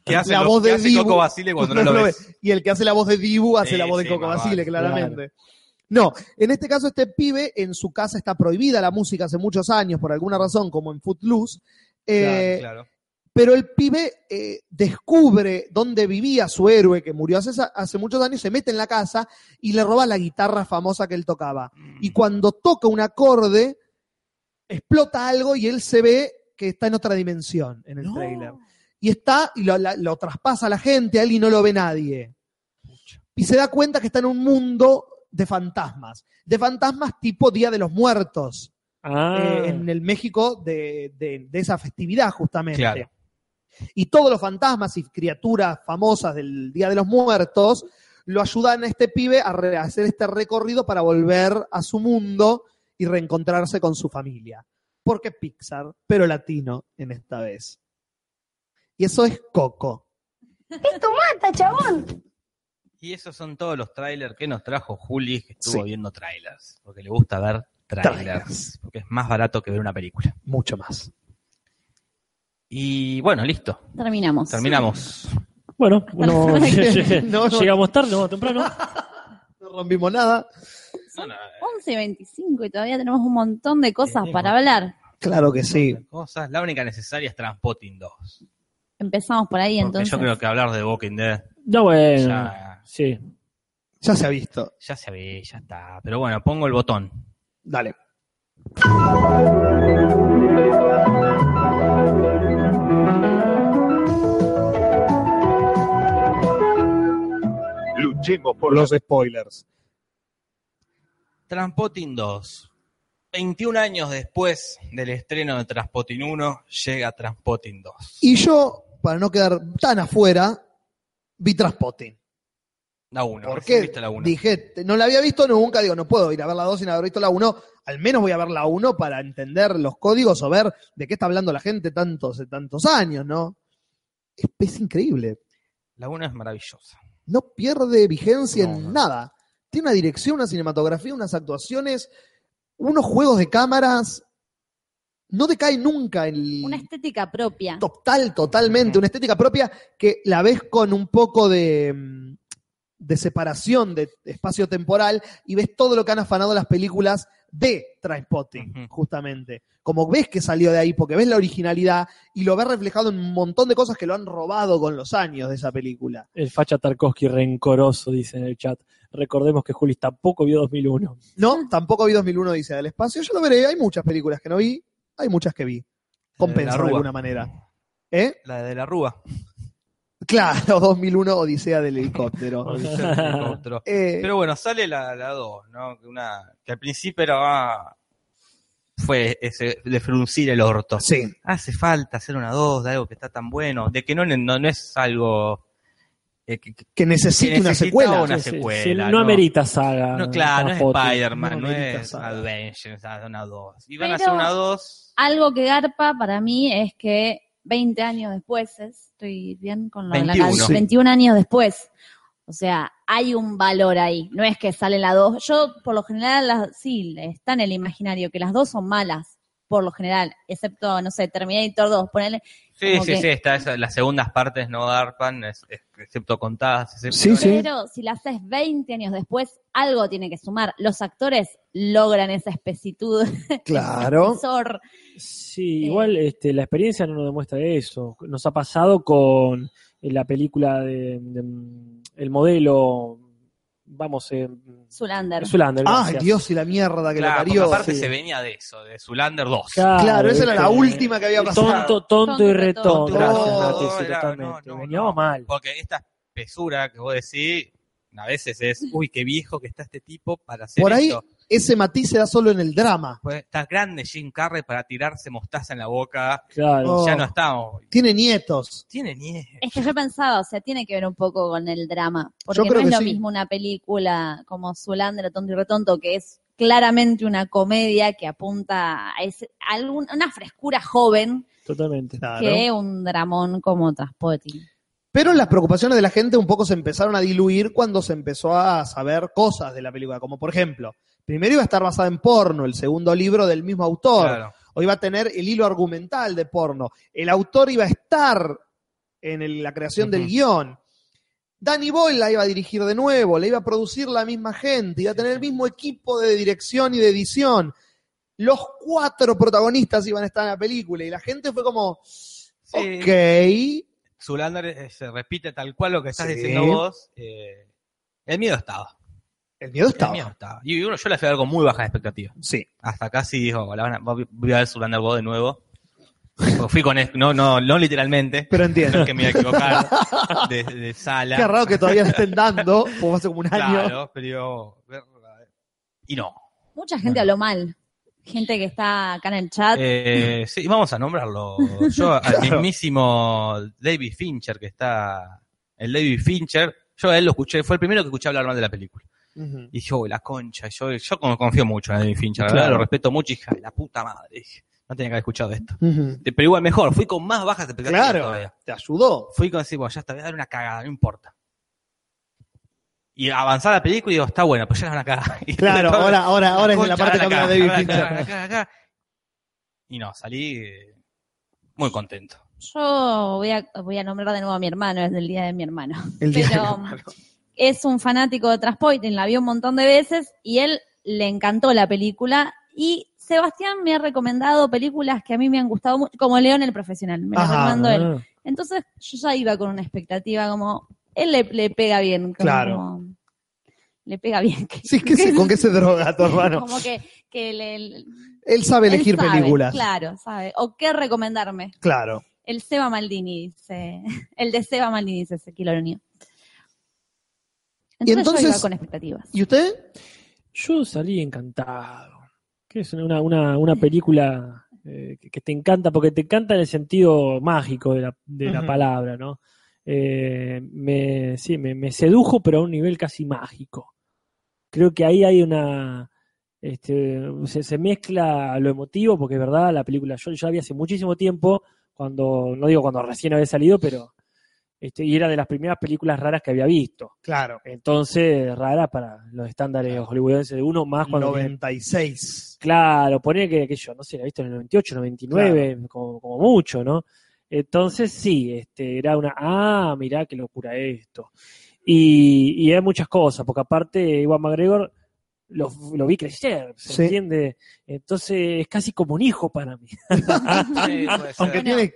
Speaker 2: ¿Qué hace,
Speaker 1: La
Speaker 2: lo-
Speaker 1: voz
Speaker 2: qué
Speaker 1: de
Speaker 2: hace
Speaker 1: Dibu.
Speaker 2: Coco Basile cuando no
Speaker 1: No
Speaker 2: lo
Speaker 1: lo
Speaker 2: ves?
Speaker 1: Y el que hace la voz de Dibu hace
Speaker 2: Sí,
Speaker 1: la voz de
Speaker 2: sí,
Speaker 1: Coco
Speaker 2: más
Speaker 1: Basile,
Speaker 2: vale,
Speaker 1: claramente. No, en este caso este pibe en su casa está prohibida la música hace muchos años por alguna razón, como en Footloose. Eh,
Speaker 2: claro,
Speaker 1: Pero el pibe eh, descubre dónde vivía su héroe que murió hace, hace muchos años, se mete en la casa y le roba la guitarra famosa que él tocaba.
Speaker 2: Mm.
Speaker 1: Y cuando toca un acorde, explota algo y él se ve que está en otra dimensión en el tráiler. Y está, y lo, la- lo traspasa a la gente, a él y no lo ve nadie. Y se da cuenta que está en un mundo de fantasmas. De fantasmas tipo Día de los Muertos
Speaker 3: Ah,
Speaker 1: eh, en el México de, de- de esa festividad, justamente.
Speaker 2: Claro.
Speaker 1: Y todos los fantasmas y criaturas famosas del Día de los Muertos lo ayudan a este pibe a, re- a hacer este recorrido para volver a su mundo y reencontrarse con su familia. Porque Pixar, pero latino en esta vez. Y eso es Coco.
Speaker 10: Esto mata, chabón.
Speaker 2: Y esos son todos los trailers que nos trajo Juli, que estuvo
Speaker 1: Sí.
Speaker 2: viendo trailers. Porque le gusta ver trailers, Porque es más barato que ver una película.
Speaker 1: Mucho más.
Speaker 2: Y bueno, listo.
Speaker 4: Terminamos.
Speaker 2: Terminamos.
Speaker 3: bueno, no,
Speaker 1: No, no.
Speaker 3: llegamos tarde, no, temprano.
Speaker 1: No rompimos nada.
Speaker 4: Son 11 y 25 y todavía tenemos un montón de cosas
Speaker 2: Tenemos.
Speaker 4: para hablar.
Speaker 1: Claro que sí.
Speaker 2: Cosas. La única necesaria es Transpotting 2.
Speaker 4: Empezamos por ahí
Speaker 2: Porque
Speaker 4: entonces.
Speaker 2: yo creo que hablar de Walking Dead
Speaker 3: No,
Speaker 1: Eh.
Speaker 3: bueno.
Speaker 2: ya,
Speaker 3: Sí.
Speaker 1: Ya se ha visto.
Speaker 2: ya se ve, ya está. Pero bueno, pongo el botón.
Speaker 1: Dale.
Speaker 8: Luchemos
Speaker 1: Por los spoilers.
Speaker 2: Transpotting 2. 21 años después del estreno de Transpotting 1, llega Transpotting 2.
Speaker 1: Y yo, para no quedar tan afuera, vi Transpotting.
Speaker 2: La 1.
Speaker 1: ¿Por qué?
Speaker 2: la 1.
Speaker 1: Dije, te- no la había visto nunca, digo, no puedo ir a ver la 2 sin haber visto la 1, al menos voy a ver la 1 para entender los códigos o ver de qué está hablando la gente tantos, tantos años, ¿no? Es, es increíble,
Speaker 2: La 1 es maravillosa.
Speaker 1: no pierde vigencia
Speaker 2: No,
Speaker 1: en
Speaker 2: no.
Speaker 1: nada. Tiene una dirección, una cinematografía, unas actuaciones, unos juegos de cámaras, no decae nunca el
Speaker 4: Una estética propia.
Speaker 1: total, totalmente, una estética propia que la ves con un poco de, mm, de separación de espacio temporal y ves todo lo que han afanado las películas de Trainspotting,
Speaker 2: Ujú.
Speaker 1: justamente. Como ves que salió de ahí, porque ves la originalidad y lo ves reflejado en un montón de cosas que lo han robado con los años de esa película.
Speaker 3: El facha Tarkovsky rencoroso, dice en el chat. Recordemos que Juli tampoco vio 2001.
Speaker 1: No, tampoco vi 2001 Dice del Espacio, yo lo veré, hay muchas películas que no vi, hay muchas que vi. Compensa de
Speaker 2: Rúa.
Speaker 1: alguna manera. ¿Eh?
Speaker 2: La de la Rúa.
Speaker 1: Claro, 2001 Odisea del helicóptero.
Speaker 2: Otro.
Speaker 1: Eh,
Speaker 2: Pero bueno, sale la, la 2, ¿no? Que Una, que al principio era. ah, fue ese de fruncir el orto.
Speaker 1: sí.
Speaker 2: Hace falta hacer una 2 de algo que está tan bueno. De que no, no, no es algo. eh, que- que-
Speaker 1: que necesite
Speaker 2: Que
Speaker 1: una
Speaker 2: necesita
Speaker 1: secuela.
Speaker 2: una-
Speaker 3: Sí, sí,
Speaker 2: secuela,
Speaker 3: sí, no,
Speaker 2: no.
Speaker 3: amerita saga.
Speaker 2: no, claro, no es
Speaker 3: Transpotting.
Speaker 2: Spider-Man,
Speaker 1: No
Speaker 2: no,
Speaker 1: amerita
Speaker 2: es
Speaker 1: saga.
Speaker 2: Avengers, ah, una 2. Y van a
Speaker 4: Pero-
Speaker 2: hacer una 2.
Speaker 4: Algo que garpa para mí es que 20 años después, es- estoy bien con lo de la
Speaker 2: 21.
Speaker 4: canción,
Speaker 1: Sí.
Speaker 4: 21 años después. O sea, hay un valor ahí. No es que sale la 2. Yo, por lo general, las, sí, está en el imaginario que las dos son malas, por lo general, excepto, no sé, Terminator 2. Ponele,
Speaker 2: Sí,
Speaker 4: como
Speaker 2: sí,
Speaker 4: que-
Speaker 2: sí, está esa- las segundas partes no darpan, es- es- excepto contadas.
Speaker 1: Sí, sí.
Speaker 4: Pero si la haces 20 años después, algo tiene que sumar. Los actores logran esa espesitud,
Speaker 1: Claro.
Speaker 4: espesor.
Speaker 3: Sí,
Speaker 4: Eh.
Speaker 3: igual este, la experiencia no nos demuestra eso. Nos ha pasado con eh, la película de, de, mm, El modelo, vamos, eh,
Speaker 4: Zulander.
Speaker 3: Zulander.
Speaker 1: Ay,
Speaker 3: gracias.
Speaker 1: Dios y la mierda que la
Speaker 2: Claro, porque
Speaker 1: parió.
Speaker 2: aparte
Speaker 3: sí.
Speaker 2: se venía de eso, de Zulander 2.
Speaker 1: Claro, esa era la
Speaker 3: este,
Speaker 1: última que había pasado.
Speaker 3: Tonto, tonto y
Speaker 4: Tonto,
Speaker 3: retonto.
Speaker 2: Tonto,
Speaker 3: Gracias,
Speaker 1: tonto,
Speaker 3: Nati, sí,
Speaker 2: era-
Speaker 3: totalmente.
Speaker 2: no, no, no.
Speaker 3: Veníamos mal.
Speaker 2: Porque esta espesura que vos decís, a veces es, uy, qué viejo que está este tipo para hacer
Speaker 1: Por ahí
Speaker 2: esto.
Speaker 1: ese matiz se da solo en el drama.
Speaker 2: Pues, está grande Jim Carrey para tirarse mostaza en la boca.
Speaker 3: Claro.
Speaker 1: Oh.
Speaker 2: Ya no estamos.
Speaker 1: Tiene nietos.
Speaker 2: Tiene nieve.
Speaker 4: Es que yo pensaba, o sea, tiene que ver un poco con el drama. Porque
Speaker 1: Yo creo
Speaker 4: no
Speaker 1: que
Speaker 4: es lo
Speaker 1: sí.
Speaker 4: mismo una película como Zulander, Tonto y Retonto, que es claramente una comedia que apunta a ese- a algún- una frescura joven
Speaker 3: totalmente.
Speaker 4: que un dramón como Traspotting.
Speaker 1: Pero las preocupaciones de la gente un poco se empezaron a diluir cuando se empezó a saber cosas de la película, como por ejemplo, primero iba a estar basada en porno, el segundo libro del mismo autor,
Speaker 2: Claro.
Speaker 1: o iba a tener el hilo argumental de porno, el autor iba a estar en el- la creación del
Speaker 2: Ujú.
Speaker 1: guión, Danny Boyle la iba a dirigir de nuevo, la iba a producir la misma gente, iba a tener el mismo equipo de dirección y de edición, los cuatro protagonistas iban a estar en la película y la gente fue como,
Speaker 2: Sí.
Speaker 1: ok.
Speaker 2: Zulander eh, se repite tal cual lo que estás
Speaker 1: Sí.
Speaker 2: diciendo vos. eh, el miedo estaba.
Speaker 1: El miedo
Speaker 2: El
Speaker 1: estaba.
Speaker 2: miedo estaba. Y uno, yo la fui a ver con muy bajas expectativas.
Speaker 1: Sí.
Speaker 2: Hasta acá sí dijo, la van a- voy a ver Zulander vos de nuevo. Porque Fui con es- no, no, no literalmente.
Speaker 1: Pero
Speaker 2: No
Speaker 1: entiendo.
Speaker 2: es que me iba a equivocar de, de sala.
Speaker 1: Qué raro que todavía la estén dando, como hace como un año.
Speaker 2: Claro, pero. Y no.
Speaker 4: Mucha
Speaker 2: Bueno.
Speaker 4: gente habló mal. Gente que está acá en el chat.
Speaker 2: Eh, sí, vamos a nombrarlo. Yo al mismísimo David Fincher, que está. El David Fincher, yo a él lo escuché, fue el primero que escuché hablar mal de la película.
Speaker 1: Ujú.
Speaker 2: Y dije, uy, la concha. y Yo, yo como confío mucho en David Fincher, la verdad,
Speaker 5: Claro.
Speaker 2: lo respeto mucho, hija de la puta madre. dije, no tenía que haber escuchado esto.
Speaker 1: Ujú.
Speaker 2: Eh, Pero igual mejor, fui con más bajas expectativas
Speaker 1: Claro,
Speaker 2: todavía.
Speaker 1: te ayudó.
Speaker 2: Fui con decir, bueno, ya está, voy a dar una cagada, no importa. Y avanzada la película y digo, está buena, pues ya era una cagada. Y
Speaker 1: Claro,
Speaker 2: estaba-
Speaker 1: ahora, ahora, ahora es la
Speaker 2: Concha,
Speaker 1: parte que
Speaker 2: acá,
Speaker 1: habla David
Speaker 2: acá, acá,
Speaker 1: Fincher.
Speaker 2: acá, acá. Y no, salí eh, muy contento.
Speaker 4: Yo voy a, voy a nombrar de nuevo a mi hermano, es del día de mi hermano.
Speaker 1: El día
Speaker 4: Pero es un fanático de Traspoiting, la vio un montón de veces y él le encantó la película. Y Sebastián me ha recomendado películas que a mí me han gustado mucho, como León el Profesional, me la
Speaker 1: Ajá.
Speaker 4: recomendó él.
Speaker 3: Ah,
Speaker 4: Entonces yo ya iba con una expectativa como, él le, le pega bien. como-
Speaker 1: Claro.
Speaker 4: como- le pega bien. que-
Speaker 1: Sí, ¿qué sé, ¿con qué se droga tu hermano?
Speaker 4: Como que, que le,
Speaker 1: Él sabe
Speaker 4: él
Speaker 1: elegir
Speaker 4: sabe,
Speaker 1: películas.
Speaker 4: Claro, sabe. O qué recomendarme.
Speaker 1: Claro.
Speaker 4: El Seba Maldini dice. El de Seba Maldini dice Ezequiel Oroño. Entonces, yo
Speaker 1: entonces-
Speaker 4: iba con expectativas.
Speaker 1: ¿Y usted?
Speaker 3: yo salí encantado. Que es una, una, una película eh, que- que te encanta, porque te encanta en el sentido mágico de la, de la
Speaker 1: Ujú.
Speaker 3: palabra, ¿no? Eh, me, sí, me, me sedujo, pero a un nivel casi mágico. Creo que ahí hay una. Este, se, se mezcla lo emotivo, porque es verdad, la película yo ya la vi hace muchísimo tiempo, cuando, no digo cuando recién había salido, pero. Este, y era de las primeras películas raras que había visto.
Speaker 1: Claro.
Speaker 3: Entonces, rara para los estándares hollywoodenses de uno, más cuando. tiene-
Speaker 1: 96.
Speaker 3: claro, poner que, que yo, no sé, la he visto en el 98, 99, como, como mucho, ¿no? Entonces, sí, este, era una, ah, mirá qué locura esto. Y, y hay muchas cosas, porque aparte, Iwan McGregor lo, lo vi crecer, ¿se
Speaker 1: Sí.
Speaker 3: entiende? Entonces, es casi como un hijo para mí.
Speaker 1: Aunque
Speaker 4: Bueno,
Speaker 1: tiene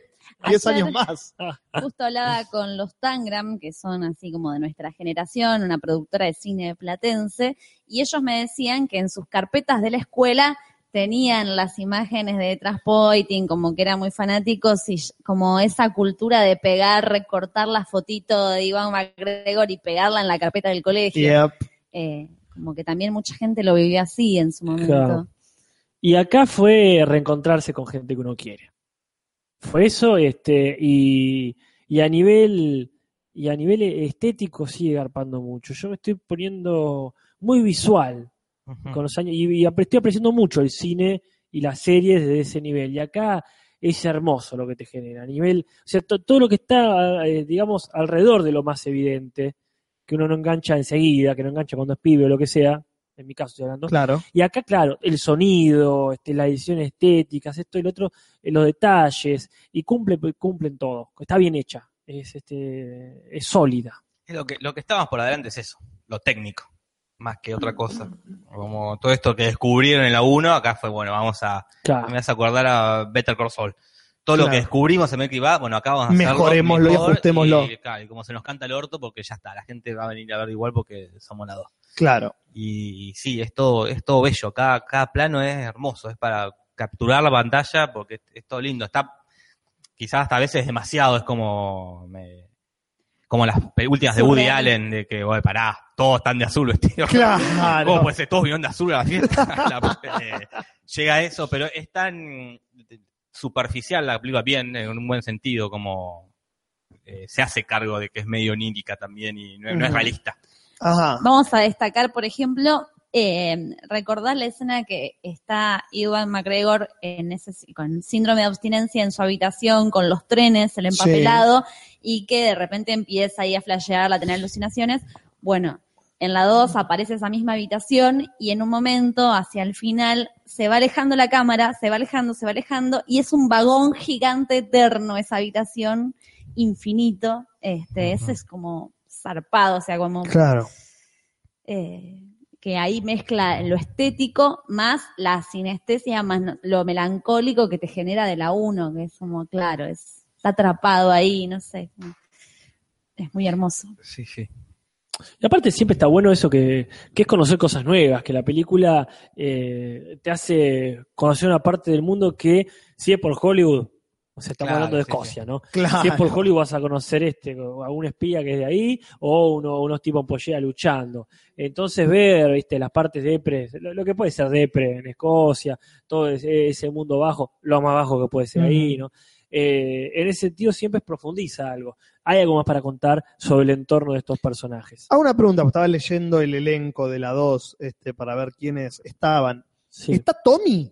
Speaker 1: 10
Speaker 4: ayer-
Speaker 1: años más.
Speaker 4: Justo hablaba con los Tangram, que son así como de nuestra generación, una productora de cine platense, y ellos me decían que en sus carpetas de la escuela tenían las imágenes de Transpoiting, como que eran muy fanáticos, y como esa cultura de pegar, recortar la fotito de Iván McGregor y pegarla en la carpeta del colegio. Eh, como que también mucha gente lo vivió así en su momento.
Speaker 3: Claro. Y acá fue reencontrarse con gente que uno quiere. Fue eso, este, y, y a nivel y a nivel estético sigue garpando mucho. Yo me estoy poniendo muy visual
Speaker 5: Mm.
Speaker 3: con los años y, y apre- estoy apreciando mucho el cine y las series de ese nivel. Y acá es hermoso lo que te genera. A nivel, o sea, to- todo lo que está, eh, digamos, alrededor de lo más evidente, que uno no engancha enseguida, que no engancha cuando es pibe o lo que sea, en mi caso estoy hablando.
Speaker 1: Claro.
Speaker 3: Y acá, claro, el sonido, este, las ediciones estéticas, esto y lo otro, eh, los detalles, y cumple, cumplen todo. Está bien hecha, es, este, es sólida.
Speaker 2: Es Lo que, lo que estábamos por adelante es eso, lo técnico, más que otra cosa. Como todo esto que descubrieron en la 1, acá fue, bueno, vamos a... Me
Speaker 3: Claro.
Speaker 2: vas a acordar a Better Call Saul. Todo lo
Speaker 1: Claro.
Speaker 2: que descubrimos en Breaking Bad, bueno, acá vamos a hacerlo
Speaker 1: Mejorémoslo y
Speaker 2: mejor
Speaker 1: ajustémoslo.
Speaker 2: Y, claro, y como se nos canta el orto, porque ya está, la gente va a venir a ver igual porque somos las dos.
Speaker 1: Claro.
Speaker 2: Y, sí, es todo, es todo bello. Cada, cada plano es hermoso. Es para capturar la pantalla porque es, es todo lindo. Está, quizás hasta a veces demasiado. Es como, me- como las pe- últimas de Woody
Speaker 4: Surreal.
Speaker 2: Allen, de que, oye, pará, todos están de azul vestidos. ¿Cómo
Speaker 1: Claro.
Speaker 2: puede ser? Todos vinieron de azul a la fiesta. La pu- eh, llega a eso, pero es tan superficial la película, bien, en un buen sentido, como eh, se hace cargo de que es medio onírica también y no,
Speaker 1: Ujú.
Speaker 2: no es
Speaker 1: Ah,
Speaker 2: realista.
Speaker 1: Ajá.
Speaker 4: Vamos a destacar, por ejemplo, eh, recordar la escena que está Iwan McGregor en ese, con síndrome de abstinencia en su habitación, con los trenes, el empapelado, y que de repente empieza ahí a flashear, a tener alucinaciones. Bueno, en la 2 aparece esa misma habitación y en un momento, hacia el final, se va alejando la cámara, se va alejando, se va alejando y es un vagón gigante eterno esa habitación, infinito. Este, Ese es como zarpado, o sea, como
Speaker 1: Claro.
Speaker 4: eh, que ahí mezcla lo estético más la sinestesia, más no- lo melancólico que te genera de la 1, que es como, claro, es, está atrapado ahí, no sé. Es muy hermoso.
Speaker 2: Sí, sí.
Speaker 3: Y aparte siempre está bueno eso que, que es conocer cosas nuevas, que la película eh, te hace conocer una parte del mundo que si es por Hollywood, o sea, estamos
Speaker 2: Claro,
Speaker 3: hablando de
Speaker 2: sí,
Speaker 3: Escocia, ¿no?
Speaker 1: Claro.
Speaker 3: Si es por Hollywood vas a conocer este, o algún espía que es de ahí, o uno- unos tipos en pollera luchando. Entonces ver, viste, las partes depres, lo, lo que puede ser depre en Escocia, todo ese, ese mundo bajo, lo más bajo que puede ser ahí, ¿no? Eh, en ese sentido siempre profundiza algo. Hay algo más para contar sobre el entorno de estos personajes.
Speaker 1: Ah, una pregunta, estaba leyendo el elenco de la 2 este, para ver quiénes estaban.
Speaker 3: Sí.
Speaker 1: ¿Está Tommy?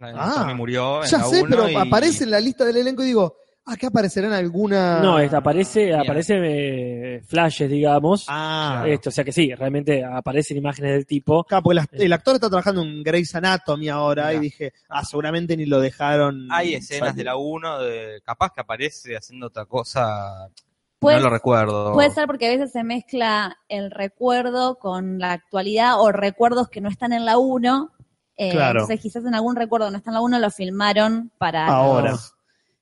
Speaker 1: Ah.
Speaker 2: Tommy murió en
Speaker 1: ya
Speaker 2: la
Speaker 1: sé,
Speaker 2: uno
Speaker 1: pero
Speaker 2: y-
Speaker 1: aparece en la lista del elenco y digo, acá aparecerán alguna...
Speaker 3: No, es- aparece,
Speaker 2: mira.
Speaker 3: aparece eh, flashes, digamos.
Speaker 1: Ah,
Speaker 2: Claro.
Speaker 3: Esto, o sea que sí, realmente aparecen imágenes del tipo.
Speaker 1: acá, porque las- el actor está trabajando en Grey's Anatomy ahora y
Speaker 2: Mirá.
Speaker 1: dije, ah, seguramente ni lo dejaron...
Speaker 2: Hay escenas de la
Speaker 1: U.
Speaker 2: 1 de capaz que aparece haciendo otra cosa,
Speaker 4: Pues,
Speaker 2: no lo recuerdo.
Speaker 4: Puede ser porque a veces se mezcla el recuerdo con la actualidad o recuerdos que no están en la 1. Eh,
Speaker 1: Claro.
Speaker 4: Entonces quizás en algún recuerdo que no está en la 1 lo filmaron para...
Speaker 1: Ahora.
Speaker 4: los-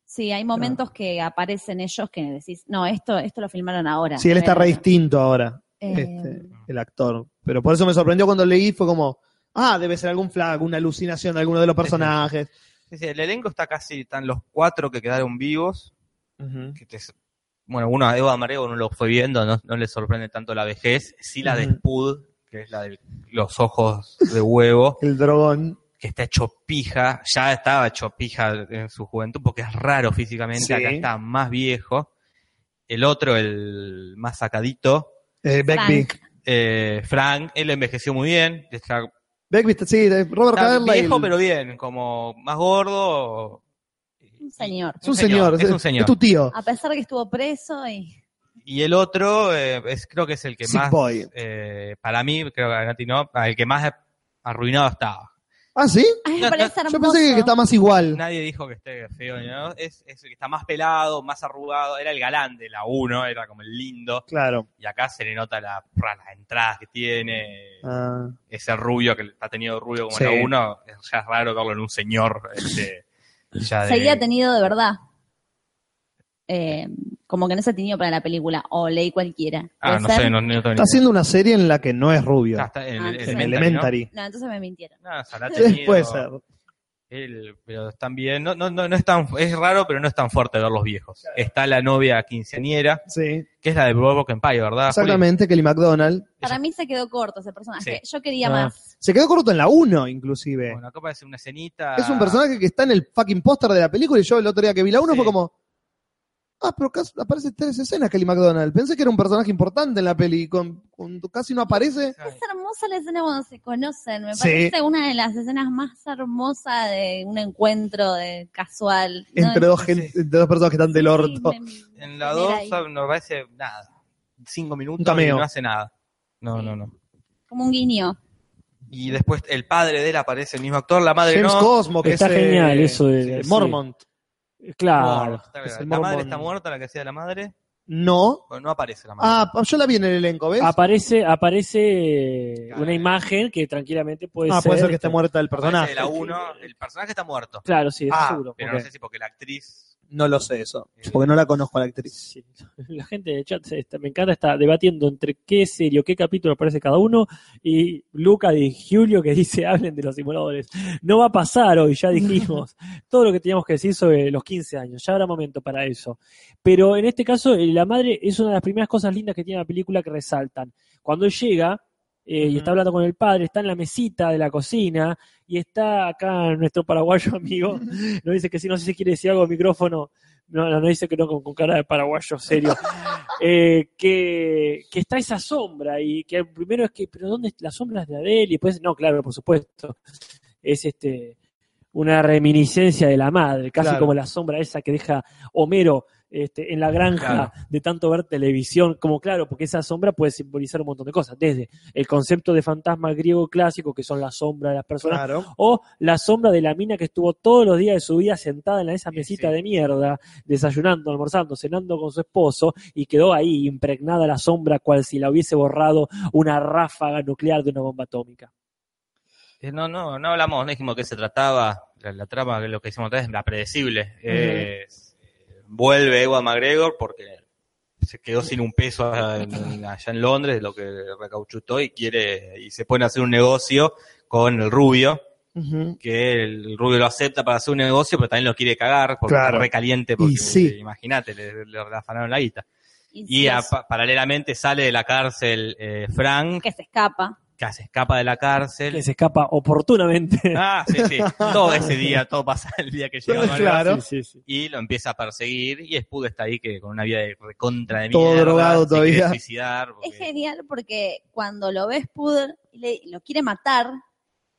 Speaker 4: Sí, hay momentos que aparecen ellos que decís, no, esto, esto lo filmaron ahora.
Speaker 1: Sí, él está
Speaker 4: Pero,
Speaker 1: re distinto ahora,
Speaker 4: eh,
Speaker 1: este, el actor. Pero por eso me sorprendió cuando leí, fue como, ah, debe ser algún flag, una alucinación de alguno de los personajes.
Speaker 2: Sí, sí, el elenco está casi, están los cuatro que quedaron vivos. que te- bueno, uno a Eva Amarego no lo fue viendo, no, no le sorprende tanto la vejez, sí la de
Speaker 1: Ujú.
Speaker 2: Spud, que es la de los ojos de huevo,
Speaker 1: El dragón.
Speaker 2: que está hecho pija, ya estaba hecho pija en su juventud, porque es raro físicamente,
Speaker 1: Sí.
Speaker 2: acá está más viejo. El otro, el más sacadito,
Speaker 1: Eh, Beckby.
Speaker 4: Frank.
Speaker 2: eh, Frank, él envejeció muy bien, está,
Speaker 1: Beckby, está- sí, de Robert
Speaker 2: está
Speaker 1: Carlyle.
Speaker 2: viejo pero bien, como más gordo.
Speaker 4: Un señor.
Speaker 1: Es un señor,
Speaker 2: es un señor.
Speaker 1: tu tío.
Speaker 4: A pesar que estuvo preso y...
Speaker 2: Y el otro, eh, es, creo que es el que
Speaker 1: Sick
Speaker 2: más,
Speaker 1: Boy.
Speaker 2: eh, para mí, creo que a Nati no, el que más arruinado estaba.
Speaker 1: ¿Ah, sí?
Speaker 4: Ay, me
Speaker 2: No, no,
Speaker 4: parece
Speaker 1: Yo
Speaker 4: hermoso.
Speaker 1: pensé que, que está más igual.
Speaker 2: Nadie dijo que esté feo, ¿no? Es, es el que está más pelado, más arrugado, era el galán de la 1, era como el lindo,
Speaker 1: Claro.
Speaker 2: y acá se le nota la, las entradas que tiene,
Speaker 1: Ah,
Speaker 2: ese rubio que ha tenido rubio como
Speaker 1: Sí.
Speaker 2: en la 1, ya es raro verlo en un señor, este, ya de-
Speaker 4: Seguía tenido de verdad. Eh, como que no se ha tenido para la película o leí cualquiera.
Speaker 2: Ah,
Speaker 4: Puede
Speaker 2: no
Speaker 4: ser.
Speaker 2: sé, no, no tengo
Speaker 1: está
Speaker 2: ni-
Speaker 1: haciendo una serie en la que no es rubio.
Speaker 2: Ah, está en
Speaker 4: Ah,
Speaker 2: el-
Speaker 4: sí.
Speaker 1: en
Speaker 2: Elementary, ¿no?
Speaker 1: Elementary.
Speaker 4: No, entonces me mintieron.
Speaker 2: No, o sea, la ha
Speaker 1: Eh,
Speaker 2: tenido-
Speaker 1: Puede ser.
Speaker 2: Él, pero están bien. No, no, no, no es tan, es raro, pero no es tan fuerte ver los viejos. Está la novia quinceañera,
Speaker 1: Sí.
Speaker 2: que es la de Bob Empire, ¿verdad? Juli?
Speaker 1: Exactamente, Kelly McDonald.
Speaker 4: Para mí se quedó corto ese personaje. Yo quería
Speaker 3: Ah.
Speaker 4: más.
Speaker 1: Se quedó corto en la 1, inclusive.
Speaker 2: Bueno, acá parece una escenita.
Speaker 1: Es un personaje que está en el fucking póster de la película y yo el otro día que vi la 1
Speaker 2: Sí.
Speaker 1: fue como... Ah, pero casi aparece en tres escenas Kelly McDonald. Pensé que era un personaje importante en la peli y con, con- casi no aparece.
Speaker 2: Ay,
Speaker 4: Es hermosa la escena cuando se conocen. Me
Speaker 1: Sí.
Speaker 4: parece una de las escenas más hermosas de un encuentro de casual. ¿no?
Speaker 1: Entre, dos gen- entre dos personas que están del
Speaker 4: Sí,
Speaker 1: orto.
Speaker 4: me- me
Speaker 2: En la
Speaker 4: genera ahí
Speaker 2: 2 no parece nada. Cinco minutos
Speaker 1: Un cameo.
Speaker 2: y no hace nada. No, no, no.
Speaker 4: Como un guiño.
Speaker 2: Y después el padre de él aparece el mismo actor, la madre
Speaker 1: James
Speaker 2: no.
Speaker 1: Cosmo, que
Speaker 3: Está
Speaker 1: es, eh,
Speaker 3: genial eso de-
Speaker 1: sí,
Speaker 3: sí.
Speaker 1: Mormont.
Speaker 3: Claro.
Speaker 2: Muerta,
Speaker 1: Ah, es el
Speaker 2: la madre
Speaker 1: Mormon.
Speaker 2: está muerta, la que hacía la madre.
Speaker 1: No.
Speaker 2: Bueno, no aparece la madre.
Speaker 1: Ah, yo la vi en el elenco, ¿ves? Ah,
Speaker 3: Aparece, aparece eh,
Speaker 2: Claro.
Speaker 3: una imagen que tranquilamente puede ser.
Speaker 1: Ah, puede ser que esté muerta el
Speaker 2: Aparece de
Speaker 1: personaje.
Speaker 2: la 1, el personaje está muerto.
Speaker 3: Claro, sí, eso
Speaker 1: Ah,
Speaker 3: seguro.
Speaker 2: Pero
Speaker 1: ok.
Speaker 2: no sé si porque la actriz.
Speaker 1: No lo sé eso, porque no la conozco a la actriz.
Speaker 3: Sí. La gente del chat se está- me encanta, está debatiendo entre qué serio, qué capítulo aparece cada uno. Y Luca y Julio que dice: hablen de los simuladores. No va a pasar hoy, ya dijimos todo lo que teníamos que decir sobre los 15 años. Ya habrá momento para eso. Pero en este caso, eh, la madre es una de las primeras cosas lindas que tiene la película que resaltan. Cuando él llega. eh, y está hablando con el padre, está en la mesita de la cocina y está acá nuestro paraguayo amigo. Nos dice que si no sé si quiere decir algo al micrófono, No, no, no dice que no con, con cara de paraguayo serio. Eh, que, que está esa sombra y que primero es que, pero ¿dónde es- la sombra es la de él? Y después, no, claro, por supuesto. Es este una reminiscencia de la madre, casi
Speaker 5: Claro.
Speaker 3: como la sombra esa que deja Homero este, en la granja
Speaker 2: Claro.
Speaker 3: de tanto ver televisión, como claro, porque esa sombra puede simbolizar un montón de cosas, desde el concepto de fantasma griego clásico, que son la sombra de las personas,
Speaker 1: Claro.
Speaker 3: o la sombra de la mina que estuvo todos los días de su vida sentada en la- esa
Speaker 2: Sí,
Speaker 3: mesita
Speaker 2: sí.
Speaker 3: de mierda, desayunando, almorzando, cenando con su esposo, y quedó ahí impregnada la sombra, cual si la hubiese borrado una ráfaga nuclear de una bomba atómica.
Speaker 2: Eh, No, no, no hablamos, no dijimos qué se trataba. La, la trama, lo que hicimos atrás es la predecible. Es, eh, vuelve Ewan McGregor porque se quedó sin un peso allá en, allá en Londres, lo que recauchutó y quiere, y se pone a hacer un negocio con el rubio,
Speaker 1: Ujú.
Speaker 2: que el rubio lo acepta para hacer un negocio, pero también lo quiere cagar porque
Speaker 1: Claro.
Speaker 2: está recaliente, porque
Speaker 1: Y sí.
Speaker 2: imagínate, le, le afanaron la guita.
Speaker 4: Y,
Speaker 2: Y a-
Speaker 4: es-
Speaker 2: pa- paralelamente sale de la cárcel eh, Frank,
Speaker 4: que se escapa.
Speaker 2: que se escapa de la cárcel.
Speaker 3: Que se escapa oportunamente.
Speaker 2: Ah, sí, sí. Todo ese día, todo pasa el día que llega. Manuel
Speaker 1: Claro.
Speaker 3: Sí, sí, sí.
Speaker 2: Y lo empieza a perseguir y Spud está ahí que con una vida de contra de
Speaker 1: Todo
Speaker 2: mierda,
Speaker 1: drogado
Speaker 2: se quiere
Speaker 1: todavía.
Speaker 2: suicidar. porque-
Speaker 4: Es genial porque cuando lo ves Puder, le- lo quiere matar.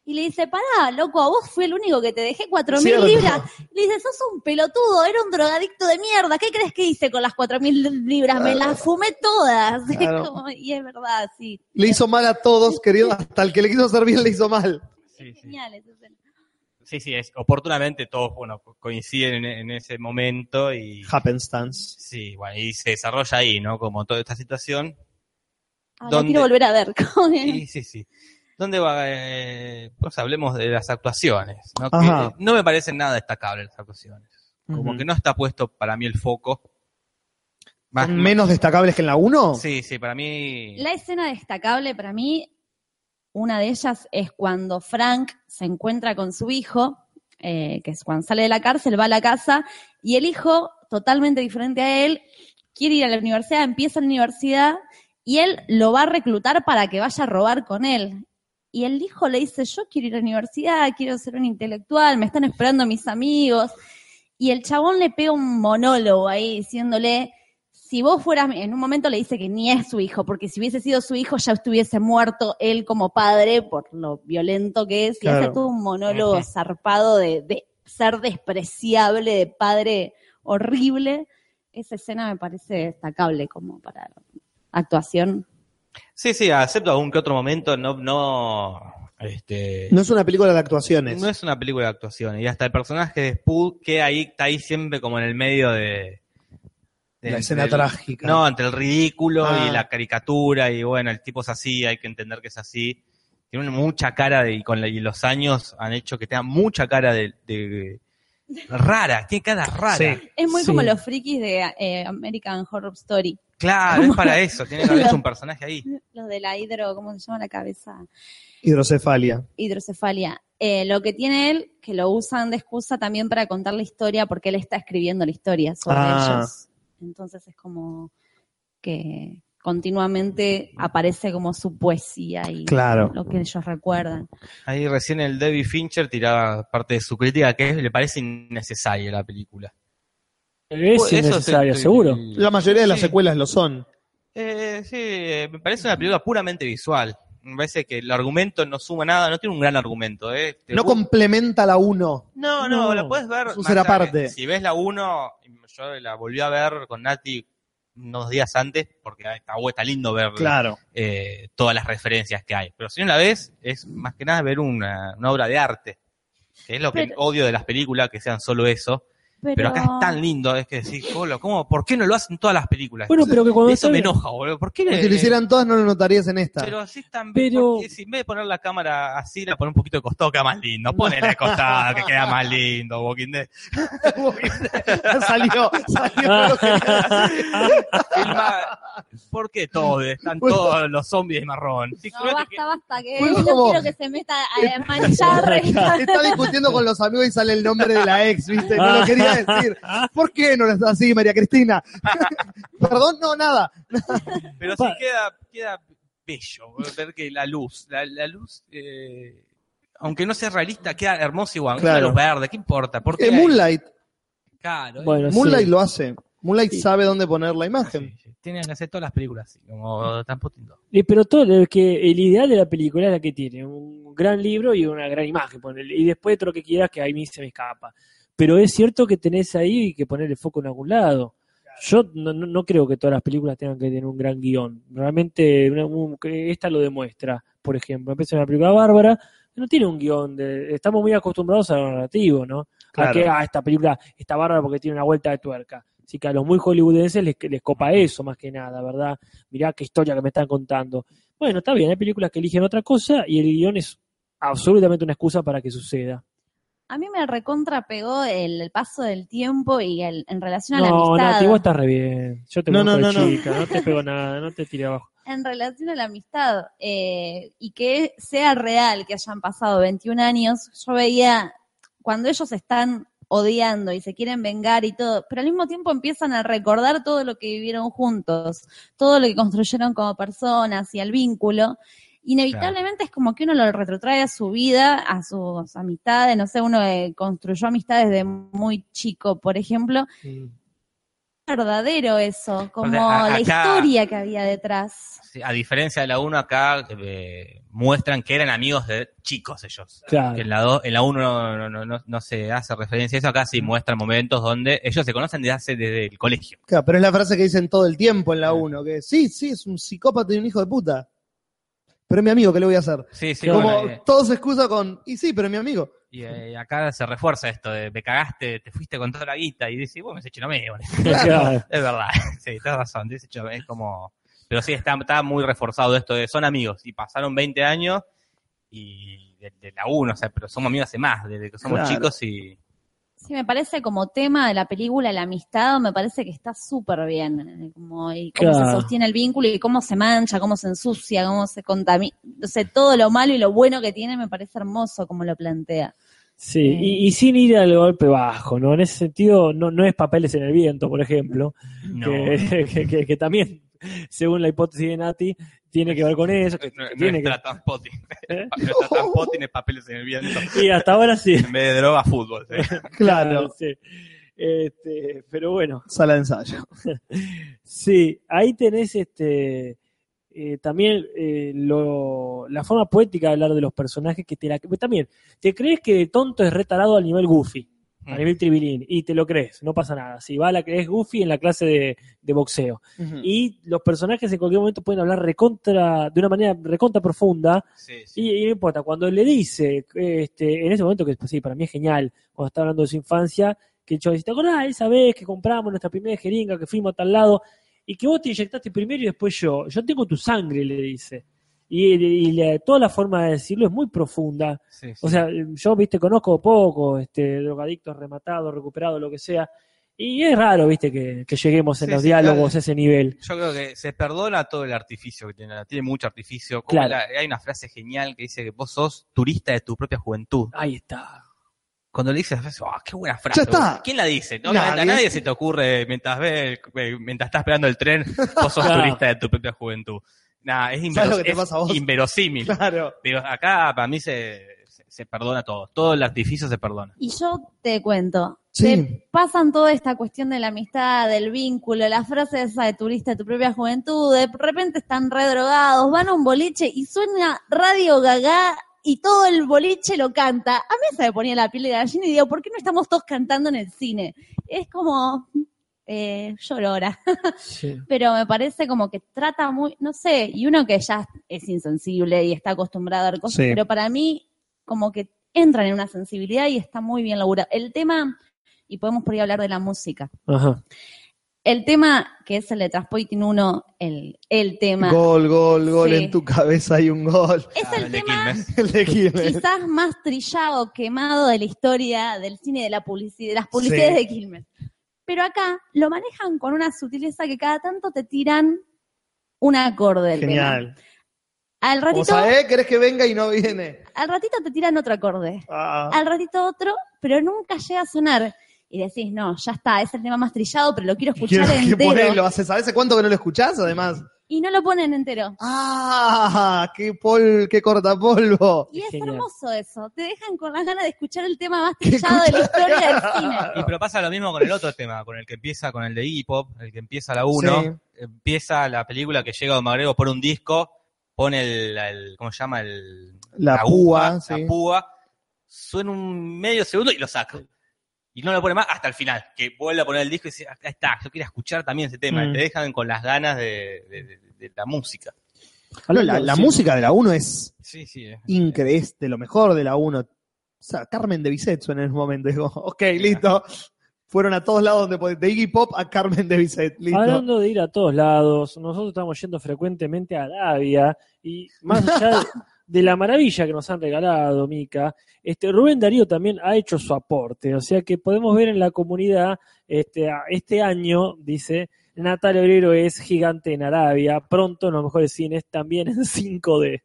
Speaker 4: Y le dice, pará, loco, a vos fui el único que te dejé cuatro mil
Speaker 1: Cierto.
Speaker 4: libras. Le dice, sos un pelotudo, era un drogadicto de mierda. ¿Qué crees que hice con las cuatro mil libras? Me las fumé todas. Es
Speaker 1: Claro.
Speaker 4: como- y es verdad, sí.
Speaker 1: Le hizo mal a todos, querido. Hasta el que le quiso hacer bien le hizo mal.
Speaker 2: Sí, sí.
Speaker 4: Genial esa escena.
Speaker 2: Sí, sí, es, oportunamente todos bueno, co- coinciden en, en ese momento y,
Speaker 1: Happenstance.
Speaker 2: sí, bueno, y se desarrolla ahí, ¿no? Como toda esta situación.
Speaker 4: Ah, la
Speaker 2: ¿Dónde?
Speaker 4: quiero volver a ver. Como que-
Speaker 2: Y, sí, sí. ¿Dónde va? eh, pues hablemos de las actuaciones, ¿no? Que,
Speaker 1: Ajá.
Speaker 2: eh, no me parecen nada destacables las actuaciones. Como
Speaker 1: Ujú.
Speaker 2: que no está puesto para mí el foco. Más-
Speaker 1: ¿Son menos destacables que en la 1?
Speaker 2: Sí, sí, para mí.
Speaker 4: La escena destacable para mí, una de ellas es cuando Frank se encuentra con su hijo, eh, que es cuando sale de la cárcel, va a la casa, y el hijo, totalmente diferente a él, quiere ir a la universidad, empieza la universidad, y él lo va a reclutar para que vaya a robar con él. Y el hijo le dice, yo quiero ir a la universidad, quiero ser un intelectual, me están esperando mis amigos. Y el chabón le pega un monólogo ahí diciéndole, si vos fueras, mi-". en un momento le dice que ni es su hijo, porque si hubiese sido su hijo ya estuviese muerto él como padre por lo violento que es, y
Speaker 1: Claro.
Speaker 4: hace todo un monólogo
Speaker 2: Ujú.
Speaker 4: zarpado de, de ser despreciable, de padre horrible. Esa escena me parece destacable como para actuación.
Speaker 2: Sí, sí, acepto algún que otro momento, no, no, este,
Speaker 1: No es una película de actuaciones.
Speaker 2: no es una película de actuación. Y hasta el personaje de Spud que ahí está ahí siempre como en el medio de, de-
Speaker 1: La escena
Speaker 2: entre el-
Speaker 1: trágica.
Speaker 2: No, entre el ridículo
Speaker 1: Ah.
Speaker 2: y la caricatura y bueno, el tipo es así, hay que entender que es así. Tiene una- mucha cara de, y con la- y los años han hecho que tenga mucha cara de, de- rara, tiene cara rara.
Speaker 1: Sí.
Speaker 4: Es muy
Speaker 3: Sí.
Speaker 4: como los frikis de eh, American Horror Story,
Speaker 2: Claro, es para eso, tiene que haber hecho un personaje ahí.
Speaker 4: los de la hidro, ¿cómo se llama la cabeza?
Speaker 1: Hidrocefalia.
Speaker 4: hidrocefalia. Eh, lo que tiene él, que lo usan de excusa también para contar la historia, porque él está escribiendo la historia sobre
Speaker 1: Ah.
Speaker 4: ellos. Entonces es como que continuamente aparece como su poesía y
Speaker 1: Claro.
Speaker 4: lo que ellos recuerdan.
Speaker 2: Ahí recién el David Fincher tiraba parte de su crítica que es- le parece innecesaria la película.
Speaker 3: Es
Speaker 2: Eso
Speaker 3: innecesario,
Speaker 2: estoy-
Speaker 3: seguro.
Speaker 1: La mayoría de las
Speaker 2: Sí.
Speaker 1: secuelas lo son.
Speaker 2: Eh, sí, eh, me parece una película puramente visual. Me parece que el argumento no suma nada, no tiene un gran argumento. eh. Te
Speaker 1: No
Speaker 2: gu-
Speaker 1: complementa la 1.
Speaker 2: no, no,
Speaker 3: No,
Speaker 2: la puedes ver.
Speaker 1: es un
Speaker 2: más
Speaker 1: ser
Speaker 2: allá que-
Speaker 1: aparte.
Speaker 2: Si ves la 1, yo la volví a ver con Nati unos días antes, porque ah, está, bu- está lindo ver
Speaker 1: Claro.
Speaker 2: eh, todas las referencias que hay. Pero si no la ves, es más que nada ver una, una obra de arte. Que es lo que
Speaker 4: Pero-
Speaker 2: odio de las películas, que sean solo eso.
Speaker 4: Pero,
Speaker 2: Pero acá es tan lindo, es que decir, "Colo, ¿cómo, ¿por qué no lo hacen todas las películas?
Speaker 3: Bueno, pero que cuando
Speaker 2: Eso
Speaker 3: está-
Speaker 2: me enoja, boludo. ¿Por qué le-
Speaker 1: Si lo hicieran todas, no lo notarías en esta.
Speaker 2: Pero así tan
Speaker 3: Pero-
Speaker 2: pero... si en vez de poner la cámara así, la pone un poquito de costado, queda más lindo. Ponela de costado, que queda más lindo, Walking Dead.
Speaker 1: salió, salió. lo que quería decir.
Speaker 2: Filma- ¿Por qué todos? Están todos los zombies de marrón. Si
Speaker 4: No,
Speaker 2: creo que-
Speaker 4: basta, basta, que
Speaker 1: Fue
Speaker 4: no
Speaker 1: como-
Speaker 4: quiero que se meta a manchar. esta-
Speaker 1: Está discutiendo con los amigos y sale el nombre de la ex, ¿viste? No lo quería decir. ¿Por qué no lo estás así, María Cristina? Perdón, no, nada.
Speaker 2: Pero sí queda, queda bello ver que la luz, la, la luz, eh, aunque no sea realista, queda hermosa igual. Es una
Speaker 1: Claro.
Speaker 2: luz verde, ¿qué importa? ¿Por qué
Speaker 1: Eh,
Speaker 2: hay-
Speaker 1: Moonlight.
Speaker 2: Claro.
Speaker 3: Bueno,
Speaker 1: Moonlight
Speaker 3: sí.
Speaker 1: lo hace. Moonlight
Speaker 3: Sí.
Speaker 1: sabe dónde poner la imagen.
Speaker 2: Sí, sí. Tienen que hacer todas las películas así, como Rasputin 2.
Speaker 3: Eh, pero todo el que el ideal de la película es la que tiene un gran libro y una gran imagen ponele. y después todo lo que quieras que a mí se me escapa pero es cierto que tenés ahí que poner el foco en algún lado yo no, no- no creo que todas las películas tengan que tener un gran guión realmente una- un- que esta lo demuestra por ejemplo empieza una película bárbara no tiene un guión de- estamos muy acostumbrados a lo narrativo no a
Speaker 1: Claro.
Speaker 3: que ah, esta película está bárbara porque tiene una vuelta de tuerca así que a los muy hollywoodenses les, les copa eso más que nada verdad mirá qué historia que me están contando. Bueno, está bien, hay películas que eligen otra cosa y el guión es absolutamente una excusa para que suceda.
Speaker 4: A mí me recontra pegó el, el paso del tiempo y el, en relación a la
Speaker 3: No,
Speaker 4: amistad.
Speaker 3: Nati, vos estás re bien. Yo te
Speaker 1: No,
Speaker 3: conozco
Speaker 1: no,
Speaker 3: de
Speaker 1: no, no.
Speaker 3: chica, no. te pego nada, no te tiré abajo.
Speaker 4: En relación a la amistad eh, y que sea real que hayan pasado 21 años, yo veía cuando ellos están odiando y se quieren vengar y todo, pero al mismo tiempo empiezan a recordar todo lo que vivieron juntos, todo lo que construyeron como personas y el vínculo. Inevitablemente es como que uno lo retrotrae a su vida, a sus amistades, no sé, uno eh, construyó amistades de muy chico, por ejemplo. Verdadero eso, como
Speaker 2: a-
Speaker 4: la
Speaker 2: acá-
Speaker 4: historia que había detrás.
Speaker 2: Sí, A diferencia de la 1, acá eh, muestran que eran amigos de chicos ellos.
Speaker 3: Claro.
Speaker 2: Que en la do- en la 1 no, no- no- no- no se hace referencia a eso, acá sí muestran momentos donde ellos se conocen desde hace desde el colegio.
Speaker 1: Claro, pero es la frase que dicen todo el tiempo en la 1, que sí, sí, es un psicópata y un hijo de puta. Pero es mi amigo, ¿qué le voy a hacer?
Speaker 2: Sí, sí,
Speaker 1: Como
Speaker 2: bueno, eh,
Speaker 1: todo se excusa con, y sí, pero es mi amigo.
Speaker 2: y, eh, acá se refuerza esto de me cagaste, te fuiste con toda la guita y dices, bueno, me hecho me
Speaker 3: Claro.
Speaker 2: Es verdad, sí, tienes razón, dice Chava, es como... Pero sí, está, está muy reforzado esto de son amigos y pasaron 20 años y de, de la 1, o sea, pero somos amigos hace más, desde que somos
Speaker 1: Claro.
Speaker 2: chicos y...
Speaker 4: Sí, me parece como tema de la película La amistad, me parece que está súper bien. eh, Como, y cómo se
Speaker 3: Claro.
Speaker 4: sostiene el vínculo y cómo se mancha, cómo se ensucia, cómo se contamina. O sea, todo lo malo y lo bueno que tiene me parece hermoso como lo plantea.
Speaker 3: Sí, y, y sin ir al golpe bajo, ¿no? En ese sentido, no, no es papeles en el viento, por ejemplo,
Speaker 2: No.
Speaker 3: que, que- que- que también, según la hipótesis de Nati, tiene que ver con eso. que- que
Speaker 2: No, no
Speaker 3: tiene
Speaker 2: es
Speaker 3: que-
Speaker 2: Tratampotin.
Speaker 3: ¿Eh?
Speaker 2: No es Tratampotin, es papeles en el viento.
Speaker 3: Y hasta ahora sí.
Speaker 2: En vez de droga, fútbol. sí.
Speaker 1: Claro,
Speaker 3: Sí. Este, pero bueno,
Speaker 1: sala de ensayo.
Speaker 3: Sí, ahí tenés este eh, también eh, lo- la forma poética de hablar de los personajes que te la pues, también te crees que tonto es retarado al nivel Goofy, a nivel tribilín y te lo crees, no pasa nada. Si va a la que es Goofy en la clase de, de boxeo y los personajes en cualquier momento pueden hablar recontra de una manera recontra profunda
Speaker 2: Sí, sí.
Speaker 3: y, y no importa, cuando le dice, este, en ese momento que pues, sí, para mí es genial, cuando está hablando de su infancia, que el chabón dice, ¿te acordás esa vez que compramos nuestra primera jeringa, que fuimos a tal lado, y que vos te inyectaste primero y después yo? Yo tengo tu sangre, le dice. Y, y la- toda la forma de decirlo es muy profunda.
Speaker 2: Sí, sí.
Speaker 3: O sea, yo, viste, conozco poco, este, drogadictos, rematados, recuperados, lo que sea. Y es raro, viste, que, que lleguemos en
Speaker 2: Sí,
Speaker 3: los
Speaker 2: sí,
Speaker 3: diálogos
Speaker 2: claro.
Speaker 3: a ese nivel.
Speaker 2: Yo creo que se perdona todo el artificio que tiene. Tiene mucho artificio. Como
Speaker 3: Claro.
Speaker 2: la- hay una frase genial que dice que vos sos turista de tu propia juventud.
Speaker 3: Ahí está.
Speaker 2: Cuando le dices, "Ah, qué buena frase.
Speaker 1: Ya está.
Speaker 2: ¿Quién la dice? No,
Speaker 1: Nadie.
Speaker 2: A nadie se te ocurre mientras ves, eh, mientras estás esperando el tren, vos sos
Speaker 3: Claro.
Speaker 2: turista de tu propia juventud. Nah, es,
Speaker 1: ¿Sabes lo
Speaker 2: invero-
Speaker 1: que te
Speaker 2: es
Speaker 1: pasa a vos?
Speaker 2: inverosímil.
Speaker 1: Claro.
Speaker 2: Pero acá para mí se, se, se perdona todo. Todo el artificio se perdona.
Speaker 4: Y yo te cuento,
Speaker 1: Sí.
Speaker 4: te pasan toda esta cuestión de la amistad, del vínculo, la frase esa de turista de tu propia juventud, de repente están redrogados, van a un boliche y suena Radio Gagá y todo el boliche lo canta. A mí se me ponía la piel de gallina y digo, ¿por qué no estamos todos cantando en el cine? Es como... Eh, lloro ahora. Pero me parece como que trata muy, no sé, y uno que ya es insensible y está acostumbrado a ver cosas,
Speaker 1: Sí.
Speaker 4: pero para mí como que entran en una sensibilidad y está muy bien laburado. El tema, y podemos por ahí hablar de la música,
Speaker 3: Ajá.
Speaker 4: el tema que es el de Transpoiting 1, el, el tema,
Speaker 1: Gol, gol, gol,
Speaker 4: Sí.
Speaker 1: en tu cabeza hay un gol.
Speaker 4: es
Speaker 2: Ah,
Speaker 4: el
Speaker 2: el de
Speaker 4: tema
Speaker 2: Quilmes.
Speaker 1: El de Quilmes.
Speaker 4: quizás más trillado, quemado de la historia del cine, de, la publici- de las
Speaker 1: Sí.
Speaker 4: publicidades de Quilmes. Pero acá lo manejan con una sutileza que cada tanto te tiran un acorde del tema.
Speaker 1: Genial.
Speaker 4: Al ratito,
Speaker 1: ¿Vos sabés? ¿Querés que venga y no viene?
Speaker 4: al ratito te tiran otro acorde,
Speaker 1: Ah,
Speaker 4: al ratito otro, pero nunca llega a sonar. Y decís, no, ya está, es el tema más trillado, pero lo quiero escuchar
Speaker 1: quiero que
Speaker 4: entero.
Speaker 1: ponelo. ¿Hace- ¿Sabés hace cuánto que no lo escuchás, además?
Speaker 4: y no lo ponen entero.
Speaker 1: ¡Ah! ¡Qué, pol, qué cortapolvo!
Speaker 4: Y es
Speaker 3: Genial.
Speaker 4: hermoso eso. Te dejan con las ganas de escuchar el tema más
Speaker 1: ¿Qué
Speaker 4: trillado de la
Speaker 1: escuchás?
Speaker 4: historia del cine.
Speaker 2: Y pero pasa lo mismo con el otro tema, con el que empieza con el de hip hop, el que empieza la 1, empieza la película que llega Don Magrego por un disco, pone el, el- ¿cómo se llama? El,
Speaker 1: La
Speaker 2: uva,
Speaker 1: púa, sí.
Speaker 2: la púa, suena un medio segundo y lo saca. Y no lo pone más hasta el final, que vuelve a poner el disco y dice, "Ah, ahí está, yo quiero escuchar también ese tema.
Speaker 1: Mm.
Speaker 2: Y te dejan con las ganas de, de- de- de la música.
Speaker 1: No, la, la
Speaker 3: Sí.
Speaker 1: música de la 1 es
Speaker 2: Sí, sí.
Speaker 1: increíble, es de lo mejor de la 1. O sea, Carmen de Bizet suena en ese momento. Digo, ok, listo. Fueron a todos lados de, de Iggy Pop a Carmen de Bizet. Listo.
Speaker 3: Hablando de ir a todos lados, nosotros estamos yendo frecuentemente a Arabia y más allá de, de la maravilla que nos han regalado, Mica, este, Rubén Darío también ha hecho su aporte. O sea que podemos ver en la comunidad, este, a- este año, dice, Natalia Obrero es gigante en Arabia, pronto en los mejores cines, también en 5D.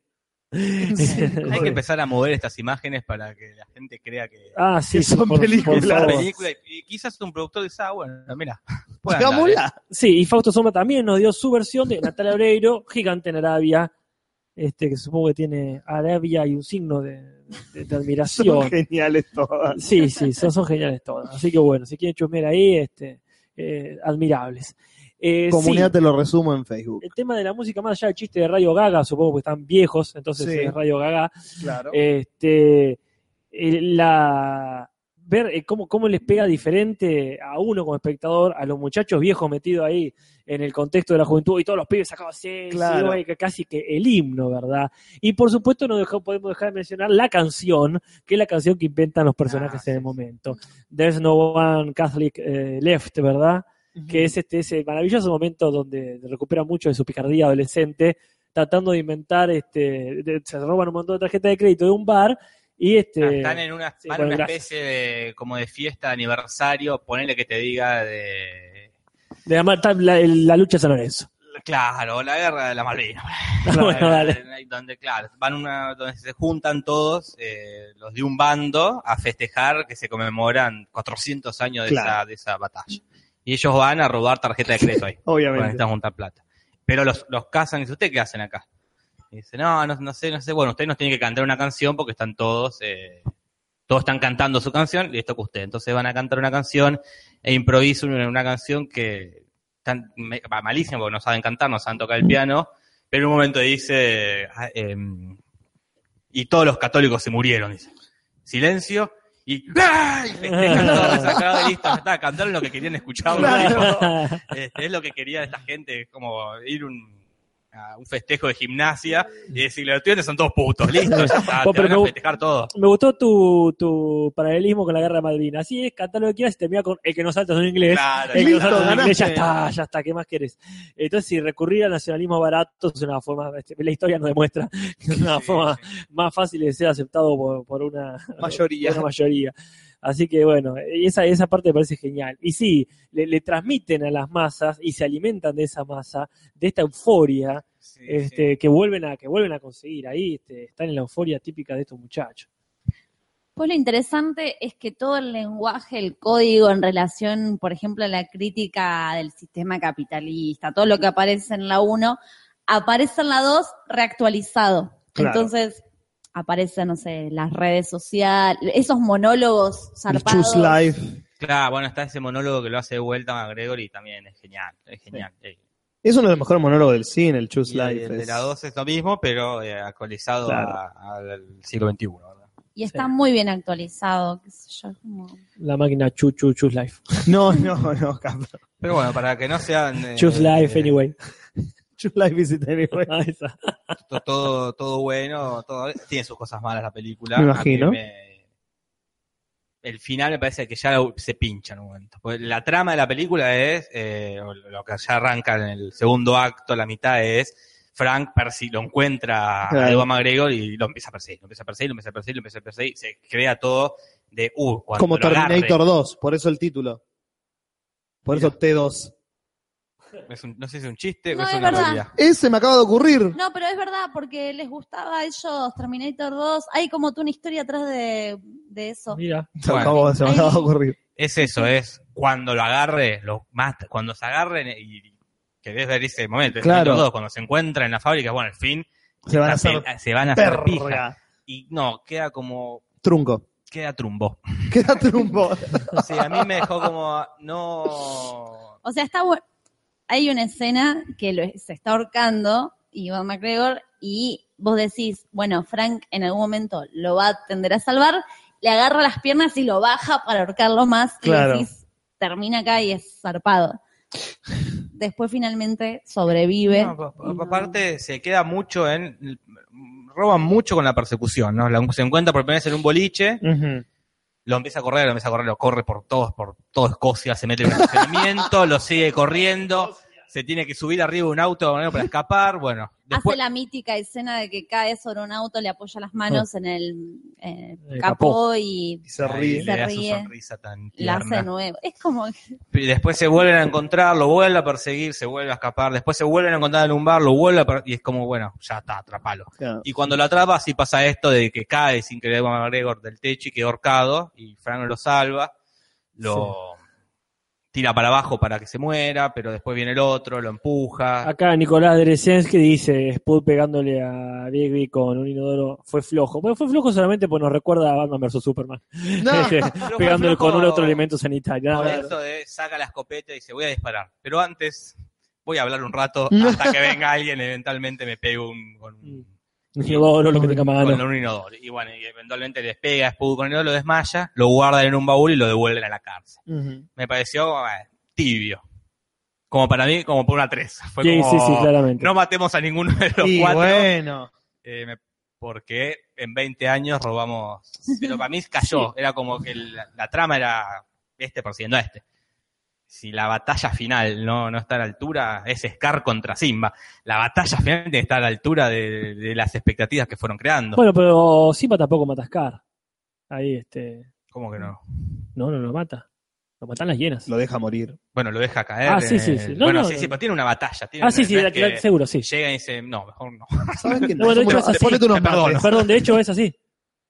Speaker 2: Hay que empezar a mover estas imágenes para que la gente crea que
Speaker 3: ah, sí,
Speaker 1: Que son
Speaker 3: por- por
Speaker 1: películas.
Speaker 2: la
Speaker 3: favor.
Speaker 2: película y, y quizás un productor dice, ah, bueno, mira, puedan darle".
Speaker 1: Digámosla.
Speaker 3: Sí, y Fausto Sombra también nos dio su versión de Natalia Oreiro, gigante en Arabia, este que supongo que tiene Arabia y un signo de, de- de
Speaker 1: Son
Speaker 3: admiración.
Speaker 1: geniales todas.
Speaker 3: Sí, sí, son, son geniales todas. Así que bueno, si quieren chusmear ahí, este, eh, admirables. Eh,
Speaker 1: Comunidad
Speaker 3: sí,
Speaker 1: te
Speaker 3: Eh,
Speaker 1: lo resumo en Facebook.
Speaker 3: el tema de la música, más allá del chiste de Radio Gaga, supongo que están viejos, entonces
Speaker 1: Sí.
Speaker 3: es Radio Gaga.
Speaker 1: Claro.
Speaker 3: Este, el- la, ver eh, cómo, cómo les pega diferente a uno como espectador, a los muchachos viejos metidos ahí en el contexto de la juventud y todos los pibes sacados así,
Speaker 1: Claro.
Speaker 3: sí, güey, que casi que el himno, ¿verdad? Y por supuesto no dejó- podemos dejar de mencionar la canción, que es la canción que inventan los personajes
Speaker 2: Ah, sí,
Speaker 3: en el
Speaker 2: sí.
Speaker 3: momento. There's no one Catholic eh, left, ¿verdad? que es este ese maravilloso momento donde recupera mucho de su picardía adolescente, tratando de inventar, este, de- se roban un montón de tarjetas de crédito de un bar y este.
Speaker 2: Ah, están en una,
Speaker 3: sí,
Speaker 2: van a
Speaker 3: bueno,
Speaker 2: una
Speaker 3: gracias.
Speaker 2: especie de, como de fiesta de aniversario, ponele que te diga de...
Speaker 3: de llamar tal- la, la lucha de San Lorenzo.
Speaker 2: Claro, la guerra de la Malvinas.
Speaker 3: Bueno, dale.
Speaker 2: Donde, claro, van una, donde se juntan todos eh, los de un bando a festejar que se conmemoran 400 años de,
Speaker 1: Claro.
Speaker 2: esa, de esa batalla. Y ellos van a robar tarjeta de crédito ahí. Bueno,
Speaker 1: Obviamente.
Speaker 2: necesitan juntar plata. Pero los, los cazan y dice, ¿usted qué hacen acá? Y dice, no, no, no sé, no sé. Bueno, usted nos tiene que cantar una canción porque están todos, eh, todos están cantando su canción y esto que usted. Entonces van a cantar una canción e improvisan una, una canción que tan, me- va, malísima porque no saben cantar, no saben tocar el piano. Pero en un momento dice, ah, em, y todos los católicos se murieron, dice. Silencio. Y, ¡ah! y festejan todos acá, listo, ya está, cantaron lo que querían escuchar. dijo. Este, es lo que quería esta gente, es como ir un, a un festejo de gimnasia y decirle, los estudiantes son todos putos, listo, ya está,
Speaker 3: No,
Speaker 2: te
Speaker 3: pero
Speaker 2: van
Speaker 3: me
Speaker 2: a
Speaker 3: gu-
Speaker 2: festejar todos.
Speaker 3: Me gustó tu, tu paralelismo con la guerra de Malvinas. Así es, cantá lo que quieras y termina con el que no salta es un inglés.
Speaker 2: Claro,
Speaker 3: El que no
Speaker 1: Listo,
Speaker 3: salta es un inglés, ya
Speaker 1: ganaste.
Speaker 3: está, ya está, ¿qué más querés? Entonces, si recurrir al nacionalismo barato es una forma, este, la historia nos demuestra que es una
Speaker 2: Sí,
Speaker 3: forma
Speaker 2: sí.
Speaker 3: más fácil de ser aceptado por, por una
Speaker 1: Mayoría.
Speaker 3: por una mayoría. Así que bueno, esa, esa parte me parece genial. Y sí, le, le transmiten a las masas y se alimentan de esa masa, de esta euforia
Speaker 2: Sí,
Speaker 3: este,
Speaker 2: sí.
Speaker 3: que vuelven a que vuelven a conseguir. Ahí este, están en la euforia típica de estos muchachos.
Speaker 4: Pues lo interesante es que todo el lenguaje, el código en relación, por ejemplo, a la crítica del sistema capitalista, todo lo que aparece en la 1, aparece en la 2 reactualizado.
Speaker 1: Claro.
Speaker 4: Entonces aparecen, no sé, las redes sociales, esos monólogos
Speaker 1: El
Speaker 4: zarpados.
Speaker 1: Choose Life.
Speaker 2: Claro, bueno, está ese monólogo que lo hace de vuelta a Gregory y también es genial, es genial. Eh,
Speaker 1: Es uno de los mejores monólogos del cine, el Choose
Speaker 2: Y el,
Speaker 1: Life.
Speaker 2: el de
Speaker 1: es-
Speaker 2: la 2 es lo mismo, pero eh, actualizado
Speaker 1: Claro.
Speaker 2: a- al siglo XXI. ¿verdad?
Speaker 4: Y está muy bien actualizado, qué sé yo, como...
Speaker 3: La máquina Chu Chu Chus Life.
Speaker 1: No, no, no, cabrón.
Speaker 2: Pero bueno, para que no sean... eh,
Speaker 3: Chus Life
Speaker 2: eh,
Speaker 3: anyway.
Speaker 1: Choose Life is it anyway.
Speaker 3: Ah, esa.
Speaker 2: to- todo, todo bueno, todo, tiene sus cosas malas la película.
Speaker 1: Me
Speaker 2: A mí
Speaker 1: imagino.
Speaker 2: me- el final me parece que ya se pincha en un momento. Porque La trama de la película es, eh, o lo que ya arranca en el segundo acto, la mitad es, Frank persi- lo encuentra a
Speaker 1: Claro.
Speaker 2: Ewan McGregor y lo empieza a perseguir, lo empieza a perseguir, lo empieza a perseguir, lo empieza a perseguir, se crea todo de, uh, cuando
Speaker 1: Como
Speaker 2: lo agarre,
Speaker 1: Terminator 2, por eso el título. Por eso T2.
Speaker 2: es un- no sé si es un chiste
Speaker 4: No,
Speaker 2: o es
Speaker 4: es
Speaker 2: una
Speaker 4: verdad.
Speaker 2: realidad.
Speaker 1: Ese me acaba de ocurrir.
Speaker 4: No, pero es verdad, porque les gustaba a ellos Terminator 2. Hay como tú una historia atrás de, de eso.
Speaker 3: Mira.
Speaker 1: Se,
Speaker 2: Bueno.
Speaker 1: acabó, se me
Speaker 4: Ahí-
Speaker 1: acaba de ocurrir.
Speaker 2: Es eso, es cuando lo agarre, lo mata, cuando se agarren y que desde ese momento,
Speaker 1: Claro.
Speaker 2: claro. todos cuando se encuentran en la fábrica, bueno, al fin
Speaker 1: Se van a
Speaker 2: se,
Speaker 1: hacer
Speaker 2: se van a hacer pija.
Speaker 1: perra.
Speaker 2: Y no, queda como,
Speaker 1: Trunco.
Speaker 2: queda trumbo.
Speaker 1: Queda trumbo.
Speaker 2: Sí, a mí me dejó como, no...
Speaker 4: O sea, está bu- hay una escena que lo- se está ahorcando Iván McGregor y vos decís, bueno, Frank en algún momento lo va a tender a salvar, le agarra las piernas y lo baja para ahorcarlo más
Speaker 1: Claro.
Speaker 4: y decís, termina acá y es zarpado. Después finalmente
Speaker 1: ¿Eh?
Speaker 4: sobrevive.
Speaker 2: No, pa- pa- aparte se queda mucho en... Roban mucho con la persecución, ¿no? La- se encuentra por primera vez en un boliche,
Speaker 3: Ujú.
Speaker 2: lo empieza a correr, lo empieza a correr, lo corre por todos, por toda Escocia, se mete en un estacionamiento, lo sigue corriendo, se tiene que subir arriba de un auto para escapar, bueno.
Speaker 4: Hace
Speaker 2: Después,
Speaker 4: la mítica escena de que cae sobre un auto, le apoya las manos en el, eh,
Speaker 3: El
Speaker 4: capó,
Speaker 3: capó.
Speaker 4: y
Speaker 1: Y se
Speaker 2: Ahí
Speaker 1: ríe.
Speaker 2: le
Speaker 4: Se
Speaker 2: da su
Speaker 4: ríe.
Speaker 2: sonrisa tan
Speaker 4: la hace de
Speaker 2: tierna.
Speaker 4: nuevo. Es como
Speaker 2: Y después se vuelven a encontrar, lo vuelve a perseguir, se vuelve a escapar, después se vuelven a encontrar en un bar, lo vuelve a per- y es como, bueno, ya está, atrapalo.
Speaker 1: Claro.
Speaker 2: Y cuando lo atrapa, sí pasa esto de que cae sin querer con McGregor del techo y queda ahorcado, y Frank lo salva, lo tira para abajo para que se muera, pero después viene el otro, lo empuja.
Speaker 3: Acá Nicolás Deresensky dice, Spud pegándole a Bigby con un inodoro fue flojo. Bueno, fue flojo solamente porque nos recuerda a Batman vs. Superman.
Speaker 1: No.
Speaker 3: Este, pegándole
Speaker 2: flojo-
Speaker 3: con un otro elemento sanitario.
Speaker 2: Por
Speaker 3: Nada más.
Speaker 2: eso de saca la escopeta y dice, voy a disparar. Pero antes, voy a hablar un rato
Speaker 1: No.
Speaker 2: hasta que venga alguien, eventualmente me pego un, con
Speaker 3: Mm.
Speaker 2: un-
Speaker 3: Un inodoro, lo que tenga a mano.
Speaker 2: con un inodoro. Y bueno, y eventualmente les pega, a Spud con el inodoro, lo desmaya, lo guardan en un baúl y lo devuelven a la cárcel.
Speaker 1: Ujú.
Speaker 2: Me pareció eh, tibio. Como para mí, como por una tres. Fue
Speaker 3: Sí,
Speaker 2: como,
Speaker 3: sí, sí, claramente.
Speaker 2: no matemos a ninguno de los
Speaker 1: Y
Speaker 2: cuatro.
Speaker 1: bueno.
Speaker 2: eh, me- porque en 20 años robamos. Pero para mí cayó. Era como que la, la trama era este persiguiendo a este. Si la batalla final no, no está a la altura, es Scar contra Simba. La batalla final tiene que estar a la altura de, de las expectativas que fueron creando.
Speaker 3: Bueno, pero Simba tampoco mata a Scar. Ahí, este...
Speaker 2: ¿Cómo que no?
Speaker 3: No, no lo mata. Lo matan las hienas.
Speaker 1: Lo deja morir.
Speaker 2: Bueno, lo deja caer.
Speaker 3: Ah, sí,
Speaker 2: eh,
Speaker 3: sí, sí. No,
Speaker 2: bueno,
Speaker 3: no,
Speaker 2: sí,
Speaker 3: no.
Speaker 2: sí, pero tiene una batalla. Tiene
Speaker 3: Ah, sí,
Speaker 2: no
Speaker 3: sí,
Speaker 2: es
Speaker 3: la-
Speaker 2: que
Speaker 3: la- seguro, sí.
Speaker 2: Llega y dice, no, mejor no.
Speaker 1: ¿Sabes qué?
Speaker 3: No, bueno, de hecho,
Speaker 1: Bueno,
Speaker 3: es así.
Speaker 1: ponete unos
Speaker 2: Te perdono.
Speaker 1: mates.
Speaker 3: Perdón, de hecho es así.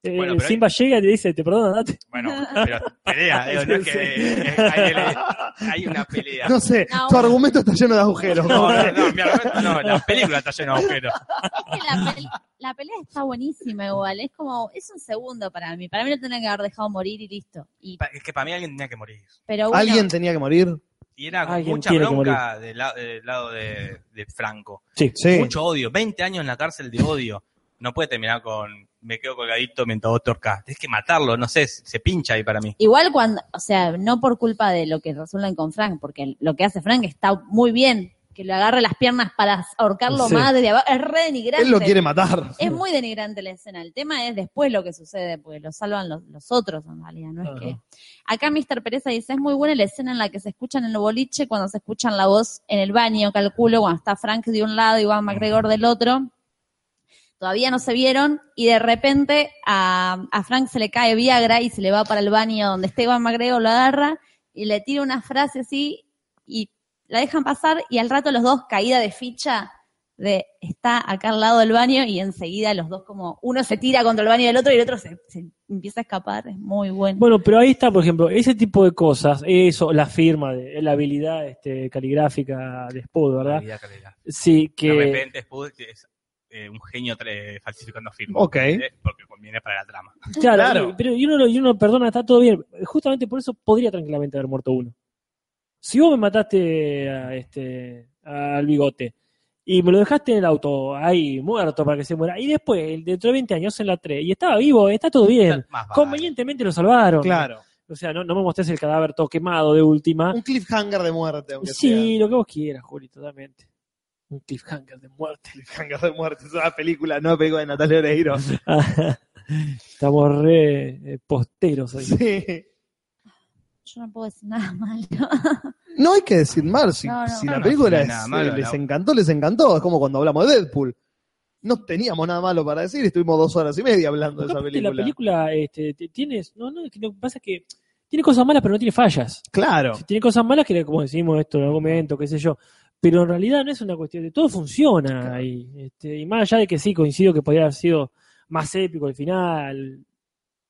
Speaker 3: Eh,
Speaker 2: Bueno, pero
Speaker 3: Simba llega y le dice, te perdona, date.
Speaker 2: Bueno, pero pelea. digo, no es que, eh, hay, hay una pelea.
Speaker 1: No sé,
Speaker 4: No,
Speaker 1: tu
Speaker 4: bueno.
Speaker 1: argumento está lleno de agujeros.
Speaker 2: No, no, no, mi argumento no, la película está llena de agujeros.
Speaker 4: que la, pel- la pelea está buenísima igual, es como, es un segundo para mí, para mí lo tenía que haber dejado morir y listo. Y,
Speaker 2: Pa- Es que para mí alguien tenía que morir.
Speaker 4: pero bueno,
Speaker 1: Alguien tenía que morir.
Speaker 2: Y era
Speaker 3: Alguien
Speaker 2: mucha
Speaker 3: tiene que
Speaker 2: bronca del, la- del lado de, de Franco.
Speaker 3: Sí.
Speaker 1: Sí.
Speaker 2: Mucho odio. 20 años en la cárcel de odio. No puede terminar con me quedo colgadito mientras vos torcás. Tienes que matarlo, no sé, se pincha ahí para mí.
Speaker 4: igual cuando, o sea, no por culpa de lo que resuelven con Frank, porque lo que hace Frank está muy bien, que le agarre las piernas para ahorcarlo
Speaker 3: Sí.
Speaker 4: más desde abajo, es re denigrante.
Speaker 1: Él lo quiere matar.
Speaker 4: Es muy denigrante la escena. El tema es después lo que sucede, porque lo salvan los, los otros en realidad, no es
Speaker 3: Ajá.
Speaker 4: que. Acá Mr. Pereza dice, es muy buena la escena en la que se escuchan en el boliche, cuando se escuchan la voz en el baño, calculo, cuando está Frank de un lado y Juan McGregor del otro. Todavía no se vieron y de repente a, a Frank se le cae Viagra y se le va para el baño donde está Iván McGregor, lo agarra y le tira una frase así y la dejan pasar y al rato los dos caída de ficha de está acá al lado del baño y enseguida los dos como uno se tira contra el baño del otro y el otro se, se empieza a escapar, es muy bueno.
Speaker 3: Bueno, pero ahí está, por ejemplo, ese tipo de cosas, eso, la firma, de, la habilidad este, caligráfica de Spud, ¿verdad?
Speaker 2: Calidad, calidad.
Speaker 3: Sí, que...
Speaker 2: De repente Spud es eh, un genio tra- falsificando firmas.
Speaker 1: Ok.
Speaker 2: ¿eh? Porque conviene para la trama.
Speaker 3: Claro,
Speaker 1: Claro.
Speaker 3: y- pero y uno, lo- y uno perdona, está todo bien. Justamente por eso podría tranquilamente haber muerto uno. Si vos me mataste a este, al bigote y me lo dejaste en el auto ahí muerto para que se muera, y después, el- dentro de 20 años en la 3, y estaba vivo, está todo bien.
Speaker 2: Más vale.
Speaker 3: Convenientemente lo salvaron.
Speaker 1: Claro.
Speaker 3: O sea, no, no me mostrés el cadáver todo quemado de última.
Speaker 1: Un cliffhanger de muerte, aunque
Speaker 3: Sí, lo que vos quieras, Juli, totalmente. Un cliffhanger de muerte.
Speaker 1: sea. Cliffhanger de muerte. Es una película, no película de Natalia Oreiro.
Speaker 3: Estamos re eh, posteros ahí.
Speaker 1: Sí.
Speaker 4: Yo no puedo decir nada malo.
Speaker 1: No hay que decir mal. Si,
Speaker 4: No, no.
Speaker 1: si
Speaker 2: No,
Speaker 1: la
Speaker 2: no,
Speaker 1: película
Speaker 2: no hay
Speaker 1: es- eh,
Speaker 2: nada malo,
Speaker 1: les
Speaker 2: no.
Speaker 1: encantó, les encantó. Es como cuando hablamos de Deadpool. No teníamos nada malo para decir. Estuvimos dos horas y media hablando de
Speaker 3: Porque
Speaker 1: esa
Speaker 3: aparte
Speaker 1: película.
Speaker 3: La película este, t- tienes, no, no, es que lo que pasa es que tiene cosas malas, pero no tiene fallas.
Speaker 1: Claro.
Speaker 3: Si tiene cosas malas, que como decimos esto en algún momento, qué sé yo. Pero en realidad no es una cuestión de todo funciona
Speaker 1: Claro.
Speaker 3: ahí. Este, y más allá de que sí, coincido que podría haber sido más épico el final,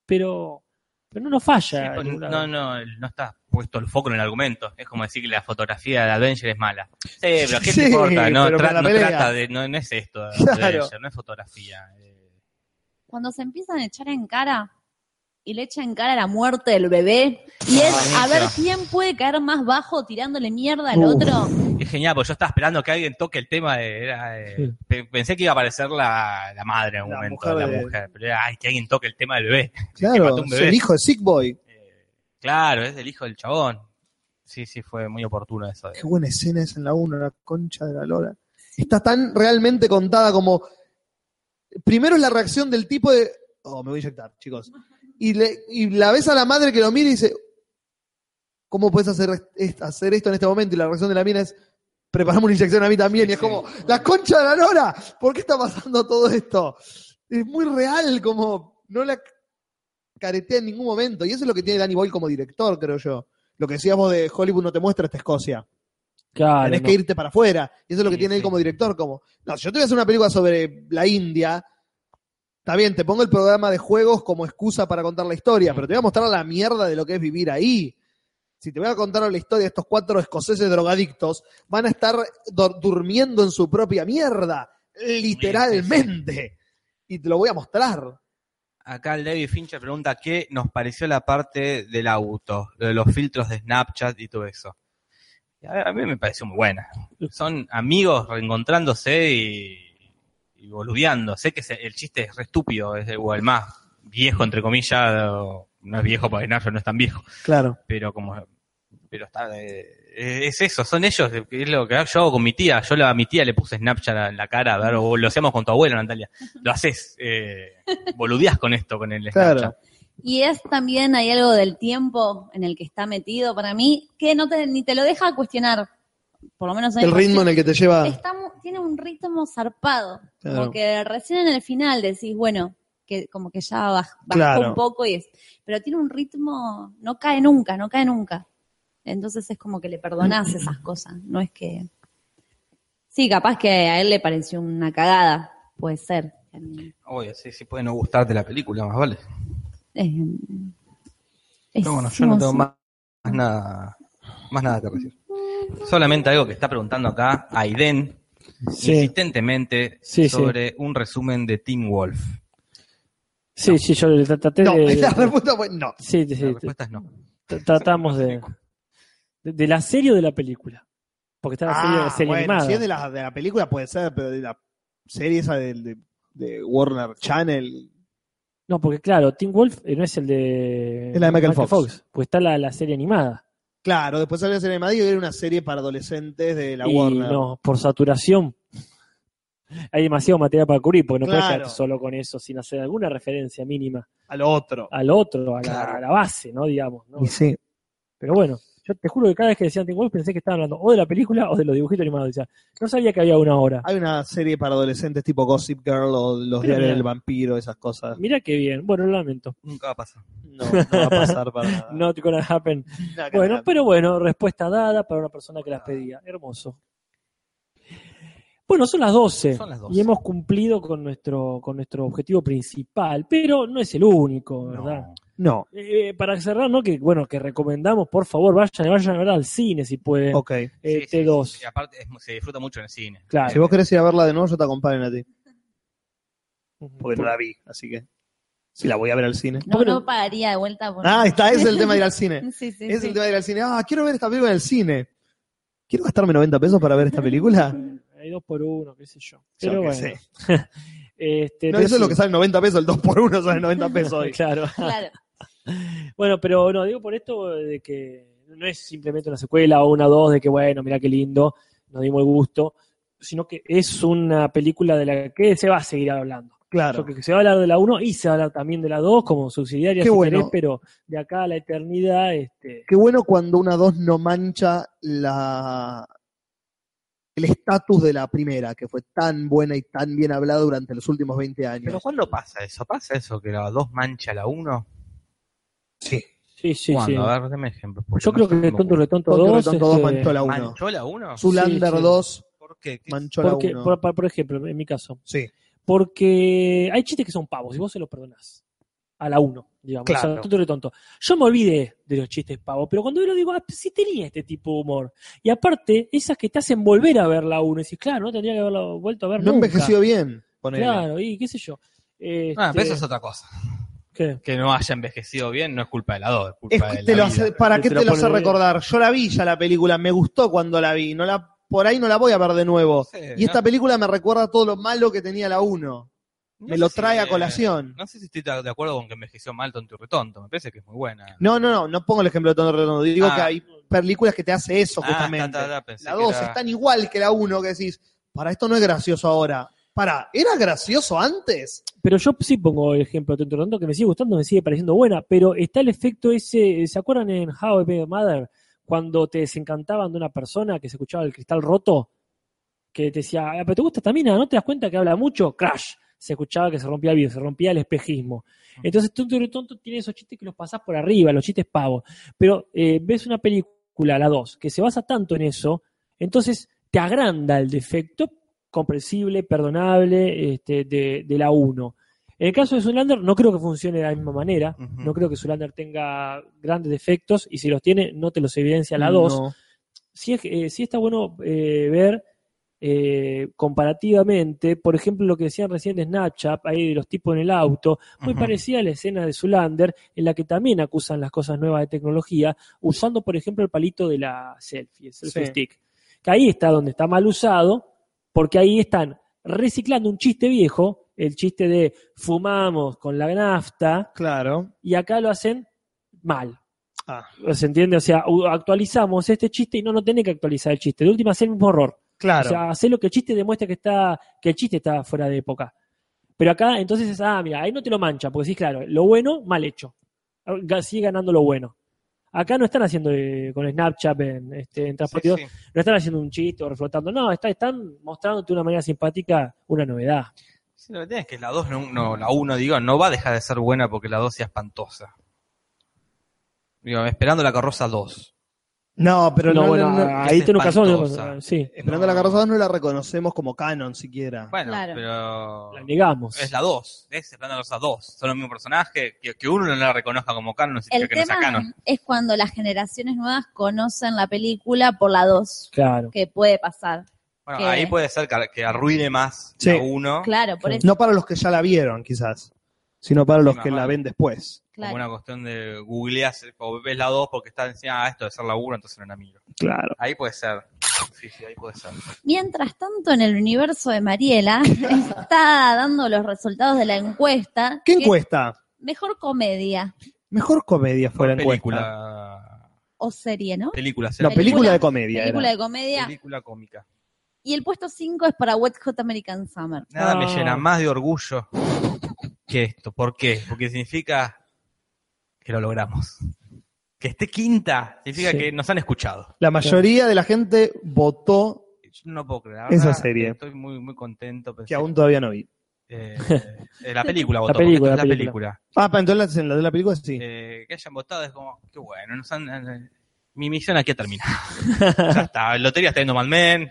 Speaker 3: pero, pero no nos falla.
Speaker 2: Sí,
Speaker 3: en
Speaker 2: pues,
Speaker 3: ningún
Speaker 2: no,
Speaker 3: lado.
Speaker 2: no, no está puesto el foco en el argumento. Es como decir que la fotografía de Avenger es mala. Sí, pero ¿qué
Speaker 1: Sí,
Speaker 2: te importa? No,
Speaker 1: pero
Speaker 2: tra-
Speaker 1: para la
Speaker 2: no
Speaker 1: pelea.
Speaker 2: trata de, no, no es esto,
Speaker 1: Claro.
Speaker 2: Avenger, no es fotografía. Eh,
Speaker 4: Cuando se empiezan a echar en cara y le echan en cara la muerte del bebé y
Speaker 1: Ah,
Speaker 4: es a ver quién puede caer más bajo tirándole mierda al
Speaker 1: Uf.
Speaker 4: otro.
Speaker 2: Es genial, porque yo estaba esperando que alguien toque el tema de... era, eh,
Speaker 3: Sí.
Speaker 2: pe- Pensé que iba a aparecer la, la madre en un
Speaker 1: La
Speaker 2: momento,
Speaker 1: mujer
Speaker 2: la
Speaker 1: de-
Speaker 2: mujer. Pero era, ay, que alguien toque el tema del bebé.
Speaker 1: Claro,
Speaker 2: mató un
Speaker 1: es
Speaker 2: bebé.
Speaker 1: el hijo de Sick Boy.
Speaker 2: Eh, claro, es el hijo del chabón. Sí, sí, fue muy oportuno eso. de-
Speaker 1: Qué buena escena es en la 1, la concha de la lora. Está tan realmente contada como. Primero es la reacción del tipo de. Oh, me voy a inyectar, chicos. Y, le- y la ves a la madre que lo mira y dice. ¿Cómo puedes hacer, est- hacer esto en este momento? Y la reacción de la mina es. Preparame una inyección a mí también. Y es como. ¡La concha de la lora! ¿Por qué está pasando todo esto? Es muy real, como. No la caretea en ningún momento. Y eso es lo que tiene Danny Boyle como director, creo yo. Lo que decías vos de Hollywood no te muestra esta Escocia.
Speaker 3: Claro,
Speaker 1: Tenés
Speaker 3: no.
Speaker 1: que irte para afuera. Y eso es lo que
Speaker 2: Sí,
Speaker 1: tiene él
Speaker 2: sí.
Speaker 1: como director. Como, no, si yo te voy a hacer una película sobre la India, está bien, te pongo el programa de juegos como excusa para contar la historia, pero te voy a mostrar la mierda de lo que es vivir ahí. Si te voy a contar la historia de estos cuatro escoceses drogadictos, van a estar dor- durmiendo en su propia mierda, literalmente. Y te lo voy a mostrar.
Speaker 2: Acá el David Fincher pregunta qué nos pareció la parte del auto, lo de los filtros de Snapchat y todo eso. Y A, a mí me pareció muy buena. Son amigos reencontrándose y, y boludeando. Sé que se- el chiste es re estúpido, es de- o el más viejo, entre comillas, o- no es viejo porque Nacho no es tan viejo,
Speaker 1: Claro.
Speaker 2: pero como... Pero está, eh, eh, es eso, son ellos, eh, es lo que yo hago con mi tía. Yo la- a mi tía le puse Snapchat en la cara, a ver, o lo hacíamos con tu abuelo, Natalia. Lo haces, eh, boludeás con esto, con el Snapchat.
Speaker 1: Claro.
Speaker 4: Y es también, hay algo del tiempo en el que está metido para mí, que no te, ni te lo deja cuestionar. Por lo menos en
Speaker 1: El ritmo en el que te lleva.
Speaker 4: Está mu- tiene un ritmo zarpado.
Speaker 1: Ah. Claro.
Speaker 4: Como que recién en el final decís, bueno, que como que ya baj- bajó
Speaker 1: Claro.
Speaker 4: un poco y es. Pero tiene un ritmo, no cae nunca, no cae nunca. Entonces es como que le perdonás esas cosas. No es que. Sí, capaz que a él le pareció una cagada. Puede ser. Em,
Speaker 2: Obvio, sí, sí puede no gustarte la película, más vale.
Speaker 4: Eh, es-
Speaker 2: No, bueno, yo no tengo
Speaker 4: sé.
Speaker 2: más, más nada más nada que decir. Solamente algo que está preguntando acá Aiden
Speaker 3: Sí,
Speaker 2: insistentemente
Speaker 3: Sí, sí.
Speaker 2: sobre un resumen de Team Wolf.
Speaker 3: sí, sí, yo le traté
Speaker 1: No,
Speaker 3: de-
Speaker 1: la respuesta fue no.
Speaker 3: Sí, sí, sí,
Speaker 2: La respuesta es no.
Speaker 3: t- tratamos de, de. de la serie o de la película? Porque está la serie,
Speaker 1: Ah,
Speaker 3: serie
Speaker 1: bueno,
Speaker 3: animada.
Speaker 1: Si es de la, de la película puede ser, pero de la serie esa del- de, de Warner Channel.
Speaker 3: No, porque claro, Tim Wolf eh, no es el de.
Speaker 1: Es la de Michael Fox.
Speaker 3: Pues está la, la serie animada.
Speaker 1: Claro, después salió la serie de Madrid y era una serie para adolescentes de la
Speaker 3: y
Speaker 1: Warner.
Speaker 3: no, por saturación. Hay demasiado material para cubrir, porque no puedes
Speaker 1: Claro.
Speaker 3: quedar solo con eso sin hacer alguna referencia mínima
Speaker 1: Al otro.
Speaker 3: al otro, a la,
Speaker 1: Claro.
Speaker 3: a la base, ¿no? Digamos. ¿no?
Speaker 1: Y sí.
Speaker 3: Pero bueno, yo te juro que cada vez que decían Tim Wolf pensé que estaban hablando o de la película o de los dibujitos animados. O sea, no sabía que había una hora.
Speaker 1: Hay una serie para adolescentes tipo Gossip Girl o Los
Speaker 3: Pero
Speaker 1: Diarios
Speaker 3: mira.
Speaker 1: del Vampiro, esas cosas.
Speaker 3: Mirá qué bien. Bueno, lo lamento.
Speaker 2: Nunca va a pasar.
Speaker 1: No, no va a pasar para
Speaker 2: Ah.
Speaker 1: nada.
Speaker 3: Not gonna happen.
Speaker 1: Nada que
Speaker 3: Bueno,
Speaker 1: nada.
Speaker 3: pero bueno, respuesta dada para una persona
Speaker 2: Ah.
Speaker 3: que las pedía. Hermoso. Bueno, son las 12.
Speaker 2: Son las 12.
Speaker 3: Y hemos cumplido con nuestro, con nuestro objetivo principal, pero no es el único, ¿verdad?
Speaker 2: No.
Speaker 1: No,
Speaker 3: Eh, para cerrar, ¿no? Que bueno, que recomendamos, por favor, vayan, vayan a ver al cine si pueden.
Speaker 1: ok.
Speaker 3: Eh,
Speaker 2: Sí, sí,
Speaker 3: T2.
Speaker 2: sí, sí. Aparte, es mu- se disfruta mucho en el cine.
Speaker 3: Claro.
Speaker 1: Si vos querés ir a verla de nuevo, yo te acompaño a ti. Porque no
Speaker 3: Por-
Speaker 1: la vi, así que. Si la voy a ver al cine.
Speaker 4: No,
Speaker 3: Bueno.
Speaker 4: no pagaría de vuelta. por-
Speaker 1: Ah, está, ese es el tema de ir al cine.
Speaker 4: Sí, sí,
Speaker 1: Es
Speaker 4: sí.
Speaker 1: el tema de ir al cine. Ah, quiero ver esta película en el cine. ¿Quiero gastarme 90 pesos para ver esta película?
Speaker 3: Hay dos por uno, qué sé yo.
Speaker 1: Yo
Speaker 3: Pero
Speaker 1: qué
Speaker 3: bueno.
Speaker 1: sé.
Speaker 3: Este,
Speaker 1: No,
Speaker 3: pero
Speaker 1: eso es lo
Speaker 3: sí.
Speaker 1: que sale 90 pesos, el 2 por 1 sale 90 pesos hoy.
Speaker 3: Claro.
Speaker 4: Claro.
Speaker 3: Bueno, pero no, digo por esto de que no es simplemente una secuela o una dos de que bueno, mira qué lindo, nos dimos el gusto, sino que es una película de la que se va a seguir hablando. Yo
Speaker 1: Claro.
Speaker 3: creo que se va a hablar de la 1 y se va a hablar también de la 2 como subsidiaria,
Speaker 1: Qué
Speaker 3: si
Speaker 1: bueno.
Speaker 3: querés, pero de acá a la eternidad, este,
Speaker 1: Qué bueno cuando una 2 no mancha la el estatus de la primera, que fue tan buena y tan bien hablada durante los últimos 20
Speaker 2: Pero
Speaker 1: años.
Speaker 2: ¿cuándo pasa eso? ¿Pasa eso que la 2 mancha la 1?
Speaker 3: sí, sí, sí.
Speaker 2: ¿Cuándo? A ver, dame ejemplo. porque
Speaker 3: Yo
Speaker 2: no
Speaker 3: creo
Speaker 2: sé
Speaker 3: que
Speaker 2: cómo-
Speaker 3: Tonto Retonto
Speaker 1: Tonto
Speaker 3: 2
Speaker 1: Retonto 2
Speaker 3: este,
Speaker 1: manchó la 1.
Speaker 2: ¿Manchó la 1?
Speaker 1: Zulander
Speaker 3: Sí, sí.
Speaker 1: 2
Speaker 2: ¿Por qué? ¿Qué-
Speaker 1: manchó la
Speaker 3: porque,
Speaker 1: 1.
Speaker 3: por, por- por ejemplo, en mi caso,
Speaker 1: Sí.
Speaker 3: porque hay chistes que son pavos y vos se los perdonás. a la 1, digamos.
Speaker 1: Claro.
Speaker 3: O sea, tonto de tonto. Yo me olvidé de los chistes pavos, pero cuando lo digo, ah, sí tenía este tipo de humor. Y aparte, esas que te hacen volver a ver la 1, y decís, claro, no tendría que haberlo vuelto a ver
Speaker 1: No
Speaker 3: nunca.
Speaker 1: envejeció bien. ponele.
Speaker 3: Claro, y qué sé yo.
Speaker 2: Ah, pero
Speaker 3: Este,
Speaker 2: eso es otra cosa.
Speaker 3: ¿qué?
Speaker 2: Que no haya envejecido bien no es culpa de la 2, es culpa
Speaker 1: Es-
Speaker 2: de la
Speaker 1: te lo
Speaker 2: vida.
Speaker 1: hace- ¿Para
Speaker 3: Te
Speaker 1: qué
Speaker 3: lo
Speaker 1: te lo hace
Speaker 3: pone-
Speaker 1: recordar? Yo la vi ya la película, me gustó cuando la vi. No la, por ahí no la voy a ver de nuevo.
Speaker 2: Sí,
Speaker 1: Y esta
Speaker 2: no-
Speaker 1: película me recuerda todo lo malo que tenía la 1.
Speaker 2: no
Speaker 1: Me
Speaker 2: sé eh.
Speaker 1: lo
Speaker 2: si-
Speaker 1: trae a colación.
Speaker 2: No sé si estoy de acuerdo con que envejeció mal Tonto y Retonto. Me parece que es muy buena.
Speaker 1: No, no, no, no pongo el ejemplo de Tono Redondo. Digo
Speaker 2: Ah.
Speaker 1: que hay películas que te hace eso
Speaker 2: Ah,
Speaker 1: justamente.
Speaker 2: ta, ta, ta, pensé
Speaker 1: la
Speaker 2: que
Speaker 1: 2
Speaker 2: era-
Speaker 1: es tan igual que la 1 que decís, para esto no es gracioso ahora. Para, ¿era gracioso antes?
Speaker 3: Pero yo sí pongo el ejemplo de Tonto Rondo, que me sigue gustando, me sigue pareciendo buena, pero está el efecto ese, ¿se acuerdan en How I Met Your Mother? Cuando te desencantaban de una persona que se escuchaba el cristal roto, que te decía, "Ah, pero te gusta esta mina, ¿no te das cuenta que habla mucho? Crash. Se escuchaba que se rompía el vidrio, se rompía el espejismo. Entonces, tonto y tonto tiene esos chistes que los pasás por arriba, los chistes pavos. Pero eh, ves una película, la 2, que se basa tanto en eso, entonces te agranda el defecto comprensible, perdonable este, de, de la 1. En el caso de Zulander, no creo que funcione de la misma manera.
Speaker 2: Ujú.
Speaker 3: No creo que Zulander tenga grandes defectos y si los tiene, no te los evidencia la 2
Speaker 1: No.
Speaker 3: sí, es- eh, sí está bueno eh, ver eh, comparativamente, por ejemplo, lo que decían recién de Snapchat, ahí de los tipos en el auto, muy
Speaker 2: Ujú.
Speaker 3: parecida a la escena de Zulander, en la que también acusan las cosas nuevas de tecnología, usando, por ejemplo, el palito de la selfie, el selfie
Speaker 1: Sí.
Speaker 3: stick. Que ahí está donde está mal usado, porque ahí están reciclando un chiste viejo, el chiste de fumamos con la nafta,
Speaker 1: Claro.
Speaker 3: y acá lo hacen mal.
Speaker 1: Ah.
Speaker 3: ¿Se entiende? O sea, u- actualizamos este chiste y no, no tiene que actualizar el chiste. De última, hacer el mismo error.
Speaker 1: Claro.
Speaker 3: O sea, hacer lo que el chiste demuestra que está que el chiste está fuera de época. Pero acá, entonces, es, ah, mira, ahí no te lo mancha, porque sí, claro, lo bueno, mal hecho. Ah, Ga- Sigue ganando lo bueno. Acá no están haciendo eh, con Snapchat en, este, en
Speaker 2: Sí,
Speaker 3: Transporte
Speaker 2: sí.
Speaker 3: no están haciendo un chiste o reflotando, no, está- están mostrándote de una manera simpática una novedad.
Speaker 2: Sí, la verdad es que la 2, no, no, la 1, digo, no va a dejar de ser buena porque la 2 sea espantosa. Digo, esperando la carroza 2.
Speaker 1: No, pero
Speaker 3: no,
Speaker 1: no,
Speaker 3: bueno,
Speaker 1: no, no.
Speaker 2: a-
Speaker 3: ahí
Speaker 2: Es
Speaker 3: te nunca
Speaker 2: espantosa.
Speaker 3: son, sí,
Speaker 1: Esperando
Speaker 2: No.
Speaker 1: la carroza 2 no la reconocemos como canon siquiera.
Speaker 2: Bueno,
Speaker 4: Claro.
Speaker 2: pero.
Speaker 3: la negamos.
Speaker 2: Es la 2, es esperando la carroza 2. Son los mismos personajes. Que, que uno no la reconozca como canon, no significa
Speaker 4: El
Speaker 2: que no sea
Speaker 4: tema
Speaker 2: canon.
Speaker 4: es cuando las generaciones nuevas conocen la película por la 2,
Speaker 3: Claro.
Speaker 4: que puede pasar.
Speaker 2: Bueno,
Speaker 4: que-
Speaker 2: ahí puede ser que, que arruine más
Speaker 1: Sí.
Speaker 2: la 1.
Speaker 4: Claro, por eso.
Speaker 1: No para los que ya la vieron, quizás, sino para los
Speaker 2: más
Speaker 1: que la
Speaker 2: vale.
Speaker 1: ven después.
Speaker 4: claro.
Speaker 2: Como una cuestión de googleás o ves la 2 porque está diciendo, ah, esto de ser la 1, entonces no la miro.
Speaker 1: Claro.
Speaker 2: Ahí puede ser. Sí, sí, ahí puede ser.
Speaker 4: Mientras tanto, en el universo de Mariela está dando los resultados de la encuesta.
Speaker 1: ¿Qué
Speaker 4: que es
Speaker 1: encuesta?
Speaker 4: Mejor comedia
Speaker 1: Mejor comedia fue la encuesta.
Speaker 2: película.
Speaker 4: o serie, ¿no?
Speaker 2: Película,
Speaker 1: No,
Speaker 2: serie.
Speaker 1: película de comedia.
Speaker 4: Película
Speaker 1: era.
Speaker 4: de comedia.
Speaker 2: Película cómica.
Speaker 4: Y el puesto 5 es para Wet Hot American Summer.
Speaker 2: Nada
Speaker 3: Ah.
Speaker 2: me llena más de orgullo que esto. ¿Por qué? Porque significa que lo logramos. Que esté quinta significa
Speaker 3: Sí.
Speaker 2: que nos han escuchado.
Speaker 1: La mayoría de la gente votó
Speaker 2: Yo no puedo creer. la
Speaker 1: Esa
Speaker 2: verdad,
Speaker 1: serie.
Speaker 2: Estoy muy, muy contento. pensé-
Speaker 1: que aún todavía no vi.
Speaker 2: eh, eh, la película votó.
Speaker 3: La película,
Speaker 2: porque esto es la
Speaker 3: la
Speaker 2: película.
Speaker 1: Ah, pero entonces en la de la película sí.
Speaker 2: Eh, que hayan votado es como, qué bueno. Nos han, eh, mi misión aquí ha terminado. ya está. Lotería está yendo Mad Men.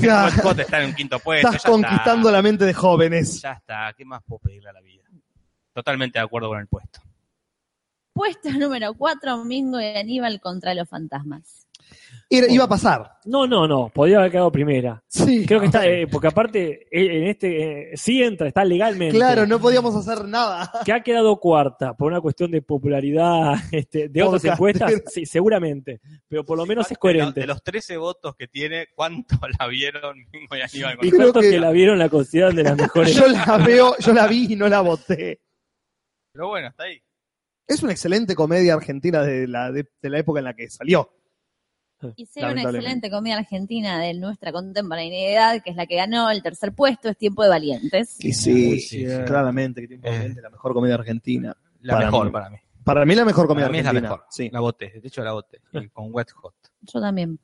Speaker 1: Ya.
Speaker 2: Scott está en un quinto puesto.
Speaker 1: Estás
Speaker 2: ya está.
Speaker 1: conquistando la mente de jóvenes.
Speaker 2: Ya está. ¿Qué más puedo pedirle a la vida? Totalmente de acuerdo con el puesto.
Speaker 4: Puesto número 4, Mingo y Aníbal contra los fantasmas.
Speaker 1: Era- iba a pasar.
Speaker 3: No, no, no, podría haber quedado primera.
Speaker 1: Sí.
Speaker 3: Creo que está, eh, porque aparte, eh, en este, eh, sí entra, está legalmente.
Speaker 1: Claro, no podíamos hacer nada.
Speaker 3: Que ha quedado cuarta por una cuestión de popularidad este, de otras
Speaker 1: Podcast.
Speaker 3: encuestas, sí, seguramente. Pero por lo menos es
Speaker 2: De,
Speaker 3: coherente.
Speaker 2: los 13 votos que tiene, ¿cuántos la vieron Mingo y Aníbal
Speaker 3: Y
Speaker 1: creo
Speaker 3: tantos que...
Speaker 1: que
Speaker 3: la vieron la consideran de las mejores.
Speaker 1: Yo la veo, yo la vi y no la voté.
Speaker 2: Pero bueno, está ahí.
Speaker 1: Es una excelente comedia argentina de la, de- de la época en la que salió.
Speaker 4: Hicieron una
Speaker 1: Lamentablemente.
Speaker 4: excelente comida argentina de nuestra contemporaneidad, que es la que ganó el tercer puesto, es Tiempo de Valientes.
Speaker 1: Y
Speaker 2: Muy
Speaker 1: sí,
Speaker 2: cierto.
Speaker 1: claramente que tiene
Speaker 2: Eh.
Speaker 1: probablemente la mejor comedia argentina.
Speaker 2: La
Speaker 1: Para
Speaker 2: mejor
Speaker 1: mí.
Speaker 2: para mí.
Speaker 1: Para mí la mejor comedia
Speaker 2: Para mí es la
Speaker 1: argentina.
Speaker 2: mejor.
Speaker 1: Sí.
Speaker 2: La voté, de hecho la voté. y Con Wet Hot.
Speaker 4: Yo también.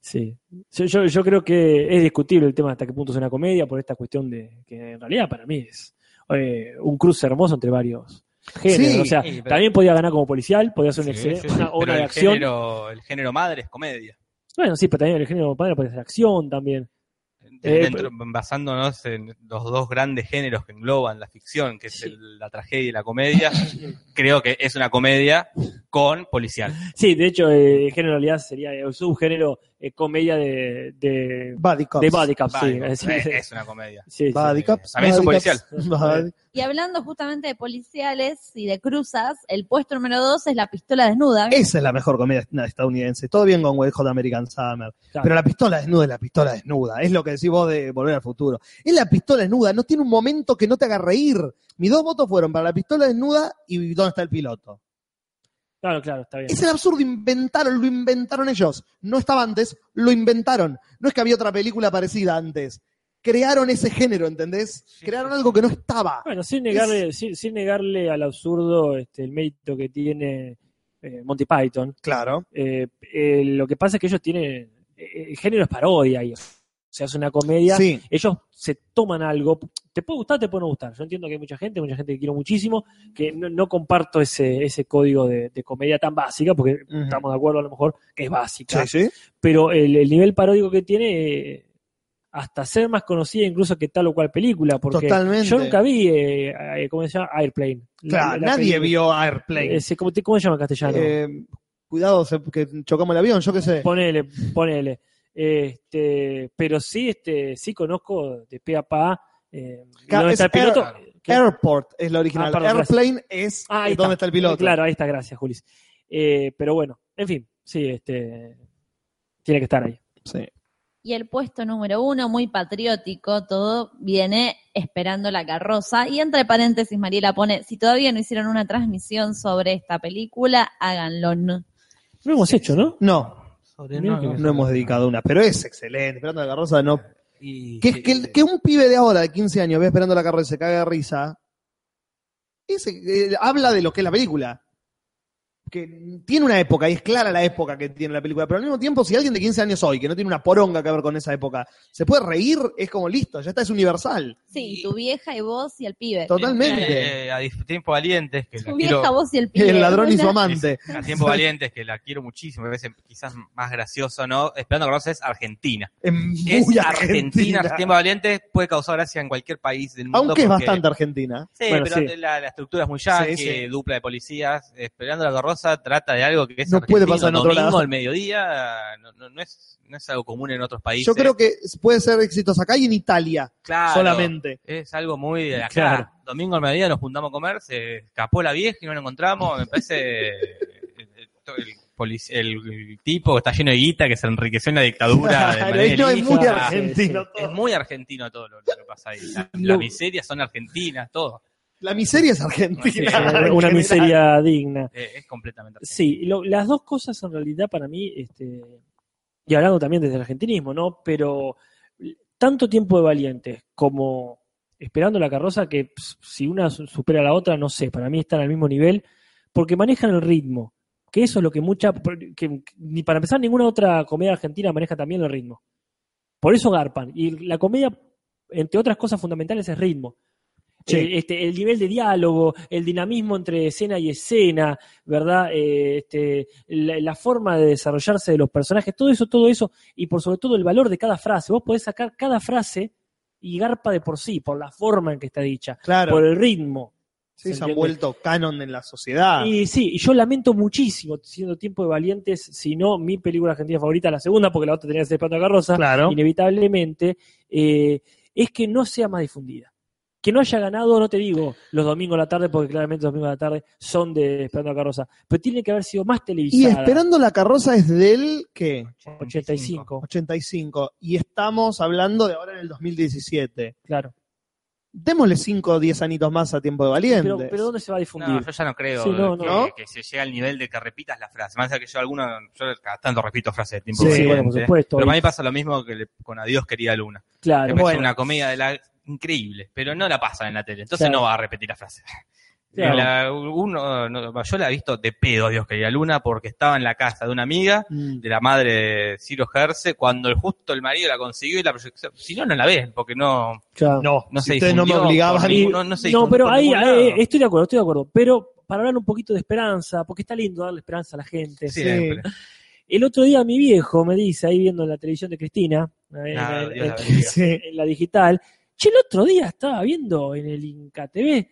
Speaker 3: Sí. Yo, yo, yo creo que es discutible el tema hasta qué punto es una comedia por esta cuestión de que en realidad para mí es eh, un cruce hermoso entre varios géneros.
Speaker 1: Sí.
Speaker 3: o sea,
Speaker 2: Sí, pero-
Speaker 3: también podía ganar como policial, podía ser un
Speaker 2: Sí,
Speaker 3: excelente,
Speaker 2: sí, sí.
Speaker 3: una obra
Speaker 2: Pero
Speaker 3: de
Speaker 2: el
Speaker 3: acción.
Speaker 2: género, el género madre es comedia.
Speaker 3: Bueno, sí, pero también el género padre puede ser acción también. Eh,
Speaker 2: Dentro- basándonos en los dos grandes géneros que engloban la ficción, que es el- la tragedia y la comedia, creo que es una comedia con policial.
Speaker 3: Sí, de hecho, eh, el género en realidad sería el subgénero eh, comedia de, de,
Speaker 1: Body Cops.
Speaker 3: de Body Cup,
Speaker 2: Vale,
Speaker 3: eh, sí.
Speaker 2: es,
Speaker 3: sí, sí,
Speaker 2: es una comedia.
Speaker 3: sí, sí.
Speaker 1: Body Cops.
Speaker 2: También es un
Speaker 1: Body
Speaker 2: policial.
Speaker 1: Cops, Body-
Speaker 4: Y hablando justamente de policiales y de cruzas, el puesto número dos es la pistola desnuda.
Speaker 1: Esa es la mejor comedia estadounidense. Todo bien con Way Hot American Summer.
Speaker 3: Claro.
Speaker 1: Pero la pistola desnuda es la pistola desnuda. Es lo que decís vos de Volver al Futuro. Es la pistola desnuda. No tiene un momento que no te haga reír. Mis dos votos fueron para la pistola desnuda y ¿Dónde está el piloto?
Speaker 3: Claro, claro, está bien.
Speaker 1: Es el absurdo. Inventaron, lo inventaron ellos. No estaba antes, lo inventaron. No es que había otra película parecida antes. Crearon ese género, ¿entendés? Crearon algo que no estaba.
Speaker 3: Bueno, sin negarle, sin, sin negarle al absurdo este, el mérito que tiene eh, Monty Python,
Speaker 1: Claro.
Speaker 3: eh, eh, lo que pasa es que ellos tienen. eh, el género es parodia. Y, o sea, es una comedia.
Speaker 1: Sí.
Speaker 3: Ellos se toman algo. Te puede gustar, te puede no gustar. Yo entiendo que hay mucha gente, mucha gente que quiero muchísimo, que no, no comparto ese, ese código de, de comedia tan básica, porque
Speaker 1: Ujú.
Speaker 3: estamos de acuerdo a lo mejor que es básica.
Speaker 1: sí.
Speaker 3: Pero el, el nivel paródico que tiene. eh, hasta ser más conocida incluso que tal o cual película, porque
Speaker 1: Totalmente.
Speaker 3: yo nunca vi, eh, eh, ¿cómo se llama? Airplane.
Speaker 1: Claro,
Speaker 3: La- la
Speaker 1: nadie
Speaker 3: película-
Speaker 1: vio Airplane.
Speaker 3: Ese, ¿cómo, te- cómo se llama en castellano?
Speaker 1: Eh, cuidado, se- que chocamos el avión, yo qué sé.
Speaker 3: Ponele, ponele. Este, pero sí, este, sí conozco de pe a pa. Eh,
Speaker 1: Claro,
Speaker 3: ¿Dónde está
Speaker 1: es
Speaker 3: el piloto? Que-
Speaker 1: Airport es la original.
Speaker 3: Ah, perdón,
Speaker 1: Airplane es
Speaker 3: Ah, ahí
Speaker 1: eh, donde está el piloto.
Speaker 3: Claro, ahí está, gracias, Julis. Eh, pero bueno, en fin, sí, este, tiene que estar ahí.
Speaker 1: Sí.
Speaker 4: Y el puesto número uno, muy patriótico, todo viene esperando la carroza. Y entre paréntesis, Mariela pone, si todavía no hicieron una transmisión sobre esta película, háganlo. no".
Speaker 3: Lo hemos hecho, ¿no?
Speaker 1: No,
Speaker 5: Sobre-
Speaker 3: Mira
Speaker 5: no,
Speaker 3: que
Speaker 5: no,
Speaker 1: no hemos dedicado una, pero es excelente. Esperando la carroza, no.
Speaker 5: Y-
Speaker 1: Que, es que, el- que un pibe de ahora, de 15 años, ve esperando la carroza y se caga de risa, ese, eh, habla de lo que es la película. Que tiene una época, y es clara la época que tiene la película, pero al mismo tiempo, si alguien de 15 años hoy, que no tiene una poronga que ver con esa época, se puede reír, es como listo, ya está, es universal.
Speaker 4: Sí, tu vieja y vos y el pibe.
Speaker 1: Totalmente.
Speaker 2: Eh, eh, a dis- tiempo valientes, que la
Speaker 4: Tu
Speaker 2: quiero-
Speaker 4: vieja, vos y el pibe.
Speaker 1: El ladrón y su
Speaker 4: Una-
Speaker 1: amante.
Speaker 2: a tiempo valientes, que la quiero muchísimo, me parece quizás más gracioso, ¿no? Esperando que conoces Argentina.
Speaker 1: Es
Speaker 2: Es
Speaker 1: muy
Speaker 2: Argentina,
Speaker 1: argentina.
Speaker 2: tiempo valientes puede causar gracia en cualquier país del mundo.
Speaker 1: Aunque es
Speaker 2: porque-
Speaker 1: bastante argentina.
Speaker 2: Sí,
Speaker 3: Bueno,
Speaker 2: pero
Speaker 3: sí.
Speaker 2: te- La, la estructura es muy yankee,
Speaker 1: Sí, sí.
Speaker 2: dupla de policías, esperando la carroza, trata de algo que es
Speaker 1: No puede pasar en otro
Speaker 2: domingo
Speaker 1: lado.
Speaker 2: al mediodía, no, no- no es, no es algo común en otros países.
Speaker 1: Yo creo que puede ser exitosa acá y en Italia
Speaker 2: Claro,
Speaker 1: solamente.
Speaker 2: Es algo muy de acá.
Speaker 3: Claro.
Speaker 2: Domingo al mediodía nos juntamos a comer, se escapó la vieja y no la encontramos, me parece... el, el- polic- el- el tipo que está lleno de guita, que se enriqueció en la dictadura. de
Speaker 1: Claro,
Speaker 2: manera
Speaker 1: ahí no es
Speaker 2: ilícita.
Speaker 1: muy
Speaker 3: Elisa,
Speaker 1: argentino. todo.
Speaker 2: Es muy argentino todo lo, lo que pasa ahí. La- Las
Speaker 1: Lo-
Speaker 2: miserias son argentinas, todo.
Speaker 1: La miseria es argentina.
Speaker 2: Sí,
Speaker 1: en
Speaker 3: Eh, Una
Speaker 1: general.
Speaker 3: miseria digna.
Speaker 2: Eh, es completamente argentino.
Speaker 3: Sí, lo- las dos cosas en realidad para mí, este, y hablando también desde el argentinismo, ¿no? Pero tanto tiempo de valientes como esperando la carroza, que ps, si una su- supera a la otra, no sé, para mí están al mismo nivel, porque manejan el ritmo, que eso es lo que mucha, que ni para empezar ninguna otra comedia argentina maneja también el ritmo. Por eso garpan. Y la comedia, entre otras cosas fundamentales, es ritmo.
Speaker 1: Sí.
Speaker 3: Eh, este, el nivel de diálogo, el dinamismo entre escena y escena, ¿verdad? Eh, este, la, la forma de desarrollarse de los personajes, todo eso, todo eso, y por sobre todo el valor de cada frase. Vos podés sacar cada frase y garpa de por sí, por la forma en que está dicha,
Speaker 1: Claro.
Speaker 3: por el ritmo.
Speaker 1: Sí, se han
Speaker 3: entiende?
Speaker 1: vuelto canon en la
Speaker 2: Ah.
Speaker 1: sociedad.
Speaker 3: Y sí, y yo lamento muchísimo, siendo tiempo de valientes, si no mi película argentina favorita, la segunda, porque la otra tenía que ser Pato Carroza,
Speaker 1: Claro.
Speaker 3: inevitablemente, eh, es que no sea más difundida. Que no haya ganado, no te digo, los domingos a la tarde, porque claramente los domingos a la tarde son de Esperando a Carroza, pero tiene que haber sido más
Speaker 1: Y
Speaker 3: televisada.
Speaker 1: esperando la carroza es del ¿qué?
Speaker 3: 85,
Speaker 1: 85. Y estamos hablando de ahora en el 2017.
Speaker 3: claro.
Speaker 1: Démosle 5 o 10 anitos más a tiempo de valientes.
Speaker 3: Pero, pero ¿dónde se va
Speaker 2: No,
Speaker 3: a difundir?
Speaker 2: yo ya no creo
Speaker 3: Sí, no,
Speaker 2: que,
Speaker 1: no.
Speaker 2: que se llegue al nivel de que repitas la frase. Más allá que yo alguno, yo cada tanto repito frases de tiempo
Speaker 1: Sí,
Speaker 2: valiente.
Speaker 3: bueno, por supuesto.
Speaker 2: Pero a mí pasa lo mismo que le- con Adiós querida luna.
Speaker 3: claro.
Speaker 2: Me parece
Speaker 1: Bueno.
Speaker 2: una comedia de la increíble, pero no la pasan en la tele, entonces
Speaker 3: Claro.
Speaker 2: no va a repetir la frase.
Speaker 3: Claro.
Speaker 2: En la- uno, no, yo la he visto de pedo Adiós querida luna porque estaba en la casa de una amiga
Speaker 3: Mm.
Speaker 2: de la madre de Ciro Gerce cuando el- justo el marido la consiguió y la proyección. Si no, no la ves, porque no,
Speaker 3: Claro.
Speaker 1: No,
Speaker 2: no
Speaker 1: si
Speaker 2: se
Speaker 1: ustedes no me
Speaker 2: difundió
Speaker 1: obligaban.
Speaker 2: por
Speaker 3: Y-
Speaker 2: ningún- no- no se
Speaker 3: no,
Speaker 2: difundió
Speaker 3: pero
Speaker 2: por
Speaker 3: ahí, eh,
Speaker 2: ningún
Speaker 3: ahí-
Speaker 2: lado.
Speaker 3: estoy de acuerdo, estoy de acuerdo. Pero para hablar un poquito de esperanza, porque está lindo darle esperanza a la gente.
Speaker 2: Siempre.
Speaker 3: El otro día mi viejo me dice, ahí viendo la televisión de Cristina, eh,
Speaker 2: Ah,
Speaker 3: en-
Speaker 2: Dios la
Speaker 3: en-
Speaker 2: bendiga.
Speaker 1: Sí.
Speaker 3: en la digital. Che, el otro día estaba viendo en el Inca TV,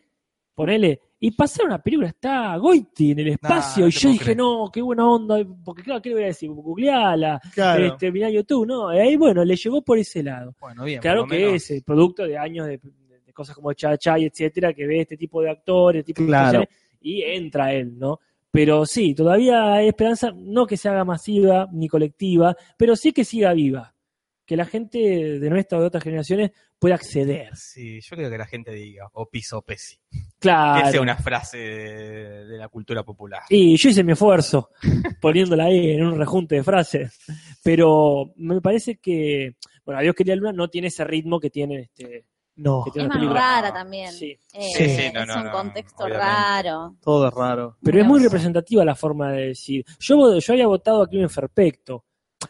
Speaker 3: ponele, y pasaron una película, está Goiti en el espacio,
Speaker 2: no
Speaker 3: y
Speaker 2: te
Speaker 3: yo
Speaker 2: puedo
Speaker 3: dije,
Speaker 2: creer. no,
Speaker 3: no, qué buena onda, porque claro, ¿qué le voy a decir? Googleala,
Speaker 1: Claro.
Speaker 3: este, mirá YouTube, no, y ahí bueno, le llegó por ese lado.
Speaker 2: Bueno, bien.
Speaker 3: claro
Speaker 2: por lo
Speaker 3: que
Speaker 2: menos.
Speaker 3: es eh. el producto de años de, de cosas como Chacha y etcétera, que ve este tipo de actores, tipo de
Speaker 1: Claro.
Speaker 3: situaciones, y entra él, ¿no? Pero sí, todavía hay esperanza, no que se haga masiva ni colectiva, pero sí que siga viva. Que la gente de nuestra o de otras generaciones pueda acceder.
Speaker 2: Sí, yo creo que la gente diga, o piso pesi. Que sea
Speaker 3: Claro.
Speaker 2: una frase de, de la cultura popular.
Speaker 3: Y yo hice mi esfuerzo poniéndola ahí en un rejunte de frases. Pero me parece que, bueno, Adiós quería Luna no tiene ese ritmo que tiene este.
Speaker 1: No,
Speaker 3: que tiene
Speaker 4: Es
Speaker 3: una
Speaker 4: más
Speaker 3: película.
Speaker 4: rara también.
Speaker 3: Sí.
Speaker 4: Eh,
Speaker 1: Sí,
Speaker 2: sí, no,
Speaker 4: es
Speaker 2: no,
Speaker 4: un
Speaker 2: no,
Speaker 4: contexto
Speaker 2: obviamente.
Speaker 4: raro.
Speaker 1: todo es raro.
Speaker 3: Pero es
Speaker 4: No
Speaker 3: muy
Speaker 4: sé.
Speaker 3: representativa la forma de decir. Yo, vo- yo había votado a Crimen Perfecto,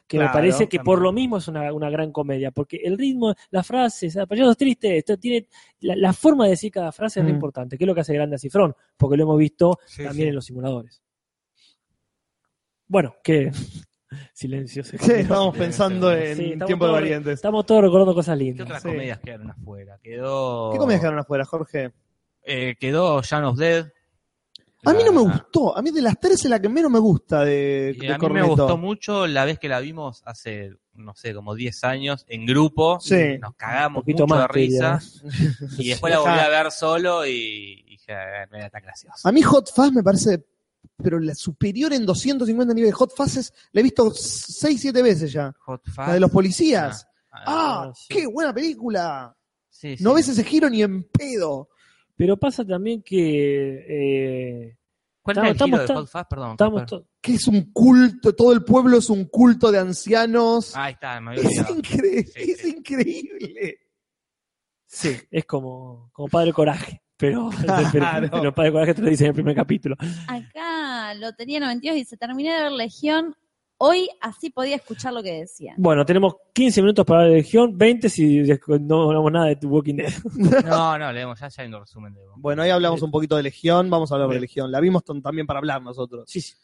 Speaker 3: que me
Speaker 1: Claro,
Speaker 3: parece que por
Speaker 2: también.
Speaker 3: lo mismo es una, una gran comedia, porque el ritmo, las frases, apellidos tristes, esto tiene, la, la forma de decir cada frase es re
Speaker 1: Mm.
Speaker 3: importante, que es lo que hace grande a Cifrón, porque lo hemos visto
Speaker 2: Sí,
Speaker 3: también
Speaker 2: sí.
Speaker 3: en los simuladores. Bueno, qué silencio. se-
Speaker 1: Sí, estábamos
Speaker 2: Sí,
Speaker 1: pensando
Speaker 2: sí.
Speaker 1: en
Speaker 3: Sí, estamos
Speaker 1: tiempo de
Speaker 3: todos-
Speaker 1: variantes.
Speaker 3: Estamos todos recordando cosas
Speaker 2: ¿Qué
Speaker 3: lindas.
Speaker 2: otras
Speaker 1: Sí.
Speaker 2: comedias quedaron afuera? Quedó.
Speaker 1: ¿Qué comías quedaron afuera, Jorge?
Speaker 2: Eh, quedó Jan of Dead.
Speaker 1: A mí no me
Speaker 2: La-
Speaker 1: gustó. A mí de las tres es la que menos me gusta de,
Speaker 2: Ah, Y
Speaker 1: de
Speaker 2: a mí me
Speaker 1: Cornetto.
Speaker 2: gustó mucho la vez que la vimos hace, no sé, como 10 años en grupo.
Speaker 1: Sí.
Speaker 2: Nos cagamos
Speaker 3: Un poquito
Speaker 2: mucho de
Speaker 3: más, te diría, ¿eh?
Speaker 2: risa. Y después la volví a ver solo y dije, "Ah, no era tan graciosa.
Speaker 1: Ah. A mí Hot Fuzz me parece, pero la superior en 250 niveles. Hot Fuzz la he visto 6, 7 veces ya.
Speaker 2: Hot
Speaker 1: La de los policías.
Speaker 2: Ah,
Speaker 1: ¡Ah!
Speaker 3: ah, sí.
Speaker 1: ¡Qué buena película!
Speaker 2: sí, sí.
Speaker 1: No ves ese giro ni en pedo.
Speaker 3: Pero pasa también que. eh,
Speaker 2: ¿Cuál era el
Speaker 3: Estamos-
Speaker 2: giro de
Speaker 3: estamos-
Speaker 2: Hot Fuzz? Perdón.
Speaker 3: estamos
Speaker 2: Casper.
Speaker 3: to-
Speaker 1: Que es un culto, todo el pueblo es un culto de ancianos.
Speaker 2: Ah, ahí está, me había
Speaker 1: es,
Speaker 2: olvidado.
Speaker 1: incre-
Speaker 2: Sí,
Speaker 1: es
Speaker 2: sí.
Speaker 1: increíble.
Speaker 3: Sí, es como, como Padre Coraje. Pero, pero,
Speaker 1: Claro.
Speaker 3: pero Padre Coraje te lo dice en el primer capítulo.
Speaker 4: Acá, Lotería 92 dice, terminé de ver Legión, hoy así podía escuchar lo que decía.
Speaker 3: Bueno, tenemos 15 minutos para la Legión, 20 si des- no hablamos nada de The Walking Dead.
Speaker 2: No, no, leemos, ya, ya hay un resumen de
Speaker 1: Bueno, ahí
Speaker 2: Eh,
Speaker 1: hablamos un poquito de Legión. Vamos a hablar de
Speaker 3: Bien.
Speaker 1: Legión. La vimos ton- también para hablar nosotros.
Speaker 3: Sí, sí.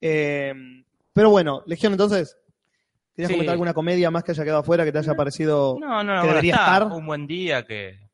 Speaker 1: Eh, pero bueno, Legión, entonces. ¿Querías
Speaker 2: Sí.
Speaker 1: comentar alguna comedia más que haya quedado afuera que te haya parecido
Speaker 2: No, no, no,
Speaker 1: que debería
Speaker 2: está.
Speaker 1: estar.
Speaker 2: Un buen día que.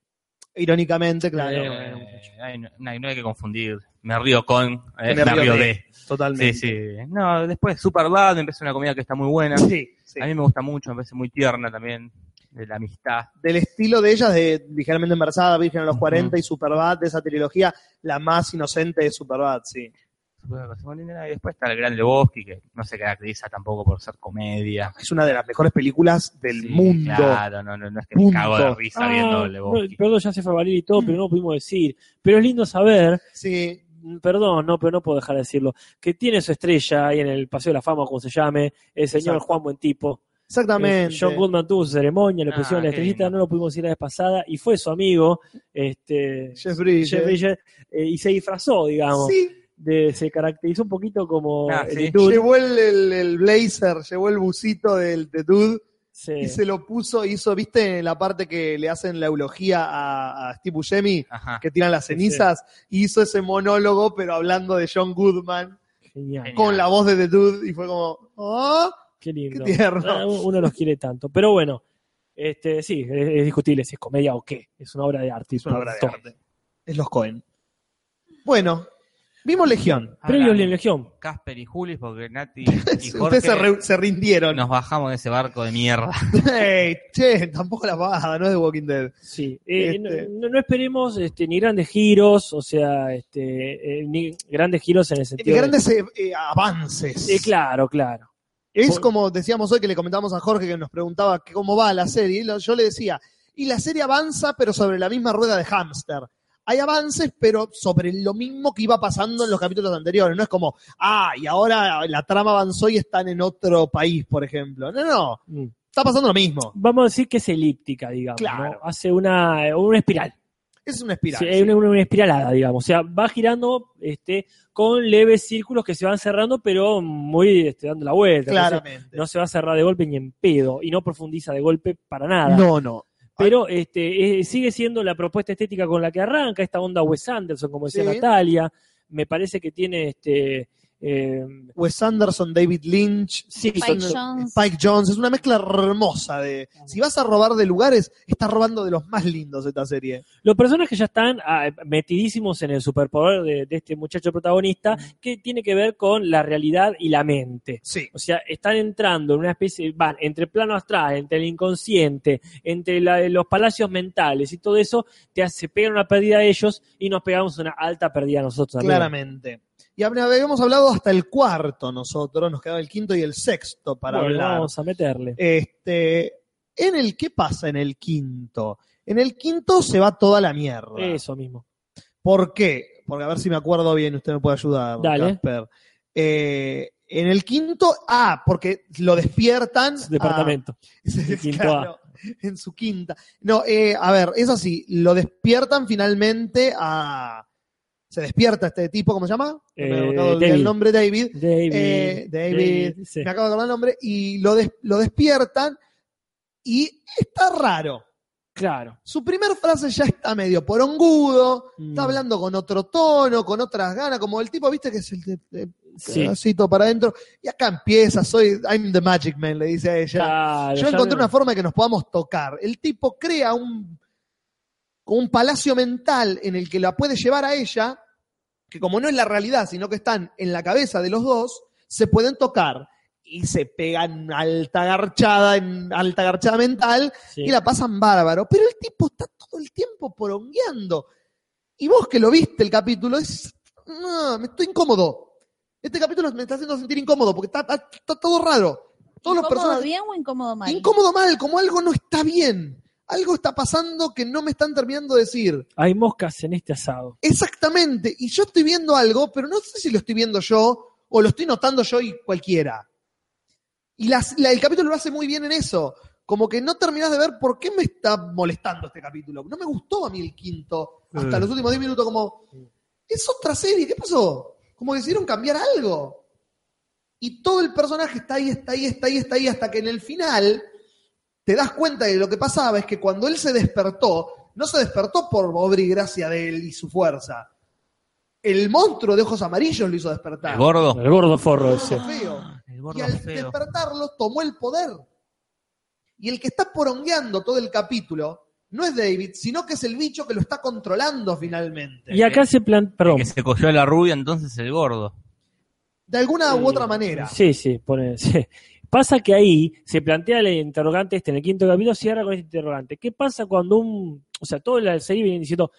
Speaker 1: irónicamente? Claro.
Speaker 2: eh, ay, no, no hay- no hay que confundir. Me río con.
Speaker 1: Me
Speaker 2: eh, me,
Speaker 1: río
Speaker 2: río
Speaker 1: de.
Speaker 2: de. Sí,
Speaker 1: Totalmente.
Speaker 2: sí. No, después Superbad empieza una comedia que está muy buena.
Speaker 1: Sí, sí.
Speaker 2: A mí me gusta mucho, me parece muy tierna también. De la amistad.
Speaker 1: Del estilo de ellas, de Ligeramente Embarazada, Virgen a los
Speaker 2: Ujú.
Speaker 1: 40 y Superbad, de esa trilogía, la más inocente es Superbad, sí.
Speaker 2: Y después está el Gran Lebowski, que no se caracteriza tampoco por ser comedia.
Speaker 1: Es una de las mejores películas del
Speaker 2: Sí,
Speaker 1: mundo.
Speaker 2: Claro, no, no, no es que
Speaker 1: Punto.
Speaker 2: me cago de risa
Speaker 3: Ah,
Speaker 2: viendo
Speaker 3: no,
Speaker 2: Lebowski.
Speaker 3: perdón, ya se fue Valer y todo, pero no lo pudimos decir. Pero es lindo saber,
Speaker 1: Sí.
Speaker 3: mm, perdón, no, pero no puedo dejar de decirlo, que tiene su estrella ahí en el Paseo de la Fama, como se llame, el señor
Speaker 1: Exacto.
Speaker 3: Juan Buen Tipo.
Speaker 1: Exactamente.
Speaker 3: Eh, John Goodman tuvo su ceremonia, le
Speaker 2: Ah,
Speaker 3: pusieron la
Speaker 2: qué
Speaker 3: estrellita,
Speaker 2: lindo.
Speaker 3: no lo pudimos ir la vez pasada, y fue su amigo, este,
Speaker 1: Jeff Bridges.
Speaker 3: Jeff Bridges, eh, y se disfrazó, digamos.
Speaker 1: Sí,
Speaker 3: de- se caracterizó un poquito como
Speaker 2: Ah,
Speaker 3: el
Speaker 2: sí.
Speaker 3: dude.
Speaker 1: llevó el, el- el blazer, llevó el bucito del de Dude
Speaker 3: Se-
Speaker 1: y se lo puso, hizo, viste, la parte que le hacen la eulogía a, a Steve Buscemi,
Speaker 2: Ajá.
Speaker 1: que tiran las
Speaker 3: Sí,
Speaker 1: cenizas, hizo ese monólogo, pero hablando de John Goodman,
Speaker 3: Genial,
Speaker 2: Genial.
Speaker 1: con la voz de The Dude, y fue como, ¡oh! ¡Qué
Speaker 3: qué lindo. Ah,
Speaker 1: tierno!
Speaker 3: Uno los quiere tanto. Pero bueno, este, sí, es, es discutible si es comedia o qué. Es una obra de arte. y
Speaker 1: Es una
Speaker 3: punto.
Speaker 1: obra de arte. Es los Cohen. Bueno, vimos Legión.
Speaker 3: Pero
Speaker 2: Ahora,
Speaker 3: ellos en Legión.
Speaker 2: Casper y Julis, porque Nati y Jorge
Speaker 1: Ustedes se, re- se rindieron.
Speaker 2: nos bajamos de ese barco de mierda.
Speaker 1: Ey, che, tampoco las baja, no es de Walking Dead.
Speaker 3: Sí. Eh,
Speaker 1: Este.
Speaker 3: no, no esperemos este, ni grandes giros, o sea, este, eh, ni grandes giros en el
Speaker 1: Eh,
Speaker 3: sentido. de-
Speaker 1: Grandes eh, eh, avances.
Speaker 3: Eh, claro, claro.
Speaker 1: Es
Speaker 3: Por-
Speaker 1: como decíamos hoy que le comentamos a Jorge que nos preguntaba que cómo va la serie. y lo- Yo le decía, y la serie avanza, pero sobre la misma rueda de hámster. Hay avances, pero sobre lo mismo que iba pasando en los capítulos anteriores. No es como, ah, y ahora la trama avanzó y están en otro país, por ejemplo. No, no,
Speaker 3: Mm.
Speaker 1: está pasando lo mismo.
Speaker 3: Vamos a decir que es elíptica, digamos.
Speaker 1: Claro.
Speaker 3: ¿no? Hace una, eh, una espiral.
Speaker 1: Es una espiral.
Speaker 3: Sí,
Speaker 1: sí.
Speaker 3: hay una, una espiralada, digamos. O sea, va girando este, con leves círculos que se van cerrando, pero muy este, dando la vuelta. Entonces,
Speaker 1: Claramente.
Speaker 3: no se va a cerrar de golpe ni en pedo y no profundiza de golpe para nada.
Speaker 1: No, no.
Speaker 3: Pero este, eh, sigue siendo la propuesta estética con la que arranca esta onda Wes Anderson, como decía
Speaker 1: Sí.
Speaker 3: Natalia. Me parece que tiene este, eh,
Speaker 1: Wes Anderson, David Lynch,
Speaker 3: sí,
Speaker 4: Spike
Speaker 3: son-
Speaker 4: Jones.
Speaker 1: Spike Jones. Es una mezcla hermosa de. Si vas a robar de lugares, estás robando de los más lindos esta serie.
Speaker 3: los personajes ya están ah, metidísimos en el superpoder de, de este muchacho protagonista que tiene que ver con la realidad y la mente.
Speaker 1: Sí.
Speaker 3: O sea, están entrando en una especie, van entre plano astral, entre el inconsciente, entre la- los palacios mentales y todo eso, te hace pegar una pérdida a ellos y nos pegamos una alta pérdida a nosotros también.
Speaker 1: Claramente. Y hab- habíamos hablado hasta el cuarto nosotros, nos quedaba el quinto y el sexto para
Speaker 3: Bueno,
Speaker 1: hablar.
Speaker 3: Vamos a meterle.
Speaker 1: Este, en el ¿qué pasa en el quinto? En el quinto se va toda la mierda.
Speaker 3: Eso mismo.
Speaker 1: ¿Por qué? Porque a ver si me acuerdo bien, usted me puede ayudar,
Speaker 3: Dale.
Speaker 1: Casper. Eh, en el quinto, ah, porque lo despiertan.
Speaker 3: Su
Speaker 1: a-
Speaker 3: departamento. El quinto A.
Speaker 1: Claro, En su quinta. No, eh, a ver, es así. Lo despiertan finalmente a. Se despierta este tipo, ¿cómo se llama?
Speaker 3: Eh,
Speaker 1: Me he olvidado
Speaker 3: David.
Speaker 1: El nombre David.
Speaker 3: David.
Speaker 1: Eh, David,
Speaker 3: sí.
Speaker 1: Me acabo de acordar el nombre. Y lo, des- lo despiertan. Y está raro.
Speaker 3: Claro.
Speaker 1: Su primera frase ya está medio porongudo. Está
Speaker 3: Mm.
Speaker 1: hablando con otro tono, con otras ganas. Como el tipo, viste, que es el de- de-
Speaker 3: Sí.
Speaker 1: pedacito para adentro. Y acá empieza. Soy. I'm the magic man, le dice a ella.
Speaker 3: Claro,
Speaker 1: Yo
Speaker 3: ya
Speaker 1: encontré
Speaker 3: no-
Speaker 1: una forma de que nos podamos tocar. El tipo crea un, como un palacio mental en el que la puede llevar a ella, que como no es la realidad, sino que están en la cabeza de los dos, se pueden tocar y se pegan alta garchada, en alta garchada mental
Speaker 3: sí.
Speaker 1: y la pasan bárbaro. Pero el tipo está todo el tiempo porongueando. Y vos que lo viste el capítulo, es, no, me estoy incómodo. Este capítulo me está haciendo sentir incómodo porque está, está- está todo raro. Todos los
Speaker 4: ¿Incómodo
Speaker 1: personajes
Speaker 4: bien o incómodo mal?
Speaker 1: incómodo mal, como algo no está bien. Algo está pasando que no me están terminando de decir.
Speaker 3: Hay moscas en este asado.
Speaker 1: Exactamente. Y yo estoy viendo algo, pero no sé si lo estoy viendo yo o lo estoy notando yo y cualquiera. Y las- la- el capítulo lo hace muy bien en eso. Como que no terminás de ver por qué me está molestando este capítulo. No me gustó a mí el quinto. Hasta
Speaker 3: Mm.
Speaker 1: los últimos 10 minutos, como. Es otra serie, ¿qué pasó? Como que decidieron cambiar algo. Y todo el personaje está ahí, está ahí, está ahí, está ahí, hasta que en el final te das cuenta de lo que pasaba es que cuando él se despertó, no se despertó por obra y gracia de él y su fuerza. El monstruo de ojos amarillos lo hizo despertar.
Speaker 2: El gordo.
Speaker 3: El gordo forro ese.
Speaker 1: Feo.
Speaker 2: El
Speaker 1: Y
Speaker 2: gordo
Speaker 1: al
Speaker 2: feo.
Speaker 1: despertarlo tomó el poder. Y el que está porongueando todo el capítulo no es David, sino que es el bicho que lo está controlando finalmente.
Speaker 3: Y acá se plan... Perdón.
Speaker 2: Que se cogió a la rubia, entonces el gordo.
Speaker 1: De alguna u
Speaker 3: Eh,
Speaker 1: otra manera.
Speaker 3: Sí, sí, pone, sí. Pasa que ahí se plantea el interrogante este en el quinto capítulo, cierra con este interrogante. ¿Qué pasa cuando un. O sea, toda la serie viene diciendo.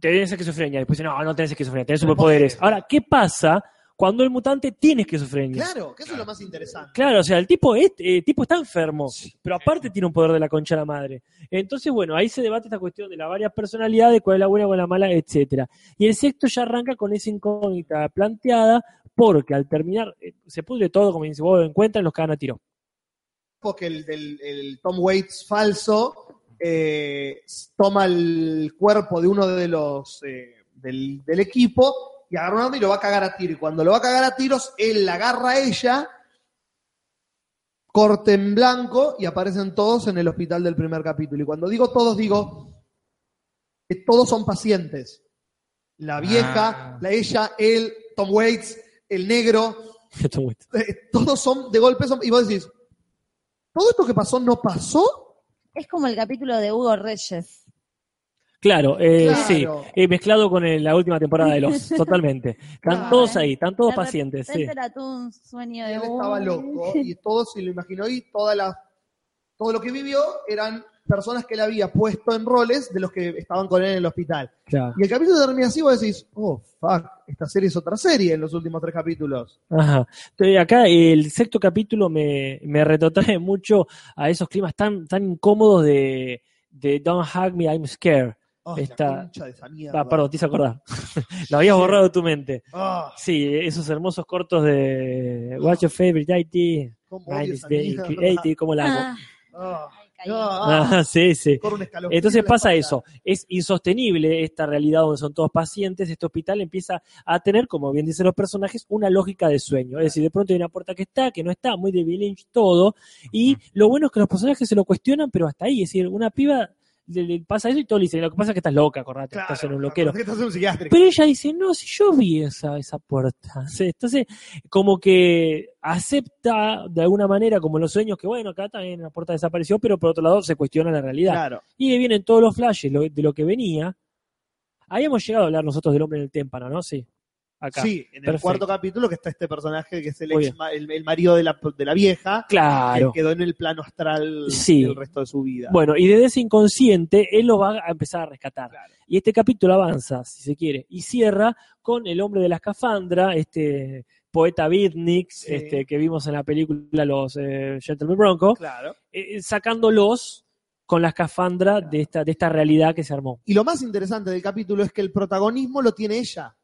Speaker 3: Tenés esquizofrenia. Después dice, no, no tenés esquizofrenia, tenés superpoderes. Ahora, ¿qué pasa cuando el mutante tiene esquizofrenia?
Speaker 1: Claro, que eso es lo más interesante.
Speaker 3: Claro, o sea, el tipo, es- eh, tipo está enfermo, pero aparte tiene un poder de la concha a la madre. Entonces, bueno, ahí se debate esta cuestión de las varias personalidades, cuál es la buena, cuál es la mala, etcétera. Y el sexto ya arranca con esa incógnita planteada, porque al terminar, eh, se pudre todo, como dice vos, encuentran los cagan a tiro.
Speaker 1: porque el, del- el Tom Waits falso eh, toma el cuerpo de uno de los eh, del, del equipo y agarra un arma y lo va a cagar a tiro. Y cuando lo va a cagar a tiros, él la agarra a ella, corte en blanco y aparecen todos en el hospital del primer capítulo. Y cuando digo todos, digo que todos son pacientes. La vieja,
Speaker 2: Ah.
Speaker 1: la ella, él, Tom Waits, el negro,
Speaker 3: Esto es muy-
Speaker 1: eh, todos son de golpe son- y vos decís todo esto que pasó no pasó
Speaker 4: Es como el capítulo de Hugo Reyes.
Speaker 3: Claro, eh,
Speaker 1: Claro.
Speaker 3: sí, eh, mezclado con el- la última temporada de Los, totalmente. Están
Speaker 1: Claro.
Speaker 3: todos ahí, están todos
Speaker 4: De
Speaker 3: pacientes, sí.
Speaker 4: repente este era todo un sueño
Speaker 1: Y
Speaker 4: de
Speaker 1: él
Speaker 4: Hugo.
Speaker 1: estaba loco y todo se lo imaginó y toda la todo lo que vivió eran personas que él había puesto en roles de los que estaban con él en el hospital
Speaker 3: Claro.
Speaker 1: y el capítulo termina así vos decís oh fuck esta serie es otra serie en los últimos tres capítulos
Speaker 3: Ajá. Entonces, acá el sexto capítulo me, me retrotrae mucho a esos climas tan, tan incómodos de, de Don't Hug Me, I'm Scared.
Speaker 1: Ay, Ah, la
Speaker 3: Está-
Speaker 1: concha de esa mierda.
Speaker 3: Ah, perdón, te hice acordar. Lo habías borrado de tu mente.
Speaker 1: Ah,
Speaker 3: Sí, esos hermosos cortos de Watch Your Favorite IT,
Speaker 1: cómo odio
Speaker 3: Minus
Speaker 1: esa
Speaker 3: Day,
Speaker 1: mierda.
Speaker 3: Creative, ¿cómo la hago?
Speaker 4: Ah,
Speaker 1: Ah,
Speaker 4: ay, caí.
Speaker 1: ah,
Speaker 3: Ah, sí, sí.
Speaker 1: corre un escalofrío
Speaker 3: Entonces
Speaker 1: en la
Speaker 3: pasa
Speaker 1: espalda.
Speaker 3: eso, es insostenible esta realidad donde son todos pacientes, este hospital empieza a tener, como bien dicen los personajes, una lógica de sueño, es decir, de pronto hay una puerta que está, que no está, muy de David Lynch todo, y lo bueno es que los personajes se lo cuestionan, pero hasta ahí, es decir, una piba le, le pasa eso y todos le dicen, lo que pasa es que estás loca, acordate,
Speaker 1: Claro,
Speaker 3: estás en un loquero.
Speaker 1: porque estás en un psiquiátrico.
Speaker 3: Pero ella dice, no, si yo vi esa, esa puerta. Sí, Entonces, como que acepta de alguna manera, como los sueños, que bueno, acá también la puerta desapareció, pero por otro lado se cuestiona la realidad.
Speaker 1: Claro.
Speaker 3: Y ahí vienen todos los flashes lo- de lo que venía. Habíamos llegado a hablar nosotros del hombre en el témpano, ¿no? Sí. Acá.
Speaker 1: Sí, en el
Speaker 3: Perfecto.
Speaker 1: cuarto capítulo que está este personaje que es el,
Speaker 3: Muy
Speaker 1: ex
Speaker 3: bien.
Speaker 1: ma- el, el marido de la, de la vieja,
Speaker 3: Claro.
Speaker 1: que quedó en el plano astral
Speaker 3: Sí.
Speaker 1: el resto de su vida.
Speaker 3: Bueno, y desde ese inconsciente él lo va a empezar a rescatar.
Speaker 1: Claro.
Speaker 3: Y este capítulo avanza, si se quiere, y cierra con el hombre de la escafandra, este poeta Bitnik,
Speaker 1: Sí.
Speaker 3: este, que vimos en la película Los eh, Gentlemen Bronco,
Speaker 1: claro.
Speaker 3: eh, sacándolos con la escafandra de, esta, de esta realidad que se armó.
Speaker 1: Y lo más interesante del capítulo es que el protagonismo lo tiene ella.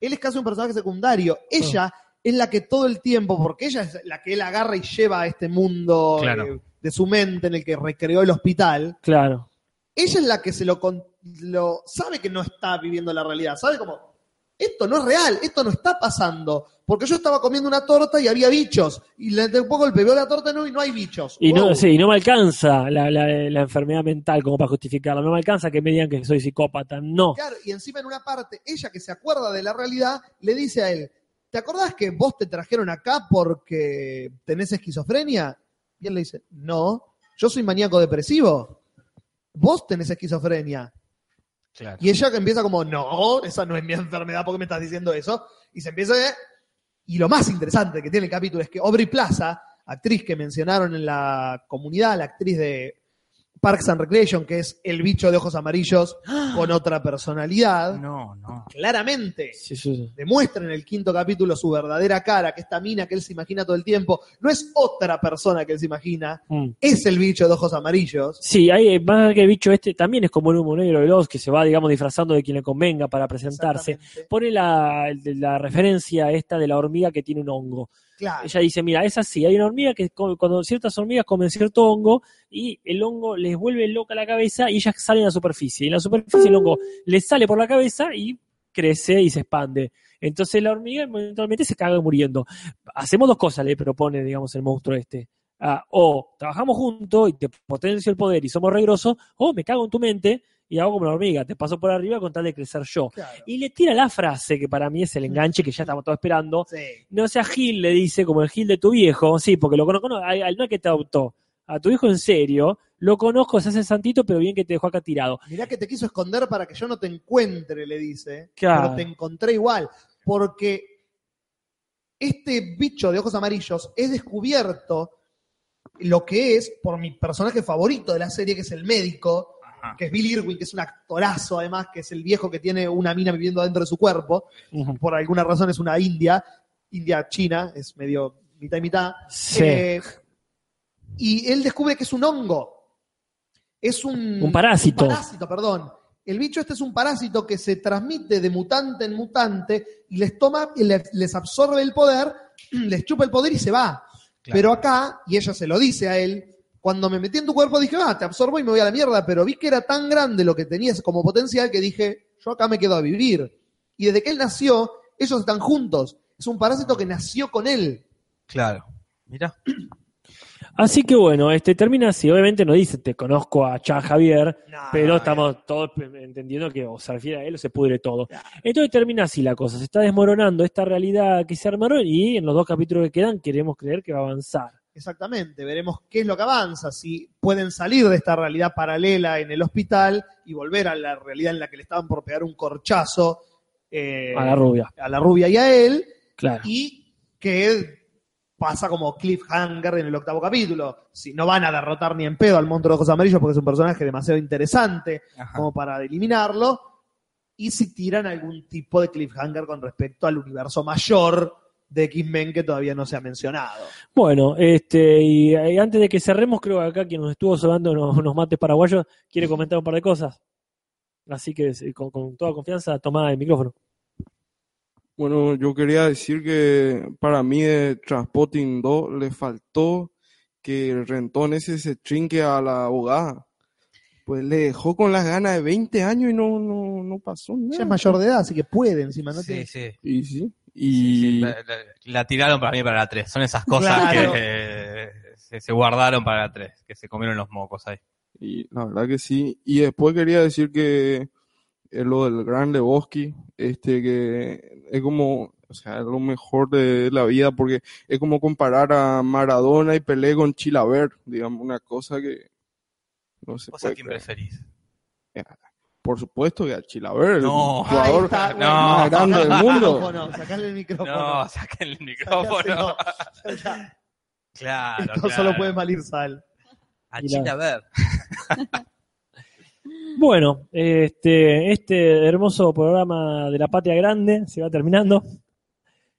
Speaker 1: Él es casi un personaje secundario. Ella
Speaker 3: Ah.
Speaker 1: es la que todo el tiempo, porque ella es la que él agarra y lleva a este mundo
Speaker 2: Claro.
Speaker 1: eh, de su mente en el que recreó el hospital.
Speaker 3: Claro.
Speaker 1: Ella es la que se lo, con- lo sabe que no está viviendo la realidad. Sabe como, esto no es real, esto no está pasando. Porque yo estaba comiendo una torta y había bichos. Y le de un poco golpe, veo la torta no, y no hay bichos.
Speaker 3: Y no,
Speaker 1: Wow.
Speaker 3: sí, y no me alcanza la, la- la enfermedad mental como para justificarla. No me alcanza que me digan que soy psicópata. No.
Speaker 1: Claro, y encima en una parte, ella que se acuerda de la realidad, le dice a él, ¿te acordás que vos te trajeron acá porque tenés esquizofrenia? Y él le dice, no, yo soy maníaco depresivo. Vos tenés esquizofrenia.
Speaker 2: Claro.
Speaker 1: Y ella que empieza como, no, esa no es mi enfermedad, ¿por qué me estás diciendo eso? Y se empieza a... Y lo más interesante que tiene el capítulo es que Aubrey Plaza, actriz que mencionaron en la comunidad, la actriz de Parks and Recreation, que es el bicho de ojos amarillos con otra personalidad,
Speaker 2: No, no.
Speaker 1: claramente
Speaker 3: Sí, sí, sí.
Speaker 1: demuestra en el quinto capítulo su verdadera cara, que esta mina que él se imagina todo el tiempo, no es otra persona que él se imagina,
Speaker 3: Mm.
Speaker 1: es el bicho de ojos amarillos.
Speaker 3: Sí, hay, eh, más que el bicho este también es como el humo negro de los que se va, digamos, disfrazando de quien le convenga para presentarse.
Speaker 1: Exactamente.
Speaker 3: Pone la, el de la referencia esta de la hormiga que tiene un hongo.
Speaker 1: Claro.
Speaker 3: Ella dice, mira, es así, hay una hormiga que come- cuando ciertas hormigas comen cierto hongo y el hongo les vuelve loca la cabeza y ellas salen a la superficie. Y en la superficie el hongo les sale por la cabeza y crece y se expande. Entonces la hormiga eventualmente se caga muriendo. Hacemos dos cosas, le propone, digamos, el monstruo este. Ah, o trabajamos juntos y te potencio el poder y somos regrosos, o me cago en tu mente y hago como la hormiga, te paso por arriba con tal de crecer yo.
Speaker 1: Claro.
Speaker 3: Y le tira la frase, que para mí es el enganche que ya estamos todos esperando,
Speaker 1: Sí.
Speaker 3: no sea Gil, le dice, como el Gil de tu viejo. Sí, porque lo conozco, no, al al no que te adoptó. A tu hijo en serio, lo conozco, se hace santito, pero bien que te dejó acá tirado.
Speaker 1: Mirá que te quiso esconder para que yo no te encuentre, le dice. ¿eh?
Speaker 3: Claro.
Speaker 1: Pero te encontré igual. Porque este bicho de ojos amarillos es descubierto lo que es por mi personaje favorito de la serie, que es el médico,
Speaker 2: Ajá.
Speaker 1: que es Bill Irwin, que es un actorazo además, que es el viejo que tiene una mina viviendo dentro de su cuerpo. Por alguna razón es una india, india china, es medio mitad y mitad.
Speaker 3: Sí.
Speaker 1: Eh, y él descubre que es un hongo. Es un,
Speaker 3: Un parásito.
Speaker 1: un parásito, perdón. El bicho este es un parásito que se transmite de mutante en mutante y les toma, y les, les absorbe el poder, les chupa el poder y se va.
Speaker 2: Claro.
Speaker 1: Pero acá, y ella se lo dice a él, cuando me metí en tu cuerpo dije, ah, te absorbo y me voy a la mierda, pero vi que era tan grande lo que tenías como potencial que dije, yo acá me quedo a vivir. Y desde que él nació, ellos están juntos. Es un parásito que nació con él.
Speaker 2: Claro. Mirá.
Speaker 3: Así que bueno, este termina así. Obviamente no dice, te conozco a Cha Javier, pero estamos todos entendiendo que o se refiere a él o se pudre todo. Entonces termina así la cosa. Se está desmoronando esta realidad que se armaron y en los dos capítulos que quedan queremos creer que va a avanzar.
Speaker 1: Exactamente, veremos qué es lo que avanza, si pueden salir de esta realidad paralela en el hospital y volver a la realidad en la que le estaban por pegar un corchazo eh,
Speaker 3: A la rubia,
Speaker 1: a la rubia y a él,
Speaker 3: claro.
Speaker 1: y que pasa como cliffhanger en el octavo capítulo. Si no van a derrotar ni en pedo al monstruo de ojos amarillos porque es un personaje demasiado interesante
Speaker 2: Ajá.
Speaker 1: como para eliminarlo, y si tiran algún tipo de cliffhanger con respecto al universo mayor de X-Men que todavía no se ha mencionado.
Speaker 3: Bueno, este, y, eh, antes de que cerremos, creo que acá quien nos estuvo sonando unos, unos mates paraguayos quiere comentar un par de cosas. Así que sí, con, con toda confianza, toma el micrófono.
Speaker 11: Bueno, yo quería decir que para mí de Transpotting 2 le faltó que el rentón ese se trinque a la abogada. Pues le dejó con las ganas de 20 años y no, no, no pasó
Speaker 1: Ya
Speaker 11: nada.
Speaker 1: es mayor de edad, así que puede encima, ¿no?
Speaker 2: Sí,
Speaker 1: tiene-
Speaker 2: sí.
Speaker 11: Y sí.
Speaker 2: Sí, sí,
Speaker 11: Y
Speaker 2: la, la- la tiraron para mí para la 3. Son esas cosas
Speaker 1: Claro.
Speaker 2: que eh, se, se guardaron para la 3, que se comieron los mocos ahí.
Speaker 11: Y la verdad que sí. Y después quería decir que eh, lo del Gran Lebowski, este, que es como, o sea, es lo mejor de la vida, porque es como comparar a Maradona y Pelé con Chilaver, digamos, una cosa que no se
Speaker 2: O sea,
Speaker 11: puede
Speaker 2: ¿quién
Speaker 11: creer.
Speaker 2: preferís?
Speaker 11: Por supuesto que a Chilaver,
Speaker 2: No.
Speaker 11: el jugador
Speaker 2: Ahí está, no.
Speaker 11: más grande del mundo.
Speaker 1: Micrófono, sacale el micrófono.
Speaker 2: No, saquen el micrófono.
Speaker 1: Sacáselo. Ya está.
Speaker 2: Claro,
Speaker 1: Esto
Speaker 2: claro.
Speaker 1: solo puede mal ir sal.
Speaker 2: A Chilaver.
Speaker 3: Bueno, este, este hermoso programa de la patria grande se va terminando.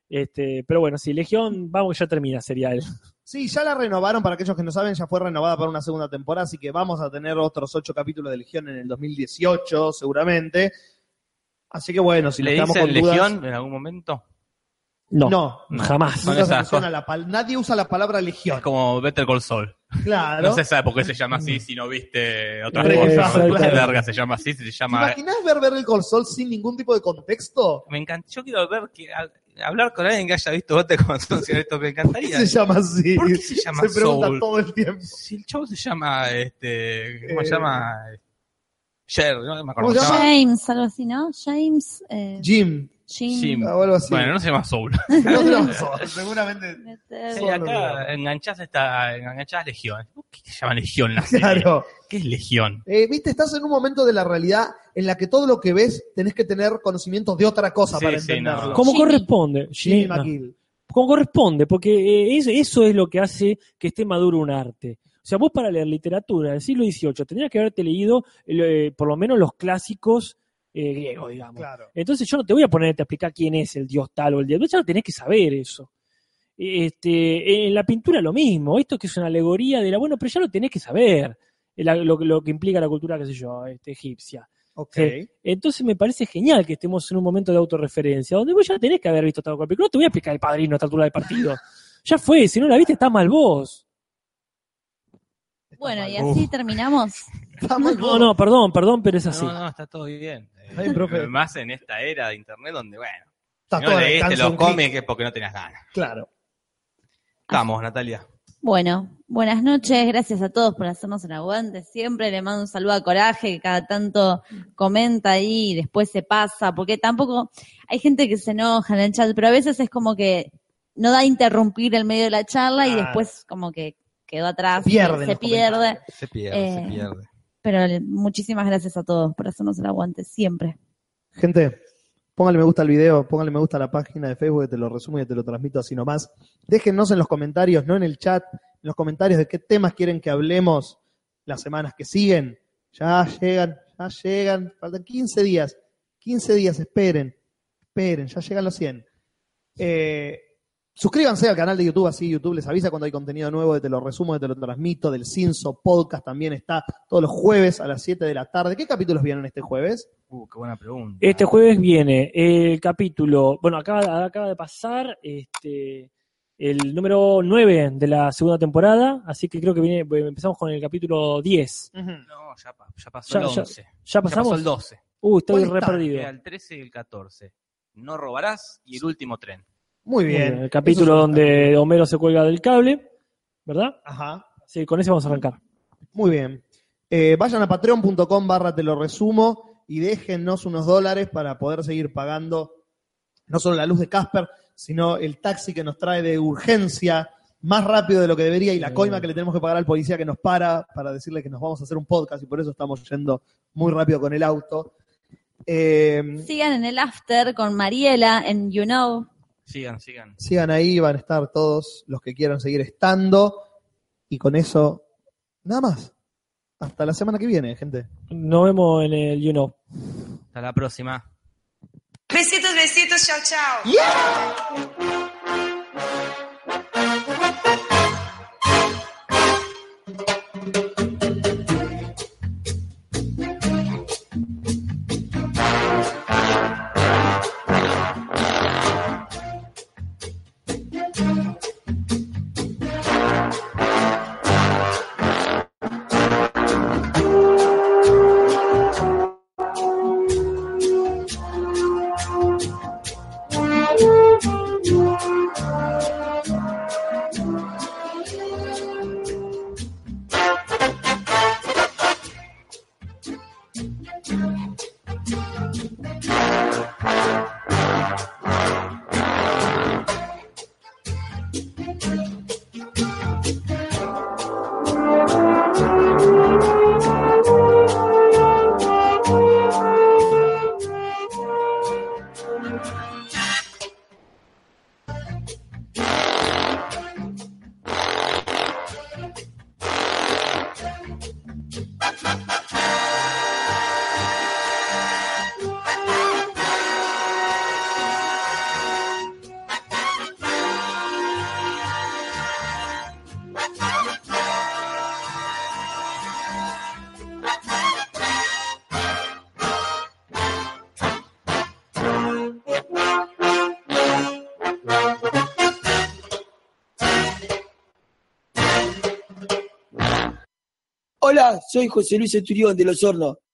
Speaker 3: Este, pero bueno, sí, Legión, vamos, ya termina, sería el.
Speaker 1: Sí, ya la renovaron, para aquellos que no saben, ya fue renovada para una segunda temporada, así que vamos a tener otros ocho capítulos de Legión en el 2018, seguramente. Así que bueno, si
Speaker 2: ¿Le
Speaker 1: nos quedamos
Speaker 2: dicen
Speaker 1: con
Speaker 2: Legión
Speaker 1: dudas...
Speaker 2: en algún momento?
Speaker 3: No,
Speaker 1: No,
Speaker 3: jamás.
Speaker 2: Son
Speaker 1: nunca se
Speaker 2: esas
Speaker 1: menciona
Speaker 2: cosas.
Speaker 1: la pal- nadie usa la palabra Legión.
Speaker 2: Es como Better Call Saul.
Speaker 1: Claro.
Speaker 2: No se sabe por qué se llama así si no viste otras
Speaker 1: Eh,
Speaker 2: cosas.
Speaker 1: exacto.
Speaker 2: ¿no? La larga se llama así, se
Speaker 1: ¿Te
Speaker 2: llama...
Speaker 1: imaginas ver ver el console sin ningún tipo de contexto?
Speaker 2: Me encanta. Yo quiero ver que... al- Hablar con alguien que haya visto Better Call Saul, si esto me
Speaker 1: ¿Por qué
Speaker 2: encantaría.
Speaker 1: se llama así?
Speaker 2: ¿Por qué se llama
Speaker 1: pregunta
Speaker 2: Soul?
Speaker 1: todo el tiempo.
Speaker 2: Si el chavo se llama, este, ¿cómo
Speaker 1: Eh.
Speaker 2: se llama? Sher, no me acuerdo.
Speaker 1: ¿Cómo se llama?
Speaker 4: James, algo así, ¿no? James, eh,
Speaker 1: Jim, Ah,
Speaker 4: Jim.
Speaker 2: Jim.
Speaker 1: o algo así.
Speaker 2: Bueno, no se llama Soul.
Speaker 1: No se llama Soul, seguramente.
Speaker 4: Better-
Speaker 2: Sí,
Speaker 1: Soul,
Speaker 2: acá enganchás, esta, enganchás Legión. ¿Por qué se llama Legión la serie?
Speaker 1: Claro.
Speaker 2: ¿Qué es Legión?
Speaker 1: Eh, Viste, estás en un momento de la realidad en la que todo lo que ves tenés que tener conocimientos de otra cosa
Speaker 2: Sí,
Speaker 1: para
Speaker 2: sí,
Speaker 1: entenderlo.
Speaker 2: no.
Speaker 3: Como
Speaker 4: Jimmy.
Speaker 3: corresponde,
Speaker 1: Jimmy
Speaker 3: Jimmy, no.
Speaker 1: McGill.
Speaker 3: como corresponde, porque eh, es- eso es lo que hace que esté maduro un arte. O sea, vos para leer literatura del siglo XVIII tendrías que haberte leído eh, por lo menos los clásicos eh, griegos, digamos.
Speaker 1: Claro.
Speaker 3: Entonces yo no te voy a poner a explicar quién es el dios tal o el dios. Vos ya lo tenés que saber eso. Este, en la pintura lo mismo. Esto que es una alegoría de la... Bueno, pero ya lo tenés que saber. La- lo, lo que implica la cultura, qué sé yo, este, egipcia.
Speaker 1: Ok.
Speaker 3: Sí. Entonces me parece genial que estemos en un momento de autorreferencia, donde vos ya tenés que haber visto tal cual película. No te voy a explicar el padrino a esta altura del partido. Ya fue, si no la viste, está mal vos.
Speaker 4: Bueno, y
Speaker 1: Está mal.
Speaker 4: así terminamos.
Speaker 1: Está mal.
Speaker 3: No, no, perdón, perdón, pero es así.
Speaker 2: No, no, está todo bien. Eh,
Speaker 1: Ay, profe.
Speaker 2: Más en esta era de internet donde, bueno,
Speaker 1: Está
Speaker 2: si
Speaker 1: todo
Speaker 2: no
Speaker 1: al
Speaker 2: leíste
Speaker 1: alcance de
Speaker 2: los
Speaker 1: un clic.
Speaker 2: cómics es porque no tenías ganas.
Speaker 1: Claro.
Speaker 2: Estamos, Natalia.
Speaker 4: Bueno, buenas noches, gracias a todos por hacernos el aguante siempre. Le mando un saludo a Coraje, que cada tanto comenta ahí y después se pasa, porque tampoco hay gente que se enoja en el chat, pero a veces es como que no da a interrumpir el medio de la charla y
Speaker 1: Claro.
Speaker 4: después como que quedó atrás,
Speaker 1: Se pierden
Speaker 4: se
Speaker 1: los
Speaker 4: pierde.
Speaker 1: comentarios.
Speaker 2: Se pierde,
Speaker 4: Eh.
Speaker 2: se pierde.
Speaker 4: Pero le- muchísimas gracias a todos por hacernos el aguante siempre.
Speaker 1: Gente, póngale me gusta al video, póngale me gusta a la página de Facebook, que te lo resumo y te lo transmito así nomás. Déjennos en los comentarios, no en el chat, en los comentarios de qué temas quieren que hablemos las semanas que siguen. Ya llegan, ya llegan, faltan 15 días. 15 días, esperen, esperen, ya llegan los 100. Eh, suscríbanse al canal de YouTube, así YouTube les avisa cuando hay contenido nuevo, de te lo resumo, de te lo transmito, del Cinso Podcast también está todos los jueves a las 7 de la tarde. ¿Qué capítulos vienen este jueves?
Speaker 2: Uh, qué buena pregunta.
Speaker 3: Este jueves viene el capítulo, bueno, acaba, acaba de pasar este, el número 9 de la segunda temporada, así que creo que viene, empezamos con el capítulo 10.
Speaker 2: No, ya, pa- ya pasó
Speaker 3: Ya-
Speaker 2: el
Speaker 3: ya-
Speaker 2: 11.
Speaker 3: ¿Ya
Speaker 2: Ya pasó
Speaker 3: pasamos?
Speaker 2: el 12.
Speaker 3: Uh, estoy
Speaker 1: ¿Cuál
Speaker 3: re
Speaker 1: está?
Speaker 3: perdido.
Speaker 2: Queda el 13 y el 14. No robarás y el último tren.
Speaker 1: Muy
Speaker 3: Muy
Speaker 1: bien.
Speaker 3: bien, El capítulo
Speaker 1: Eso es un
Speaker 3: donde Homero se cuelga del cable, ¿verdad?
Speaker 1: Ajá.
Speaker 3: Sí, con ese vamos a arrancar.
Speaker 1: Muy bien. Eh, vayan a patreon.com barra te lo resumo y déjennos unos dólares para poder seguir pagando no solo la luz de Casper, sino el taxi que nos trae de urgencia más rápido de lo que debería y la coima que le tenemos que pagar al policía que nos para para decirle que nos vamos a hacer un podcast y por eso estamos yendo muy rápido con el auto. Eh,
Speaker 4: Sigan en el after con Mariela en You Know.
Speaker 2: Sigan, sigan.
Speaker 1: Sigan ahí, van a estar todos los que quieran seguir estando y con eso, nada más. Hasta la semana que viene, gente.
Speaker 3: Nos vemos en el You Know.
Speaker 2: Hasta la próxima.
Speaker 10: Besitos, besitos, chao, chao.
Speaker 1: Hola, soy José Luis Esturión de Los Hornos.